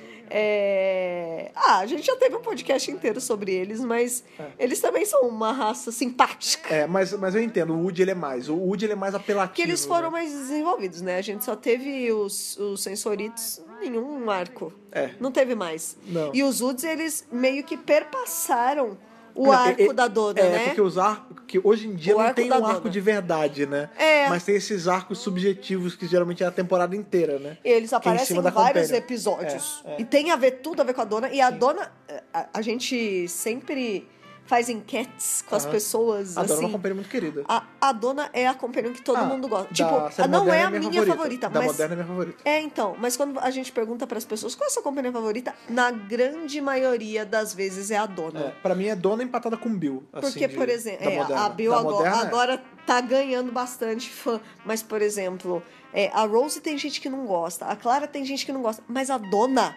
S2: É... Ah, a gente já teve um podcast inteiro sobre eles, mas eles também são uma raça simpática.
S1: É, mas, mas eu entendo, o Woody ele é mais. O Woody ele é mais apelativo.
S2: Que eles
S1: né?
S2: foram mais desenvolvidos, né? A gente só teve os, os sensoritos em um arco.
S1: É.
S2: Não teve mais.
S1: Não.
S2: E os Uds, eles meio que perpassaram o
S1: Não,
S2: arco
S1: e- e-
S2: da Dona,
S1: é,
S2: né?
S1: porque os arcos. Que hoje em dia
S2: O
S1: não
S2: arco
S1: tem um
S2: da
S1: arco
S2: Dona.
S1: de verdade, né?
S2: É.
S1: Mas tem esses arcos subjetivos que geralmente é a temporada inteira, né?
S2: Eles
S1: Que é em
S2: aparecem
S1: cima
S2: em
S1: da
S2: vários
S1: Companion.
S2: episódios.
S1: É, é.
S2: E tem a ver tudo a ver com a dona. E a dona. A, a gente sempre faz enquetes com as
S1: Aham.
S2: pessoas.
S1: A Dora é uma
S2: assim.
S1: companhia muito querida.
S2: A, a dona é a companhia que todo
S1: Ah,
S2: mundo gosta.
S1: da
S2: Tipo,
S1: série
S2: a- não
S1: moderna
S2: é a minha favorita,
S1: da
S2: mas.
S1: moderna é minha favorita.
S2: É, então, mas quando a gente pergunta pras pessoas qual é a sua companhia favorita, na grande maioria das vezes é a dona.
S1: É, pra mim é Dona empatada com Bill. assim,
S2: Porque,
S1: de-
S2: por exemplo,
S1: da
S2: é,
S1: moderna.
S2: a Bill
S1: Da
S2: agora,
S1: moderna, é.
S2: agora tá ganhando bastante fã. Mas, por exemplo, é, a Rose tem gente que não gosta, a Clara tem gente que não gosta, mas a dona,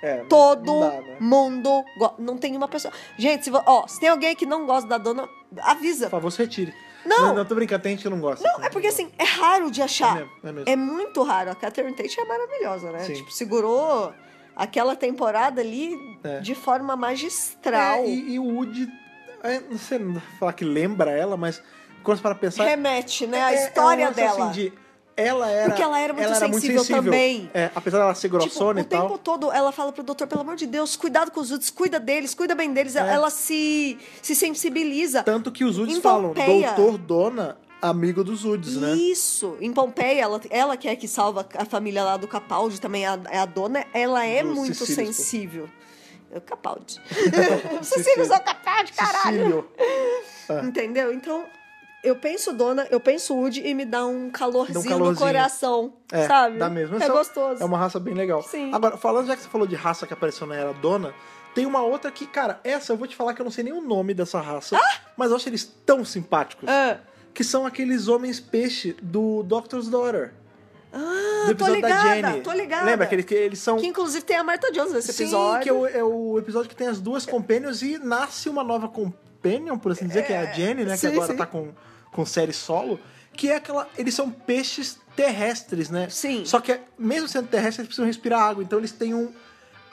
S1: É, não-
S2: todo
S1: não dá, né?
S2: mundo gosta. Não tem uma pessoa. Gente, se, vo- ó, se tem alguém que não gosta da dona, avisa.
S1: Por favor, se retire.
S2: Não.
S1: não, tô brincando, tem gente que não gosta.
S2: Não, é porque assim, é raro de
S1: É
S2: achar.
S1: mesmo, é mesmo.
S2: É muito raro. A Catherine Tate é maravilhosa, né?
S1: Sim.
S2: Tipo, segurou aquela temporada ali
S1: É.
S2: de forma magistral.
S1: É, e, e o Woody, é, não sei não falar que lembra ela, mas quando você para pensar.
S2: Remete, né?
S1: é- é
S2: A
S1: um
S2: história
S1: lance,
S2: dela. Tipo,
S1: assim, de- ela era.
S2: Porque ela era muito sensível também.
S1: É, apesar dela ser
S2: Tipo,
S1: grossona
S2: o
S1: e tal.
S2: tempo todo ela fala pro doutor, pelo amor de Deus, cuidado com os outros, cuida deles, cuida bem deles.
S1: É.
S2: Ela se, se sensibiliza.
S1: Tanto que os Uds
S2: Em
S1: falam,
S2: Pompeia.
S1: doutor Dona, amigo dos Uds, né?
S2: Isso. Em Pompeia, ela, ela que é que salva a família lá do Capaldi, também a, a dona, ela é
S1: Do
S2: muito
S1: Sicílio, pô.
S2: sensível. É
S1: *laughs*
S2: o Capaldi. *laughs* Cecílio é o Capaldi, caralho.
S1: Cecílio. É.
S2: Entendeu? Então, eu penso dona, eu penso Woody e me dá um calorzinho, no
S1: calorzinho.
S2: coração,
S1: É,
S2: sabe?
S1: dá mesmo.
S2: É
S1: Essa-
S2: gostoso.
S1: É uma raça bem legal.
S2: Sim.
S1: Agora, falando, já que você falou de raça que apareceu na Era Dona, tem uma outra que, cara, essa eu vou te falar que eu não sei nem o nome dessa raça, mas eu acho eles tão simpáticos.
S2: Ah,
S1: Que são aqueles homens peixe do Doctor's Daughter.
S2: Ah,
S1: do
S2: tô
S1: episódio da
S2: ligada,
S1: Jenny.
S2: tô ligada.
S1: Lembra? Que eles, que eles são.
S2: Que inclusive tem a Marta Jones nesse
S1: Sim,
S2: episódio.
S1: que é o, é o episódio que tem as duas companions e nasce uma nova companion, por assim dizer, que é a Jenny, né?
S2: sim,
S1: que agora
S2: sim.
S1: tá com, com série solo. Que é aquela. Eles são peixes terrestres, né?
S2: Sim.
S1: Só que, mesmo sendo terrestres, eles precisam respirar água. Então eles têm um.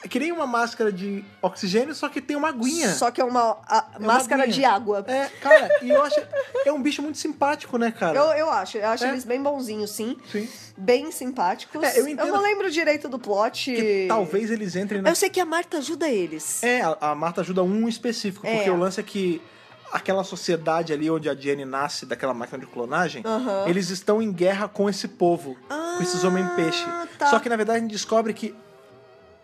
S1: É que nem uma máscara de oxigênio, só que tem uma aguinha.
S2: Só que é uma a-
S1: uma
S2: máscara
S1: aguinha.
S2: de água.
S1: É, cara, e eu acho. É um bicho muito simpático, né, cara?
S2: Eu, eu acho, eu acho
S1: É.
S2: eles bem bonzinhos, sim.
S1: Sim.
S2: Bem simpáticos.
S1: É, eu entendo
S2: não lembro direito do plot.
S1: Que talvez eles entrem na
S2: Eu sei que a Marta ajuda eles.
S1: É, a, a Marta ajuda um específico,
S2: É.
S1: porque o lance é que aquela sociedade ali onde a Jenny nasce, daquela máquina de clonagem,
S2: Aham.
S1: eles estão em guerra com esse povo, com esses homens peixe.
S2: Ah, tá.
S1: Só que na verdade a gente descobre que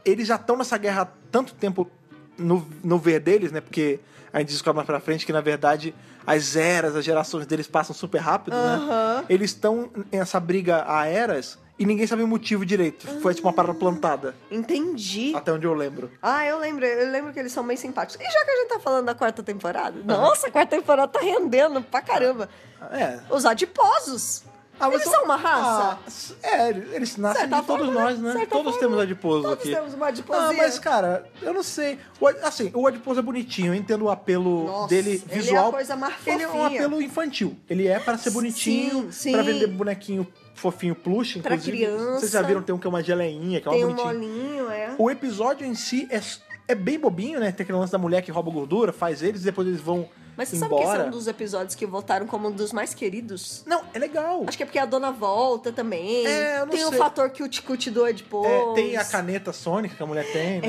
S1: eles já estão nessa guerra há tanto tempo no, no ver deles, né? Porque a gente descobre mais pra frente que na verdade as eras, as gerações deles passam super rápido, né?
S2: Aham.
S1: Eles estão nessa briga a eras e ninguém sabe o motivo direito. Foi tipo uma parada plantada,
S2: Entendi.
S1: até onde eu lembro.
S2: Ah, eu lembro, eu lembro que eles são bem simpáticos. E já que a gente tá falando da quarta temporada, nossa, a quarta temporada tá rendendo pra caramba.
S1: É,
S2: Os adiposos.
S1: Ah, mas
S2: eles são uma raça.
S1: Ah, s- é, eles nascem
S2: Certa
S1: de todos
S2: forma,
S1: nós, né?
S2: certa
S1: Todos
S2: forma.
S1: temos adiposo
S2: Todos
S1: aqui.
S2: temos uma adiposia.
S1: Ah, mas cara, eu não sei. O ad- assim, o adiposo é bonitinho, eu entendo o apelo
S2: Nossa,
S1: dele
S2: ele é a
S1: visual.
S2: coisa mais
S1: Ele é um
S2: fofinha.
S1: apelo infantil. Ele é para ser bonitinho,
S2: sim.
S1: para vender bonequinho fofinho plush,
S2: Pra
S1: inclusive.
S2: criança.
S1: Vocês já viram tem um que é uma geleinha, que é
S2: Tem
S1: uma
S2: um
S1: bonitinha.
S2: molinho, é.
S1: O episódio em si é, s- é bem bobinho, né? Tem aquele lance da mulher que rouba gordura, faz eles, depois eles vão
S2: Mas você sabe que esse
S1: embora.
S2: é um dos episódios que votaram como um dos mais queridos?
S1: Não, é legal.
S2: Acho que é porque a dona volta também.
S1: É, eu não
S2: tem o
S1: sei.
S2: fator cute-cute do Edipô.
S1: É, tem a caneta Sonic que a mulher tem, né?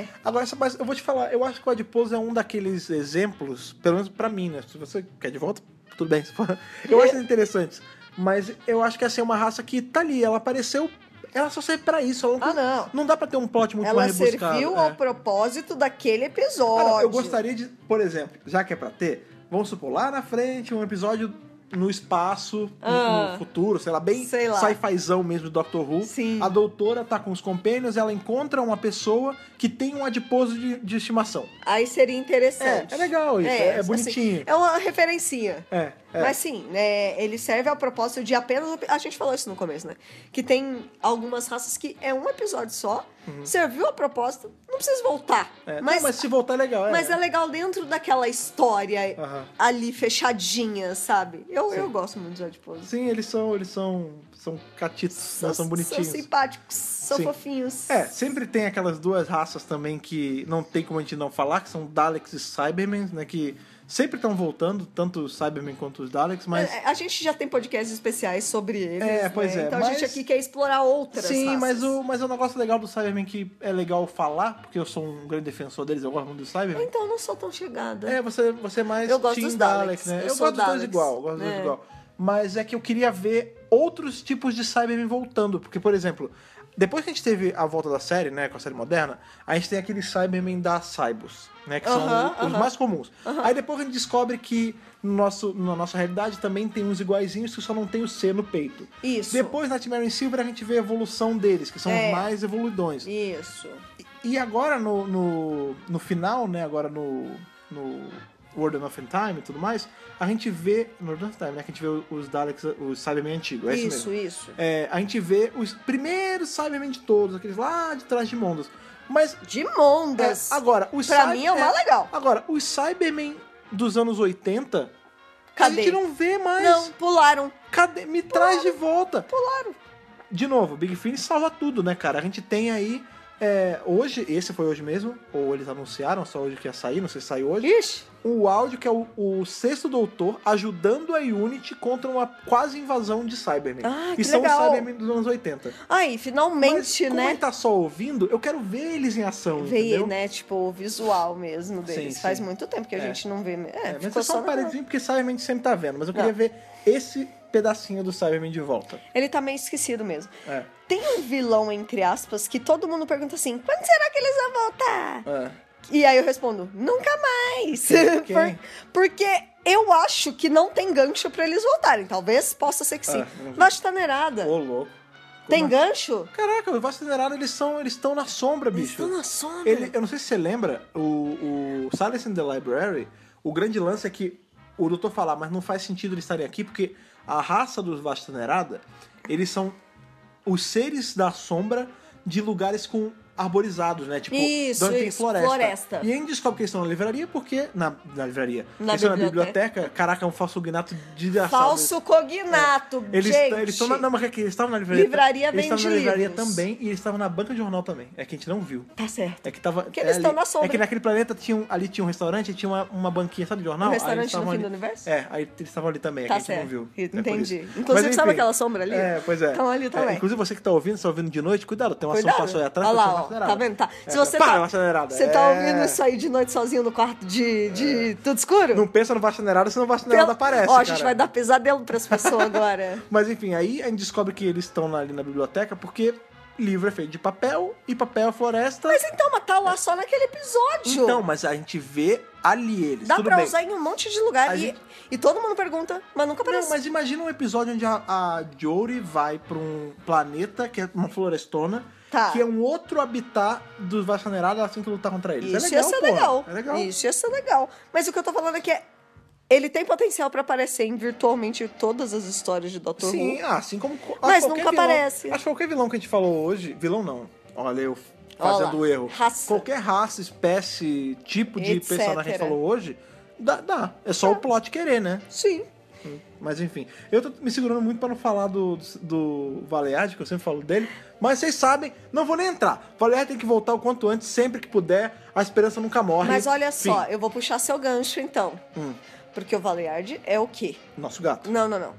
S2: É.
S1: Agora, essa- mas eu vou te falar, eu acho que o Adiposo é um daqueles exemplos, pelo menos pra mim, né? Se você quer de volta, tudo bem. *laughs* se for. Eu
S2: É.
S1: acho eles interessantes. Mas eu acho que essa é uma raça que tá ali, ela apareceu, ela só serve pra isso. Ela não,
S2: Ah, não.
S1: não dá pra ter um plot muito
S2: Ela
S1: mais rebuscado.
S2: serviu
S1: é.
S2: ao propósito daquele
S1: Ah,
S2: episódio.
S1: não, eu gostaria de, por exemplo, já que é pra ter, vamos supor, lá na frente, um episódio no espaço, no-
S2: Ah.
S1: no futuro, sei lá, bem
S2: Sei lá.
S1: sci-fizão mesmo do Doctor Who.
S2: Sim.
S1: A doutora tá com os companions, ela encontra uma pessoa que tem um adiposo de, de estimação.
S2: Aí seria
S1: É,
S2: interessante.
S1: é legal isso, é, é
S2: assim,
S1: bonitinho.
S2: é uma referencinha.
S1: é, é.
S2: Mas sim, né, ele serve ao propósito de apenas. A gente falou isso no começo, né? Que tem algumas raças que é um episódio só, serviu ao propósito, não precisa voltar.
S1: Uhum. é. Não,
S2: mas,
S1: mas se voltar é legal.
S2: mas é legal dentro daquela história
S1: Aham.
S2: ali fechadinha, sabe? Eu, eu gosto muito de Adiposo.
S1: Sim, eles são, eles são são catitos, não são bonitinhos.
S2: São assim, simpáticos, são
S1: Sim.
S2: fofinhos.
S1: É, sempre tem aquelas duas raças também que não tem como a gente não falar, que são Daleks e Cybermen, né? Que sempre estão voltando, tanto os Cybermen quanto os Daleks, mas.
S2: É, A gente já tem podcasts especiais sobre eles.
S1: É, pois
S2: né?
S1: é,
S2: Então a
S1: mas-
S2: gente aqui quer explorar outras.
S1: Sim,
S2: raças.
S1: mas o, mas o negócio legal do Cybermen que é legal falar, porque eu sou um grande defensor deles, eu gosto muito do Cybermen.
S2: Então eu não sou tão chegada.
S1: É, você, você é mais
S2: Eu gosto
S1: Team
S2: dos Daleks,
S1: né?
S2: eu
S1: Eu,
S2: sou
S1: gosto dos dois
S2: Daleks,
S1: igual, eu gosto dos dois
S2: né?
S1: igual. Mas é que eu queria ver outros tipos de Cybermen voltando. Porque, por exemplo, depois que a gente teve a volta da série, né? Com a série moderna, a gente tem aqueles Cybermen da Cybos, né? Que
S2: Aham,
S1: são os
S2: aham.
S1: mais comuns. Aí depois a gente descobre que no nosso, na nossa realidade também tem uns iguaizinhos que só não tem o C no peito.
S2: Isso.
S1: É, Depois, na Timerian Silver, a gente vê a evolução deles, que são
S2: É.
S1: os mais evoluidões.
S2: Isso.
S1: E agora no, no, no final, né? Agora no, no World of Time e tudo mais, a gente vê. No World of Time, né? Que a gente vê os Daleks, os Cybermen antigos. É isso,
S2: isso,
S1: mesmo.
S2: isso.
S1: É, a gente vê os primeiros Cybermen de todos, aqueles lá de trás de Mondas. Mas.
S2: De
S1: é,
S2: Mondas.
S1: agora, os
S2: pra
S1: Cy-
S2: mim é o mais legal.
S1: Agora, os Cybermen dos anos 80.
S2: Cadê?
S1: A gente não vê mais.
S2: Não, pularam.
S1: Cadê? Me traz de volta. Pularam. De novo, Big Finish salva tudo, né, cara? A gente tem aí. é, hoje, esse foi hoje mesmo, ou eles anunciaram só hoje que ia sair, não sei se saiu hoje.
S2: Ixi.
S1: O áudio que é o, o sexto doutor ajudando a Unity contra uma quase invasão de Cybermen.
S2: Ah, que
S1: e são
S2: legal.
S1: os Cybermen dos anos 80.
S2: Aí,
S1: Mas,
S2: finalmente,
S1: como
S2: né?
S1: ele tá só ouvindo, eu quero ver eles em ação,
S2: Veio,
S1: entendeu?
S2: né? Tipo, o visual mesmo deles.
S1: Sim,
S2: Faz
S1: sim.
S2: muito tempo que a
S1: É.
S2: gente não vê. É,
S1: É, mas
S2: ficou
S1: é só um
S2: na- Ah.
S1: paredezinho, porque Cybermen a gente sempre tá vendo. Mas eu
S2: Não.
S1: queria ver esse pedacinho do Cybermen de volta.
S2: Ele tá meio esquecido mesmo.
S1: É,
S2: Tem um vilão, entre aspas, que todo mundo pergunta assim: quando será que eles vão voltar?
S1: é.
S2: E aí eu respondo: nunca mais. *laughs*
S1: Ok.
S2: Por- porque eu acho que não tem gancho pra eles voltarem. Talvez possa ser que sim.
S1: Ah, vamos ver.
S2: Vastanerada.
S1: Ô, louco.
S2: Tem
S1: Como
S2: gancho?
S1: Caraca, o Vacinerado, eles são, eles estão na sombra,
S2: Eles
S1: bicho.
S2: estão na sombra.
S1: Ele- eu não sei se você lembra, o, o Silence in the Library, o grande lance é que o doutor fala, mas não faz sentido eles estarem aqui, porque a raça dos Vacinerada, eles são os seres da sombra de lugares com arborizados, né? Tipo,
S2: Isso,
S1: onde tem
S2: isso,
S1: floresta.
S2: floresta.
S1: E a gente descobre que eles estão na livraria porque... Na, na livraria.
S2: Na
S1: eles estão na
S2: biblioteca.
S1: biblioteca. Caraca, é um falso guinato desgraçado.
S2: Falso cognato,
S1: É. Eles
S2: gente.
S1: t- eles estão na, não, mas é que eles estavam na livraria.
S2: Livraria
S1: eles estavam na
S2: vende
S1: livraria
S2: livros.
S1: também e eles estavam na banca de jornal também. É que a gente não viu.
S2: Tá certo.
S1: É que tava.
S2: Porque eles
S1: é
S2: estão
S1: ali-
S2: na sombra.
S1: É que naquele planeta tinha um- ali tinha um restaurante e tinha uma, uma banquinha, sabe, de jornal?
S2: Um
S1: Aí eles
S2: restaurante no
S1: estavam
S2: fim
S1: ali-
S2: do universo?
S1: É, aí eles estavam ali também, é
S2: Tá
S1: que a gente
S2: certo.
S1: não viu. É por
S2: Entendi.
S1: isso.
S2: Inclusive,
S1: Mas,
S2: sabe
S1: enfim,
S2: aquela sombra ali?
S1: É, pois é.
S2: Tão ali também.
S1: É, inclusive, você que tá ouvindo, você tá ouvindo de noite, cuidado, tem uma sombra
S2: Cuidado.
S1: passou aí atrás.
S2: Olha
S1: pode ser
S2: lá, ó,
S1: acelerada.
S2: tá vendo? Tá.
S1: É,
S2: Se você
S1: para,
S2: tá,
S1: acelerada.
S2: você tá
S1: É.
S2: ouvindo isso aí de noite sozinho no quarto de, de tudo escuro?
S1: Não pensa no vacinerado, senão o vacinerado
S2: Pelo-
S1: aparece.
S2: um- Ó, a gente
S1: cara.
S2: vai dar pesadelo pras pessoas
S1: *laughs*
S2: agora.
S1: Mas enfim, aí a gente descobre que eles estão ali na biblioteca porque livro é feito de papel e papel é floresta.
S2: Mas então, mas tá lá só naquele episódio.
S1: então, mas a gente vê ali eles.
S2: Dá
S1: tudo
S2: pra
S1: bem.
S2: usar em um monte de lugar
S1: A
S2: e,
S1: gente-
S2: e todo mundo pergunta, mas nunca aparece.
S1: Não, mas imagina um episódio onde a, a Jory vai pra um planeta que é uma florestona,
S2: Tá.
S1: que é um outro habitat dos Vachaneirados, ela tem que lutar contra eles.
S2: Isso
S1: é
S2: ia
S1: legal,
S2: ser
S1: porra.
S2: legal.
S1: É legal.
S2: Isso ia ser legal. Mas o que eu tô falando é que é- ele tem potencial pra aparecer em virtualmente todas as histórias de Dr.
S1: Sim,
S2: Who.
S1: ah, assim como.
S2: Uhum. Mas
S1: qualquer
S2: nunca
S1: vilão-
S2: aparece.
S1: Acho que qualquer vilão que a gente falou hoje. Vilão não. Olha, eu
S2: Olha
S1: fazendo
S2: lá,
S1: erro.
S2: raça.
S1: Qualquer raça, espécie, tipo de
S2: Etc.
S1: personagem que a gente falou hoje, dá. dá. É
S2: Tá.
S1: só o plot querer, né?
S2: Sim.
S1: Mas enfim. Eu tô me segurando muito pra não falar do, do Valeade, que eu sempre falo dele. Mas vocês sabem, não vou nem entrar. Valeade tem que voltar o quanto antes, sempre que puder. A esperança nunca morre.
S2: Mas olha
S1: Fim.
S2: só, eu vou puxar seu gancho então.
S1: Hum.
S2: Porque o Valeyard é o quê?
S1: Nosso gato.
S2: Não, não, não.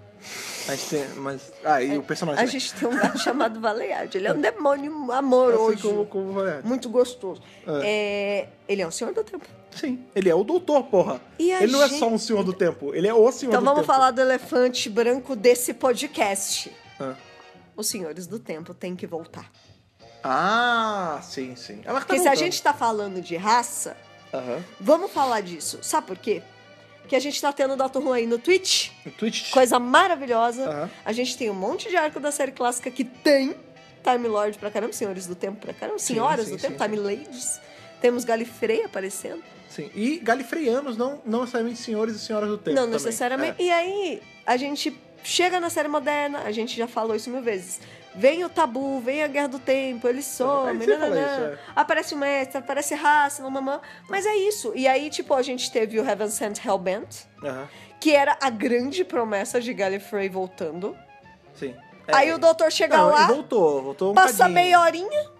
S1: A gente tem. Mas. Ah, e o personagem.
S2: A
S1: né?
S2: gente tem um
S1: *laughs*
S2: gato chamado Valeyard. Ele é um demônio
S1: Eu sei
S2: amoroso.
S1: Assim como, como o Valeriade.
S2: Muito gostoso. É, ele é um senhor do tempo.
S1: Sim, ele é o doutor, porra.
S2: E a
S1: ele não é
S2: gente-
S1: só um senhor do tempo, ele é o senhor
S2: Então
S1: do
S2: vamos
S1: tempo.
S2: falar do elefante branco desse podcast.
S1: Ah.
S2: Os senhores do tempo têm que voltar.
S1: Ah, sim, sim. Ela tá
S2: Porque se a
S1: voltando.
S2: gente tá falando de raça,
S1: Aham.
S2: vamos falar disso. Sabe por quê? Porque a gente tá tendo o Dr. Who aí no Twitch.
S1: O Um Twitch.
S2: Coisa maravilhosa.
S1: Aham.
S2: A gente tem um monte de arco da série clássica que tem Time Lord pra caramba, Senhores do Tempo pra caramba,
S1: Sim,
S2: Senhoras
S1: sim,
S2: do Tempo,
S1: sim,
S2: Time Ladies. Temos Galifrey aparecendo.
S1: Sim. E galifreianos, não, não necessariamente senhores e senhoras do tempo.
S2: Não
S1: também. É.
S2: necessariamente. E aí, a gente chega na série moderna, a gente já falou isso mil vezes. Vem o tabu, vem a guerra do tempo,
S1: É,
S2: eles somem,
S1: sempre fala
S2: nananã.
S1: isso, é.
S2: aparece o mestre, aparece raça, não mamã. Mas é isso. E aí, tipo, a gente teve o Heaven Sent Hellbent,
S1: É. Aham.
S2: que era a grande promessa de Gallifrey voltando.
S1: Sim. É.
S2: Aí o doutor chega
S1: Não,
S2: lá,
S1: ele voltou, voltou um
S2: passa
S1: cadinho.
S2: meia horinha,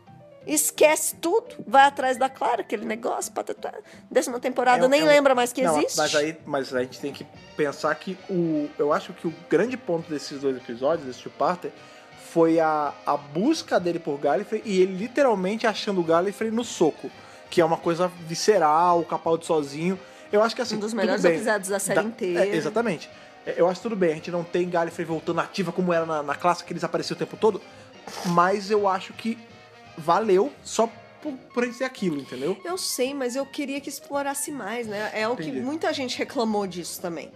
S2: esquece tudo, vai atrás da Clara, aquele negócio, patatá. Décima temporada
S1: É um-
S2: nem
S1: é um-
S2: lembra mais que
S1: Não,
S2: existe.
S1: Mas aí, mas a gente tem que pensar que o. Eu acho que o grande ponto desses dois episódios, desse Two-Parter, foi a, a busca dele por Gallifrey e ele literalmente achando o Gallifrey no soco. Que é uma coisa visceral, o Capaldi sozinho. Eu acho que assim.
S2: um dos
S1: tudo
S2: melhores
S1: bem.
S2: episódios da série
S1: Da-
S2: inteira.
S1: é, exatamente. É, Eu acho tudo bem, a gente não tem Gallifrey voltando ativa como era na, na classe, que eles apareciam o tempo todo. Mas eu acho que valeu só por, por ele ser aquilo, entendeu?
S2: Eu sei, mas eu queria que explorasse mais, né? É o que
S1: Entendi.
S2: muita gente reclamou disso também.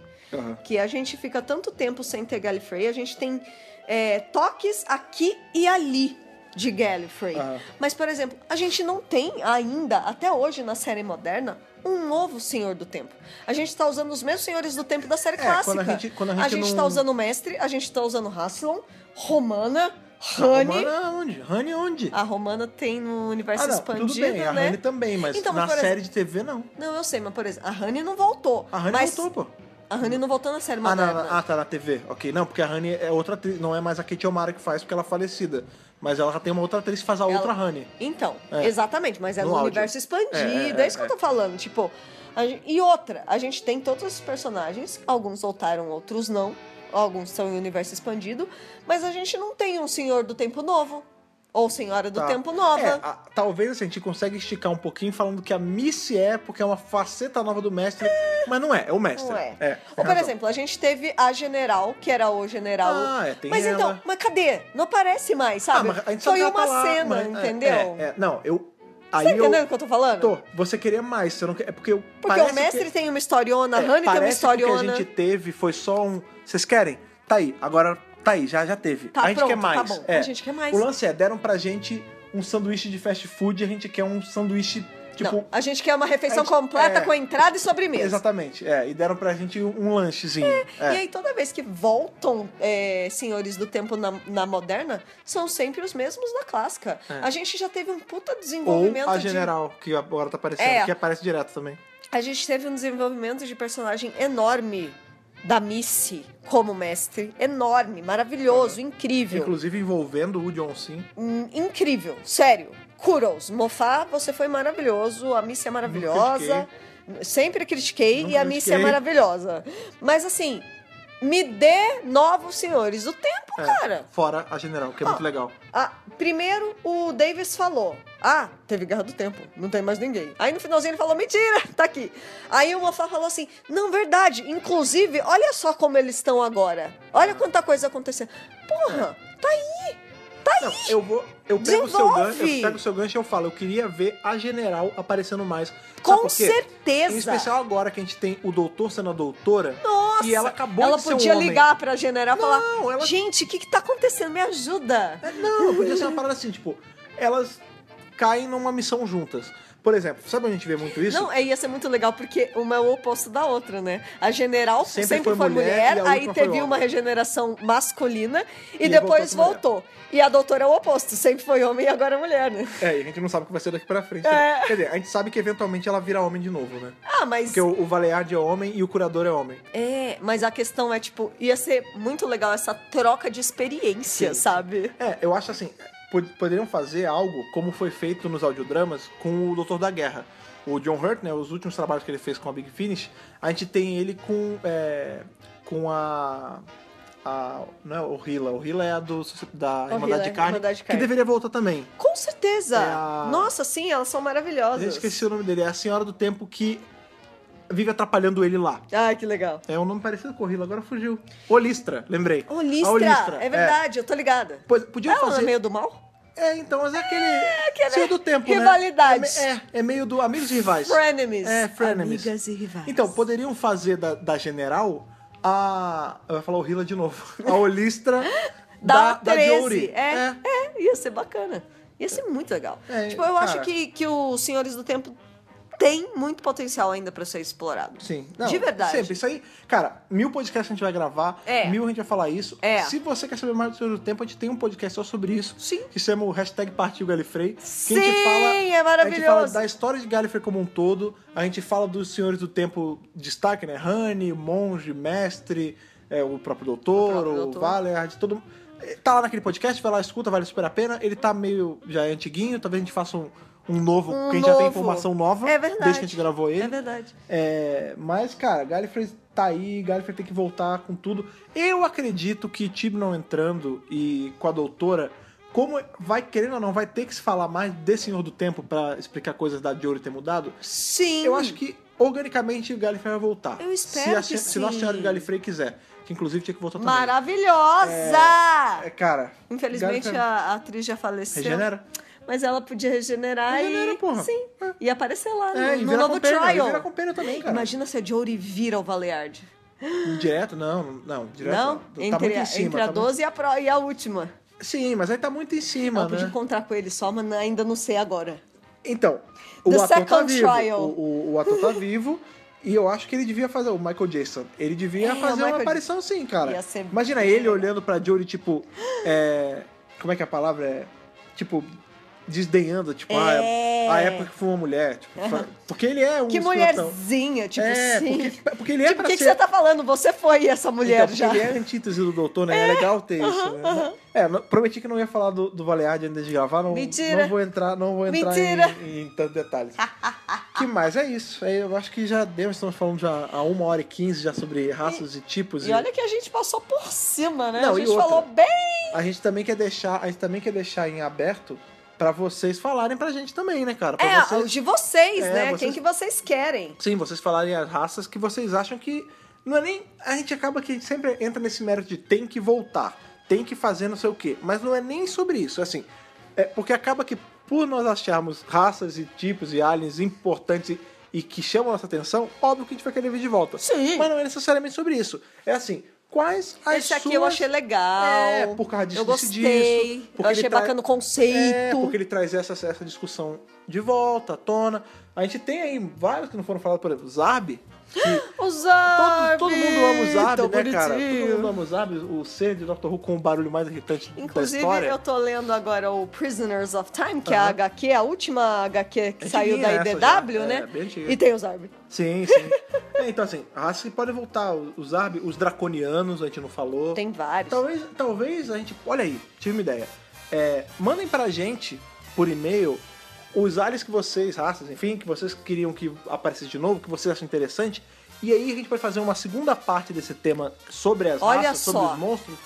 S2: Que a gente fica tanto tempo sem ter Gallifrey, a gente tem é, toques aqui e ali de Gallifrey.
S1: Aham.
S2: Mas, por exemplo, a gente não tem ainda, até hoje na série moderna, um novo Senhor do Tempo. A gente tá usando os mesmos Senhores do Tempo da série
S1: É,
S2: clássica.
S1: quando a gente- quando a gente não-
S2: tá usando o Mestre, a gente tá usando Haslam, Romana,
S1: Honey?
S2: Honey.
S1: Romana onde? Honey onde?
S2: A Romana tem no universo expandido,
S1: Ah, tudo bem, a
S2: né?
S1: Honey também, mas
S2: Então, mas
S1: na
S2: por exemplo-
S1: série de TV não.
S2: Não, eu sei, mas por exemplo, a Honey não voltou.
S1: A Honey
S2: mas
S1: voltou, pô.
S2: A Honey não voltou na série
S1: Ah,
S2: moderna.
S1: na- na- ah, tá, na TV. Ok, não, porque a Honey é outra atriz, não é mais a Kate O'Mara que faz porque ela é falecida. Mas ela já tem uma outra atriz que faz a
S2: Ela-
S1: outra Honey.
S2: Então,
S1: É.
S2: exatamente, mas é
S1: No
S2: no,
S1: áudio.
S2: universo expandido,
S1: É,
S2: é,
S1: é,
S2: isso que
S1: é.
S2: eu tô falando, tipo... a gen- e outra, a gente tem todos os personagens, alguns voltaram, outros não, alguns são em universo expandido, mas a gente não tem um Senhor do Tempo Novo, ou Senhora do
S1: Tá.
S2: Tempo Nova.
S1: É, a- talvez assim, a gente consegue esticar um pouquinho falando que a Missy é porque é uma faceta nova do mestre, mas não é, é o mestre.
S2: Não é.
S1: é
S2: Ou,
S1: tem
S2: por
S1: razão.
S2: exemplo, a gente teve a General, que era o General.
S1: Ah, é, tem
S2: mas então,
S1: ela.
S2: mas cadê? Não aparece mais,
S1: Ah,
S2: sabe?
S1: mas a gente sabe
S2: Foi
S1: que ela
S2: uma
S1: tá lá,
S2: cena,
S1: mas- é,
S2: entendeu?
S1: é, é, não, eu. Aí
S2: Tá entendendo o
S1: eu.
S2: que eu tô falando?
S1: Tô, você queria mais, você não quer. É porque eu.
S2: Porque
S1: parece
S2: o mestre
S1: que...
S2: tem uma historiona, a
S1: É,
S2: Honey tem uma
S1: parece que O que
S2: historiona.
S1: a gente teve foi só um. Vocês querem? Tá aí. Agora tá aí, já, já teve.
S2: Tá
S1: a gente
S2: pronto,
S1: quer mais.
S2: tá bom.
S1: É.
S2: A gente quer mais.
S1: O lance é, deram pra gente um sanduíche de fast food e a gente quer um sanduíche, tipo.
S2: Não, é a gente quer uma refeição
S1: a gente-
S2: completa
S1: é.
S2: com entrada e sobremesa.
S1: Exatamente, é. E deram pra gente um lanchezinho.
S2: E
S1: É.
S2: aí, toda vez que voltam é, senhores do tempo na, na moderna, são sempre os mesmos da clássica.
S1: É.
S2: A gente já teve um puta
S1: Ou
S2: desenvolvimento
S1: a
S2: de-
S1: general, que agora tá aparecendo,
S2: É.
S1: que aparece direto também.
S2: A gente teve um desenvolvimento de personagem enorme da Missy como mestre. Enorme, maravilhoso,
S1: Uhum.
S2: incrível.
S1: Inclusive envolvendo o Woody Sim.
S2: Hum, incrível, sério. Kudos, Mofá, você foi maravilhoso, a Missy é maravilhosa. Sempre critiquei
S1: Nunca
S2: e a Missy é
S1: critiquei.
S2: maravilhosa. Mas assim, me dê novos senhores do tempo,
S1: É.
S2: cara.
S1: Fora a general, que é
S2: Ó.
S1: muito legal.
S2: Ah, primeiro o Davis falou: Ah, teve Guerra do Tempo, não tem mais ninguém. Aí no finalzinho ele falou: Mentira, *laughs* tá aqui. Aí o Mofá falou assim: Não, verdade. Inclusive, olha só como eles estão agora. Olha quanta coisa acontecendo. Porra,
S1: É.
S2: tá aí.
S1: Não, eu vou. Eu pego o seu
S2: Desenvolve!
S1: gancho, eu pego o seu gancho e eu falo, eu queria ver a general aparecendo mais. Sabe
S2: Com
S1: por quê?
S2: certeza.
S1: Em especial agora que a gente tem o doutor sendo a doutora.
S2: Nossa!
S1: E ela acabou
S2: Ela
S1: de ser um
S2: podia
S1: homem.
S2: ligar pra general e falar:
S1: Não, ela-
S2: Gente, o que, que tá acontecendo? Me ajuda!
S1: É, Não, podia ser uma parada assim, tipo, elas caem numa missão juntas. Por exemplo, sabe onde a gente vê muito isso?
S2: Não, é, ia ser muito legal, porque uma é o oposto da outra, né? A general
S1: Sempre
S2: sempre,
S1: foi
S2: foi,
S1: mulher
S2: mulher,
S1: e a
S2: aí
S1: última foi
S2: teve
S1: homem.
S2: uma regeneração masculina e,
S1: E
S2: depois
S1: voltou
S2: voltou. E a doutora é o oposto, sempre foi homem e agora é mulher, né?
S1: É, e a gente não sabe o que vai ser daqui pra frente.
S2: É.
S1: né? Quer dizer, a gente sabe que eventualmente ela vira homem de novo, né?
S2: Ah, mas.
S1: Porque o, o Valeyard é homem e o curador é homem.
S2: É, mas a questão é, tipo, ia ser muito legal essa troca de experiência,
S1: Sim.
S2: sabe?
S1: É, eu acho assim, pod- poderiam fazer algo como foi feito nos audiodramas com o Doutor da Guerra. O John Hurt, né, os últimos trabalhos que ele fez com a Big Finish, a gente tem ele com é, com a, a não é o Hila, o Hila é a do da
S2: Orhila,
S1: Irmandade de Carne,
S2: Irmandade de
S1: que
S2: Carne.
S1: deveria voltar também.
S2: Com certeza!
S1: É a-
S2: Nossa, sim, elas são
S1: Eu
S2: maravilhosas.
S1: esqueci o nome dele, é a Senhora do Tempo que vive atrapalhando ele lá.
S2: Ai, que legal.
S1: É um nome parecido com o Hila, agora fugiu. Olistra, lembrei. A
S2: Olistra, é verdade, eu tô ligada.
S1: Pois- Podiam
S2: Ela não é
S1: fazer
S2: meio do mal?
S1: É, então, mas é aquele. É,
S2: aquele-
S1: do tempo, né?
S2: rivalidades.
S1: É, me- é, é meio do amigos e rivais.
S2: Frenemies.
S1: É, frenemies.
S2: Amigas e rivais.
S1: Então, poderiam fazer da, da general a. Eu ia falar o Hila de novo. A
S2: *laughs*
S1: Olistra da,
S2: da,
S1: da
S2: 13.
S1: Jory.
S2: É, é. ia ser bacana. Ia ser muito legal.
S1: É,
S2: tipo, eu acho
S1: cara.
S2: que, que os Senhores do Tempo tem muito potencial ainda pra ser explorado.
S1: Sim. Não,
S2: De verdade.
S1: Sempre. Isso aí, cara, mil podcasts a gente vai gravar,
S2: É.
S1: mil a gente vai falar isso.
S2: É.
S1: Se você quer saber mais do Senhor do Tempo, a gente tem um podcast só sobre isso.
S2: Sim.
S1: Que chama o hashtag Partiu Galifrey. que a gente
S2: Sim,
S1: fala,
S2: é
S1: A gente fala
S2: maravilhoso.
S1: da história de Galifrey como um todo, a gente fala dos Senhores do Tempo destaque, né? Honey, Monge, Mestre, é, o próprio Doutor,
S2: O
S1: o,
S2: próprio
S1: Valerd,
S2: Doutor.
S1: Valeyard, todo Tá lá naquele podcast, vai lá, escuta, vale super a pena. Ele tá meio já é antiguinho, talvez a gente faça um, um novo,
S2: Um
S1: porque a gente já tem
S2: novo.
S1: informação nova.
S2: É verdade.
S1: Desde que a gente gravou ele.
S2: É verdade.
S1: É, mas, cara, Gallifrey tá aí, Gallifrey tem que voltar com tudo. Eu acredito que Tibnon entrando e com a doutora, como vai, querendo ou não, vai ter que se falar mais de Senhor do Tempo pra explicar coisas da Jory ter mudado.
S2: Sim.
S1: Eu acho que, organicamente, o Gallifrey vai voltar.
S2: Eu
S1: se a,
S2: espero
S1: se-
S2: que
S1: Se Nossa
S2: sim.
S1: Senhora de Gallifrey quiser. Que, inclusive, tinha que voltar também.
S2: Maravilhosa!
S1: É, cara...
S2: Infelizmente
S1: Gallifrey
S2: a, a atriz já faleceu.
S1: Regenera.
S2: Mas ela podia regenerar
S1: Regenera,
S2: e.
S1: porra.
S2: Sim. E aparecer lá no,
S1: É, e
S2: no
S1: vira
S2: novo
S1: companion, e
S2: trial.
S1: vira companion também, cara.
S2: Imagina se a Jory vira o Valeard.
S1: Direto? Não, não. Direto
S2: não?
S1: Tá
S2: entre,
S1: muito
S2: a-
S1: em cima.
S2: entre a
S1: tá
S2: 12 e, a pro- e a última.
S1: muito... Sim, mas aí tá muito em cima,
S2: ela podia
S1: né?
S2: encontrar com ele só, mas ainda não sei agora.
S1: Então, o
S2: The
S1: ator tá
S2: second
S1: vivo.
S2: trial.
S1: O, o- o ator tá vivo. E eu acho que ele devia fazer, o Michael Jason, ele devia
S2: É, o
S1: fazer uma
S2: Michael
S1: aparição sim, cara.
S2: Ia ser
S1: Imagina
S2: bem
S1: ele
S2: legal.
S1: olhando pra Jory, tipo, é, como é que é a palavra é? Tipo, desdenhando, tipo, ah,
S2: É.
S1: a época que foi uma mulher. tipo, fa- porque ele é um
S2: Que
S1: escrotão.
S2: mulherzinha, tipo,
S1: é,
S2: sim.
S1: Porque, porque ele é
S2: tipo, o
S1: pra
S2: que, que
S1: ser...
S2: você tá falando? Você foi essa mulher
S1: então,
S2: já.
S1: porque ele é a antítese do doutor, né? É, legal ter isso, né? É, não- prometi que não ia falar do, do Valeade antes de gravar. Não,
S2: Mentira.
S1: Não vou entrar, não vou entrar
S2: Mentira.
S1: em, em tantos detalhes. que mais? É isso. É, eu acho que já deu. Estamos falando já há uma hora e quinze já sobre raças e, tipos.
S2: E olha que a gente passou por cima, né?
S1: Não,
S2: a
S1: e
S2: gente
S1: outra.
S2: falou bem.
S1: A gente também quer deixar, a gente também quer deixar em aberto pra vocês falarem pra gente também, né, cara? Pra
S2: É,
S1: vocês...
S2: os de vocês,
S1: É,
S2: né?
S1: vocês-
S2: Quem que vocês querem?
S1: Sim, vocês falarem as raças que vocês acham que. Não é nem. A gente acaba que sempre entra nesse mérito de tem que voltar, tem que fazer não sei o quê. Mas não é nem sobre isso, assim. É porque acaba que por nós acharmos raças e tipos e aliens importantes e, e que chamam a nossa atenção, óbvio que a gente vai querer vir de volta.
S2: Sim.
S1: Mas não é necessariamente sobre isso. É assim, quais as
S2: Esse aqui
S1: suas...
S2: eu achei legal.
S1: É, por causa disso,
S2: Eu
S1: disso,
S2: gostei.
S1: disso,
S2: eu
S1: porque
S2: achei
S1: ele tra-
S2: bacana o conceito.
S1: é, porque ele traz essa, essa discussão de volta, à tona. A gente tem aí vários que não foram falados, por exemplo, Zarb. que-
S2: O Zab!
S1: Todo, todo mundo ama o Zab,
S2: tão
S1: né, cara?
S2: bonitinho.
S1: Todo mundo ama o Zab, o ser de Doctor Who com o barulho mais irritante da
S2: Inclusive,
S1: história.
S2: eu tô lendo agora o Prisoners of Time, que é a
S1: Aham.
S2: HQ, a última HQ que
S1: Antiguinha
S2: saiu da
S1: essa
S2: IDW,
S1: já, é,
S2: né?
S1: bem antiga.
S2: e tem os Zarb.
S1: Sim, sim. É, então, assim, a raça que pode voltar. Os Zarb, os draconianos, a gente não falou.
S2: Tem vários.
S1: Talvez, talvez a gente. Olha aí, tive uma ideia. É, mandem pra gente, por e-mail, os aliens que vocês, raças, enfim, que vocês queriam que aparecesse de novo, que vocês acham interessante. E aí a gente vai fazer uma segunda parte desse tema sobre as
S2: Olha
S1: raças, sobre
S2: só.
S1: os monstros,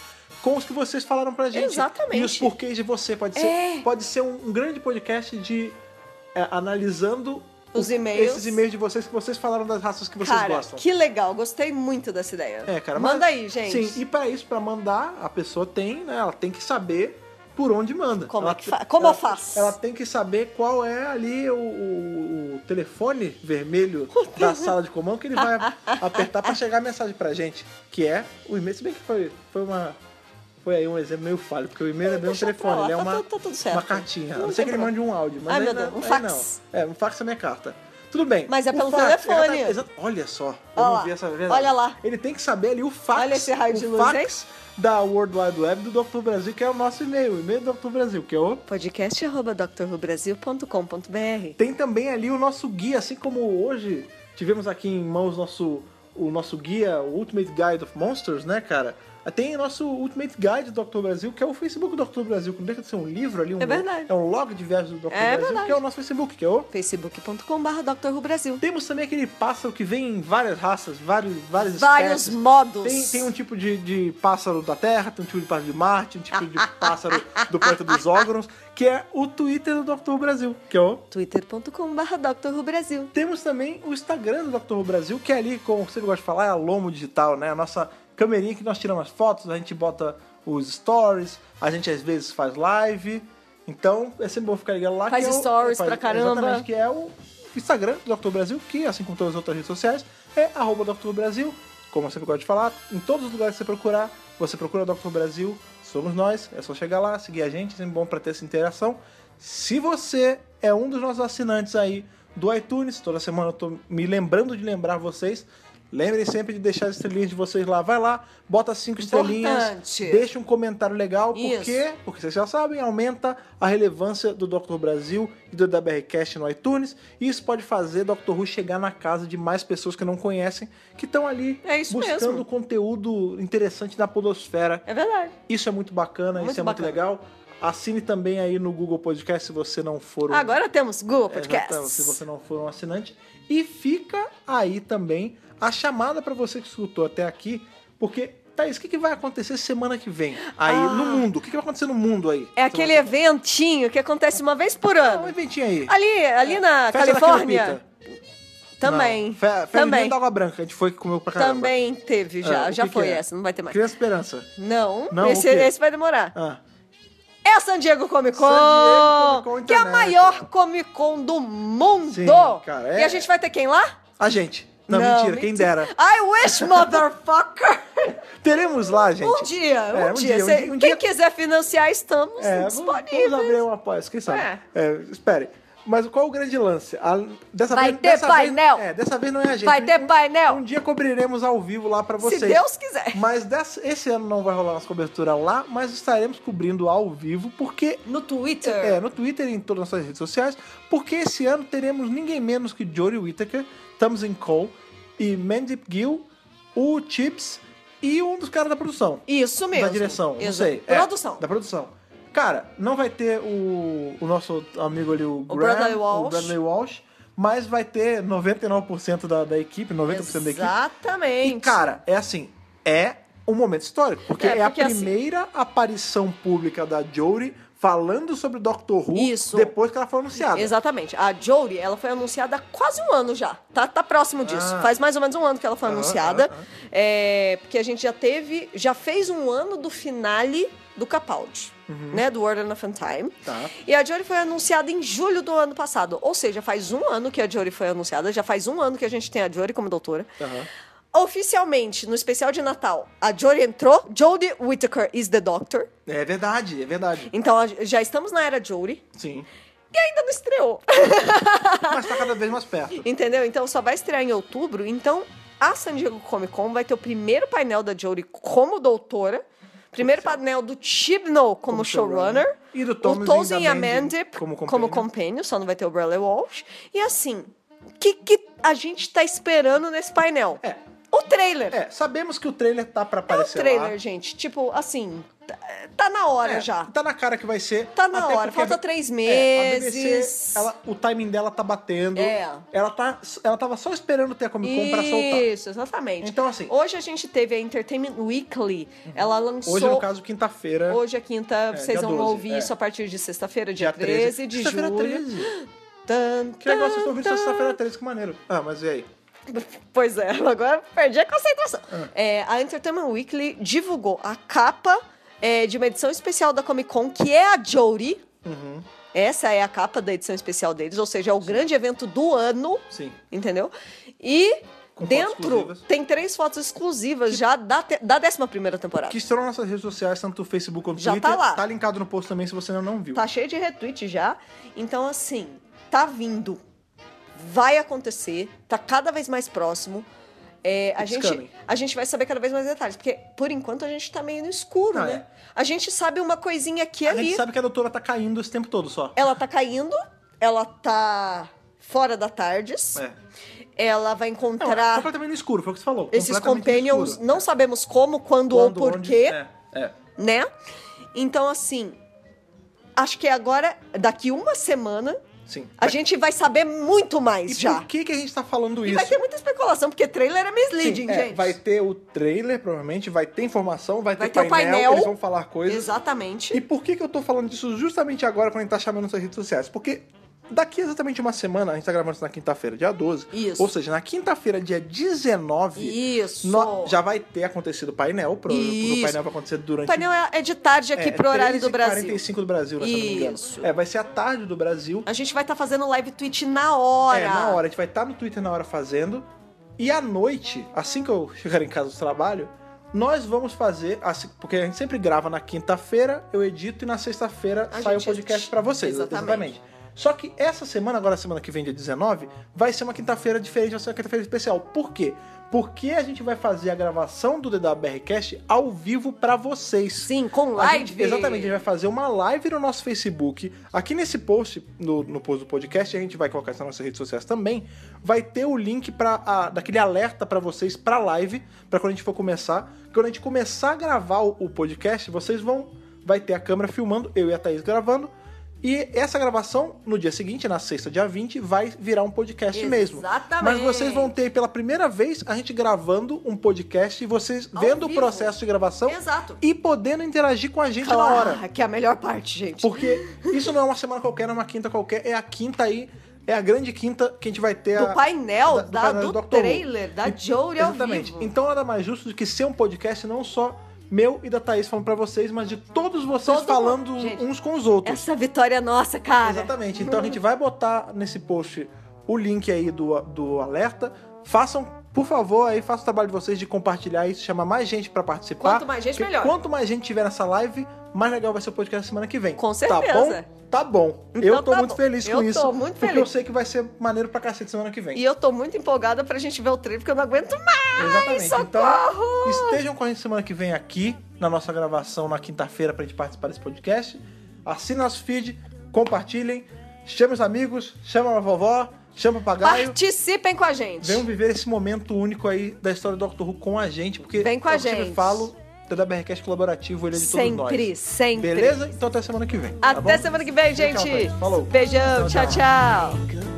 S1: com os que vocês falaram pra gente.
S2: Exatamente. É.
S1: E os porquês de você. Pode ser, pode ser um, um grande podcast de. é, analisando
S2: Os
S1: o-
S2: e-mails.
S1: Esses e-mails de vocês que vocês falaram das raças que vocês
S2: cara,
S1: gostam.
S2: que legal. Gostei muito dessa ideia.
S1: É, cara,
S2: Manda
S1: mas-
S2: aí, gente.
S1: Sim, e pra isso, pra mandar, a pessoa tem, né? Ela tem que saber por onde manda.
S2: Como
S1: ela,
S2: é que fa- como
S1: ela-
S2: eu faço?
S1: Ela tem que saber qual é ali o, o- o telefone
S2: *laughs*
S1: vermelho da sala de comando que ele vai apertar pra chegar a mensagem pra gente, que é o e-mail. Se bem que foi, foi uma... Foi aí um exemplo meio falho, porque o e-mail é bem um
S2: Deixa pra
S1: telefone,
S2: lá,
S1: ele é
S2: tá
S1: uma,
S2: tudo- tá tudo certo.
S1: uma cartinha. A
S2: Não
S1: não
S2: tem
S1: ser que ele mande um áudio, mas
S2: Ai,
S1: aí
S2: meu
S1: não-
S2: Deus, um
S1: aí
S2: fax.
S1: não. É, um fax é minha carta. Tudo bem.
S2: Mas é
S1: o
S2: pelo
S1: fax,
S2: telefone.
S1: exata- exata- olha só, eu
S2: Olha
S1: não
S2: lá,
S1: vi essa verdade.
S2: olha lá.
S1: Ele tem que saber ali o fax.
S2: Olha esse raio
S1: o
S2: de luz,
S1: fax da World Wide Web do Dr. Brasil, que é o nosso e-mail. O e-mail do Dr. Brasil, que é o.
S2: Podcast arroba drrubrasil.com.br
S1: Tem também ali o nosso guia, assim como hoje tivemos aqui em mãos nosso, o nosso guia, o Ultimate Guide of Monsters, né, cara? Tem o nosso Ultimate Guide do Dr. Brasil, que é o Facebook do Dr. Brasil, que não deixa de ser um livro ali, um,
S2: É verdade.
S1: é um log de viagens do Dr.
S2: É
S1: Brasil,
S2: verdade.
S1: que é o nosso Facebook, que é o.
S2: facebook.com.br drrubrasil
S1: Temos também aquele pássaro que vem em várias raças, vários, várias
S2: Vários
S1: espécies.
S2: modos.
S1: Tem, tem um tipo de, de pássaro da Terra, tem um tipo de pássaro de Marte, um tipo
S2: *laughs*
S1: de pássaro do planeta dos órgãos, que é o Twitter do Dr. Brasil, que é o...
S2: twitter.com.br drrubrasil
S1: Temos também o Instagram do Dr. Brasil, que é ali, como você gosta de falar, é a Lomo Digital, né? A nossa câmerinha que nós tiramos as fotos, a gente bota os stories, a gente às vezes faz live. Então, é sempre bom ficar ligado lá.
S2: Faz
S1: que é o-
S2: stories pra caramba.
S1: Exatamente, que é o Instagram do Dr. Brasil, que, assim como todas as outras redes sociais, é arroba Dr. Brasil, como eu sempre gosto de falar. Em todos os lugares que você procurar, você procura Dr. Brasil, somos nós. É só chegar lá, seguir a gente, é sempre bom pra ter essa interação. Se você é um dos nossos assinantes aí do iTunes, toda semana eu tô me lembrando de lembrar vocês, Lembrem sempre de deixar as estrelinhas de vocês lá. Vai lá, bota cinco estrelinhas,
S2: Importante.
S1: deixa um comentário legal,
S2: Isso.
S1: porque, porque vocês já sabem, aumenta a relevância do Dr. Brasil e do DBRcast no iTunes. E isso pode fazer Dr. Who chegar na casa de mais pessoas que não conhecem, que estão ali
S2: É isso
S1: buscando
S2: mesmo.
S1: conteúdo interessante na podosfera.
S2: É verdade.
S1: Isso é muito bacana,
S2: Muito
S1: isso é
S2: bacana.
S1: muito legal. Assine também aí no Google Podcast se você não for um
S2: Agora temos Google
S1: é,
S2: Podcast.
S1: exatamente, se você não for um assinante. E fica aí também a chamada para você que escutou até aqui, porque, Thaís, o que, que vai acontecer semana que vem? Aí,
S2: Ah.
S1: no mundo. O que, que vai acontecer no mundo aí?
S2: É aquele eventinho que acontece uma vez por
S1: É um
S2: ano.
S1: eventinho aí.
S2: Ali, ali na
S1: É. Festa da
S2: Califórnia.
S1: Quilopita.
S2: Também.
S1: Não, fe- Festa
S2: Também.
S1: Junina da Água Branca, a gente foi que comeu pra caramba.
S2: Também teve já.
S1: Ah, o
S2: já
S1: que que
S2: foi
S1: é?
S2: essa, não vai ter mais.
S1: Criança Esperança.
S2: Não,
S1: Não,
S2: esse,
S1: o quê?
S2: esse vai demorar.
S1: Ah.
S2: É a San Diego Comic Con,
S1: San Diego Comic Con
S2: que é a
S1: Internet.
S2: maior Comic Con do mundo.
S1: Sim, cara, é-
S2: E a gente vai ter quem lá?
S1: A gente. Não, mentira, quem dera.
S2: I wish, motherfucker!
S1: *laughs* Teremos lá, gente.
S2: Um dia, um,
S1: É, um
S2: dia.
S1: dia, um
S2: Cê-
S1: dia, um
S2: quem
S1: dia-
S2: quiser financiar, estamos
S1: É, vamos-
S2: disponíveis.
S1: Vamos abrir uma apoia, quem sabe.
S2: É.
S1: É, espere. Mas qual é o grande lance? A- dessa
S2: Vai
S1: vez,
S2: ter
S1: dessa
S2: painel.
S1: Vez, é, dessa vez não é a gente.
S2: Vai ter
S1: Um-
S2: painel.
S1: Um dia cobriremos ao vivo lá pra vocês.
S2: Se Deus quiser.
S1: Mas dessa- esse ano não vai rolar nossa cobertura lá, mas estaremos cobrindo ao vivo, porque
S2: No Twitter.
S1: é, no Twitter e em todas as nossas redes sociais, porque esse ano teremos ninguém menos que Jory Whittaker, Tamsin Cole e Mandip Gill, o Chips e um dos caras da produção.
S2: Isso mesmo.
S1: Da direção, não
S2: Exato.
S1: sei. É,
S2: Produção.
S1: da produção. Cara, não vai ter o, o nosso amigo ali, o, Graham,
S2: Bradley Walsh.
S1: o Bradley Walsh, mas vai ter 99% da, da equipe, 90% da equipe.
S2: Exatamente.
S1: E, cara, é assim, é um momento histórico, porque
S2: É,
S1: é,
S2: porque,
S1: a
S2: assim-
S1: primeira aparição pública da Jory falando sobre Doctor Who
S2: Isso.
S1: depois que ela foi anunciada.
S2: Exatamente. A Jory, ela foi anunciada há quase um ano já. Tá, tá próximo disso.
S1: Ah.
S2: Faz mais ou menos um ano que ela foi
S1: Aham,
S2: anunciada.
S1: aham, aham.
S2: É, porque a gente já teve... Já fez um ano do finale do Capaldi. Né? Do Order of Time.
S1: Uhum. Tá.
S2: E a Jory foi anunciada em julho do ano passado. Ou seja, faz um ano que a Jory foi anunciada. Já faz um ano que a gente tem a Jory como doutora.
S1: Aham.
S2: Oficialmente, no especial de Natal, a Jory entrou. Jodie Whittaker is the Doctor.
S1: É verdade, é verdade.
S2: Então, a- já estamos na era Jory.
S1: Sim.
S2: E ainda não estreou. *laughs*
S1: Mas tá cada vez mais perto.
S2: Entendeu? Então só vai estrear em outubro. Então a San Diego Comic Con vai ter o primeiro painel da Jory como doutora. Primeiro painel do Chibnall como,
S1: Como
S2: showrunner.
S1: showrunner. E do Thomasin
S2: o Tolson
S1: e
S2: e
S1: da
S2: a
S1: Mandy
S2: Mandip como
S1: como
S2: companion.
S1: companion.
S2: só não vai ter o Bradley Walsh. E assim, o que, que a gente tá esperando nesse painel?
S1: É.
S2: O trailer.
S1: É, sabemos que o trailer tá pra
S2: É o
S1: aparecer
S2: trailer,
S1: lá.
S2: gente. Tipo, assim, tá, tá na hora
S1: É,
S2: já.
S1: Tá na cara que vai ser.
S2: Tá na
S1: até
S2: hora,
S1: porque a
S2: falta
S1: B-
S2: três
S1: é, a
S2: meses.
S1: BBC, ela- o timing dela tá batendo.
S2: É.
S1: Ela, tá, ela tava só esperando ter a Comic Con pra soltar.
S2: Isso, exatamente.
S1: Então, assim- Uhum.
S2: Hoje a gente teve a Entertainment Weekly. Ela lançou.
S1: Hoje, no caso, quinta-feira.
S2: Hoje é quinta,
S1: É,
S2: vocês
S1: dia
S2: vão
S1: 12,
S2: ouvir
S1: é.
S2: isso a partir de sexta-feira, dia,
S1: Dia
S2: 13,
S1: 13
S2: de
S1: Sexta-feira
S2: julho. Tá,
S1: 13.
S2: Tan,
S1: Que negócio,
S2: tan, *laughs*
S1: eu estou ouvindo
S2: tan.
S1: sexta-feira 13, que maneiro. Ah, mas e aí?
S2: Pois é, agora perdi a concentração.
S1: Ah.
S2: É, a Entertainment Weekly divulgou a capa é, de uma edição especial da Comic Con, que é a Jory.
S1: Uhum.
S2: Essa é a capa da edição especial deles, ou seja, é o grande evento do ano.
S1: Sim.
S2: Entendeu? E
S1: Com fotos
S2: dentro
S1: exclusivas.
S2: tem três fotos exclusivas já da, te- da 11 temporada.
S1: Que estão nas nossas redes sociais, tanto o Facebook quanto o
S2: Já tá
S1: Twitter.
S2: lá.
S1: Tá linkado no post também se você ainda não viu.
S2: Tá cheio de retweet já. Então, assim, tá vindo. Vai acontecer. Tá cada vez mais próximo. É, a,
S1: It's
S2: gente,
S1: coming.
S2: a gente vai saber cada vez mais detalhes. Porque, por enquanto, a gente tá meio no escuro,
S1: Ah,
S2: né?
S1: é.
S2: A gente sabe uma coisinha aqui e
S1: a
S2: ali.
S1: gente sabe que a doutora tá caindo esse tempo todo só.
S2: Ela tá caindo. Ela tá fora da Tardes.
S1: É.
S2: Ela vai
S1: Não, é
S2: encontrar...
S1: completamente no escuro, foi o que você falou.
S2: Esses
S1: completamente no
S2: companions,
S1: escuro.
S2: não sabemos como, quando,
S1: Quando,
S2: ou
S1: onde,
S2: porquê,
S1: É, é.
S2: né? Então, assim, acho que agora, daqui uma semana,
S1: Sim.
S2: a gente vai saber muito mais
S1: E
S2: já.
S1: por que, que a gente tá falando
S2: E
S1: isso?
S2: vai ter muita especulação, porque trailer é misleading,
S1: Sim, é,
S2: gente.
S1: vai ter o trailer, provavelmente, vai ter informação, vai ter,
S2: Vai ter o
S1: painel,
S2: painel.
S1: eles vão falar coisas.
S2: Exatamente.
S1: E por que, que eu tô falando disso justamente agora quando a gente tá chamando nas redes sociais? Porque daqui exatamente uma semana, a gente tá gravando isso na quinta-feira, dia 12.
S2: Isso.
S1: Ou seja, na quinta-feira, dia 19,
S2: Isso.
S1: nó- já vai ter acontecido o painel. Pro,
S2: Isso.
S1: O painel vai acontecer
S2: O
S1: durante
S2: painel é, é de tarde aqui
S1: é,
S2: pro horário
S1: 13h45
S2: do Brasil.
S1: do Brasil, né, se eu não me engano.
S2: Isso.
S1: É, vai ser a tarde do Brasil.
S2: A gente vai estar fazendo live tweet na hora.
S1: É, na hora. A gente vai estar no Twitter na hora fazendo. E à noite, assim que eu *laughs* chegar em casa do trabalho, nós vamos fazer. assim- porque a gente sempre grava na quinta-feira, eu edito e na sexta-feira
S2: A
S1: sai o
S2: gente
S1: podcast
S2: edita.
S1: pra vocês.
S2: Exatamente.
S1: Só que essa semana, agora semana que vem, dia 19, vai ser uma quinta-feira diferente, vai ser uma quinta-feira especial. Por quê? Porque a gente vai fazer a gravação do DWRcast ao vivo pra vocês.
S2: Sim, com
S1: A
S2: um live.
S1: gente- exatamente, a gente vai fazer uma live no nosso Facebook. Aqui nesse post, no, no post do podcast, a gente vai colocar isso nas nossas redes sociais também. Vai ter o link para daquele alerta para vocês para live, para quando a gente for começar. Quando a gente começar a gravar o, o podcast, vocês vão. Vai ter a câmera filmando, eu e a Thaís gravando. E essa gravação, no dia seguinte, na sexta, dia 20, vai virar um podcast mesmo.
S2: Exatamente.
S1: Mas vocês vão ter pela primeira vez a gente gravando um podcast e vocês
S2: Ao
S1: vendo o
S2: vivo.
S1: processo de gravação
S2: Exato.
S1: e podendo interagir com a gente tá na
S2: Claro,
S1: hora.
S2: que é a melhor parte, gente.
S1: Porque isso não é uma semana qualquer, não é uma quinta qualquer, é a quinta aí, é a grande quinta que a gente vai ter.
S2: Do
S1: É a-
S2: painel,
S1: da-
S2: da,
S1: do painel do
S2: do,
S1: Dr. Who.
S2: trailer, da Jory ao
S1: Exatamente.
S2: vivo.
S1: Então nada mais justo do que ser um podcast não só meu e da Thaís falando pra vocês, mas de todos vocês
S2: Todo
S1: falando
S2: mundo, gente.
S1: uns com os outros.
S2: Essa vitória é nossa, cara.
S1: Exatamente. Então a gente vai botar nesse post o link aí do, do alerta. Façam, por favor, aí façam o trabalho de vocês de compartilhar isso, chamar mais gente pra participar.
S2: Quanto mais gente,
S1: Porque
S2: melhor.
S1: Quanto mais gente tiver nessa live, mais legal vai ser o podcast semana que vem.
S2: Com
S1: Tá bom?
S2: certeza.
S1: Tá bom.
S2: Então
S1: eu tô
S2: tá
S1: muito
S2: bom.
S1: feliz com
S2: Eu tô
S1: isso.
S2: muito
S1: porque
S2: feliz.
S1: eu sei que vai ser maneiro pra cacete semana que vem.
S2: E eu tô muito empolgada pra gente ver o trailer, porque eu não aguento mais.
S1: Exatamente.
S2: socorro!
S1: Então, estejam com a gente semana que vem aqui, na nossa gravação na quinta-feira, pra gente participar desse podcast. Assinem nosso feed, compartilhem, chamem os amigos, chamem a vovó, chamem o papagaio.
S2: Participem com a gente.
S1: Venham viver esse momento único aí da história do Doctor Who com a gente, porque é
S2: Vem com a
S1: eu sempre
S2: gente.
S1: falo, TWRcast colaborativo, ele é de todos nós.
S2: sempre, sempre.
S1: Beleza? Então até semana que vem. tá
S2: Até
S1: bom?
S2: semana que vem,
S1: Tchau,
S2: gente.
S1: tchau, Thaís. Falou.
S2: Beijão,
S1: Tchau,
S2: tchau. tchau.
S1: tchau.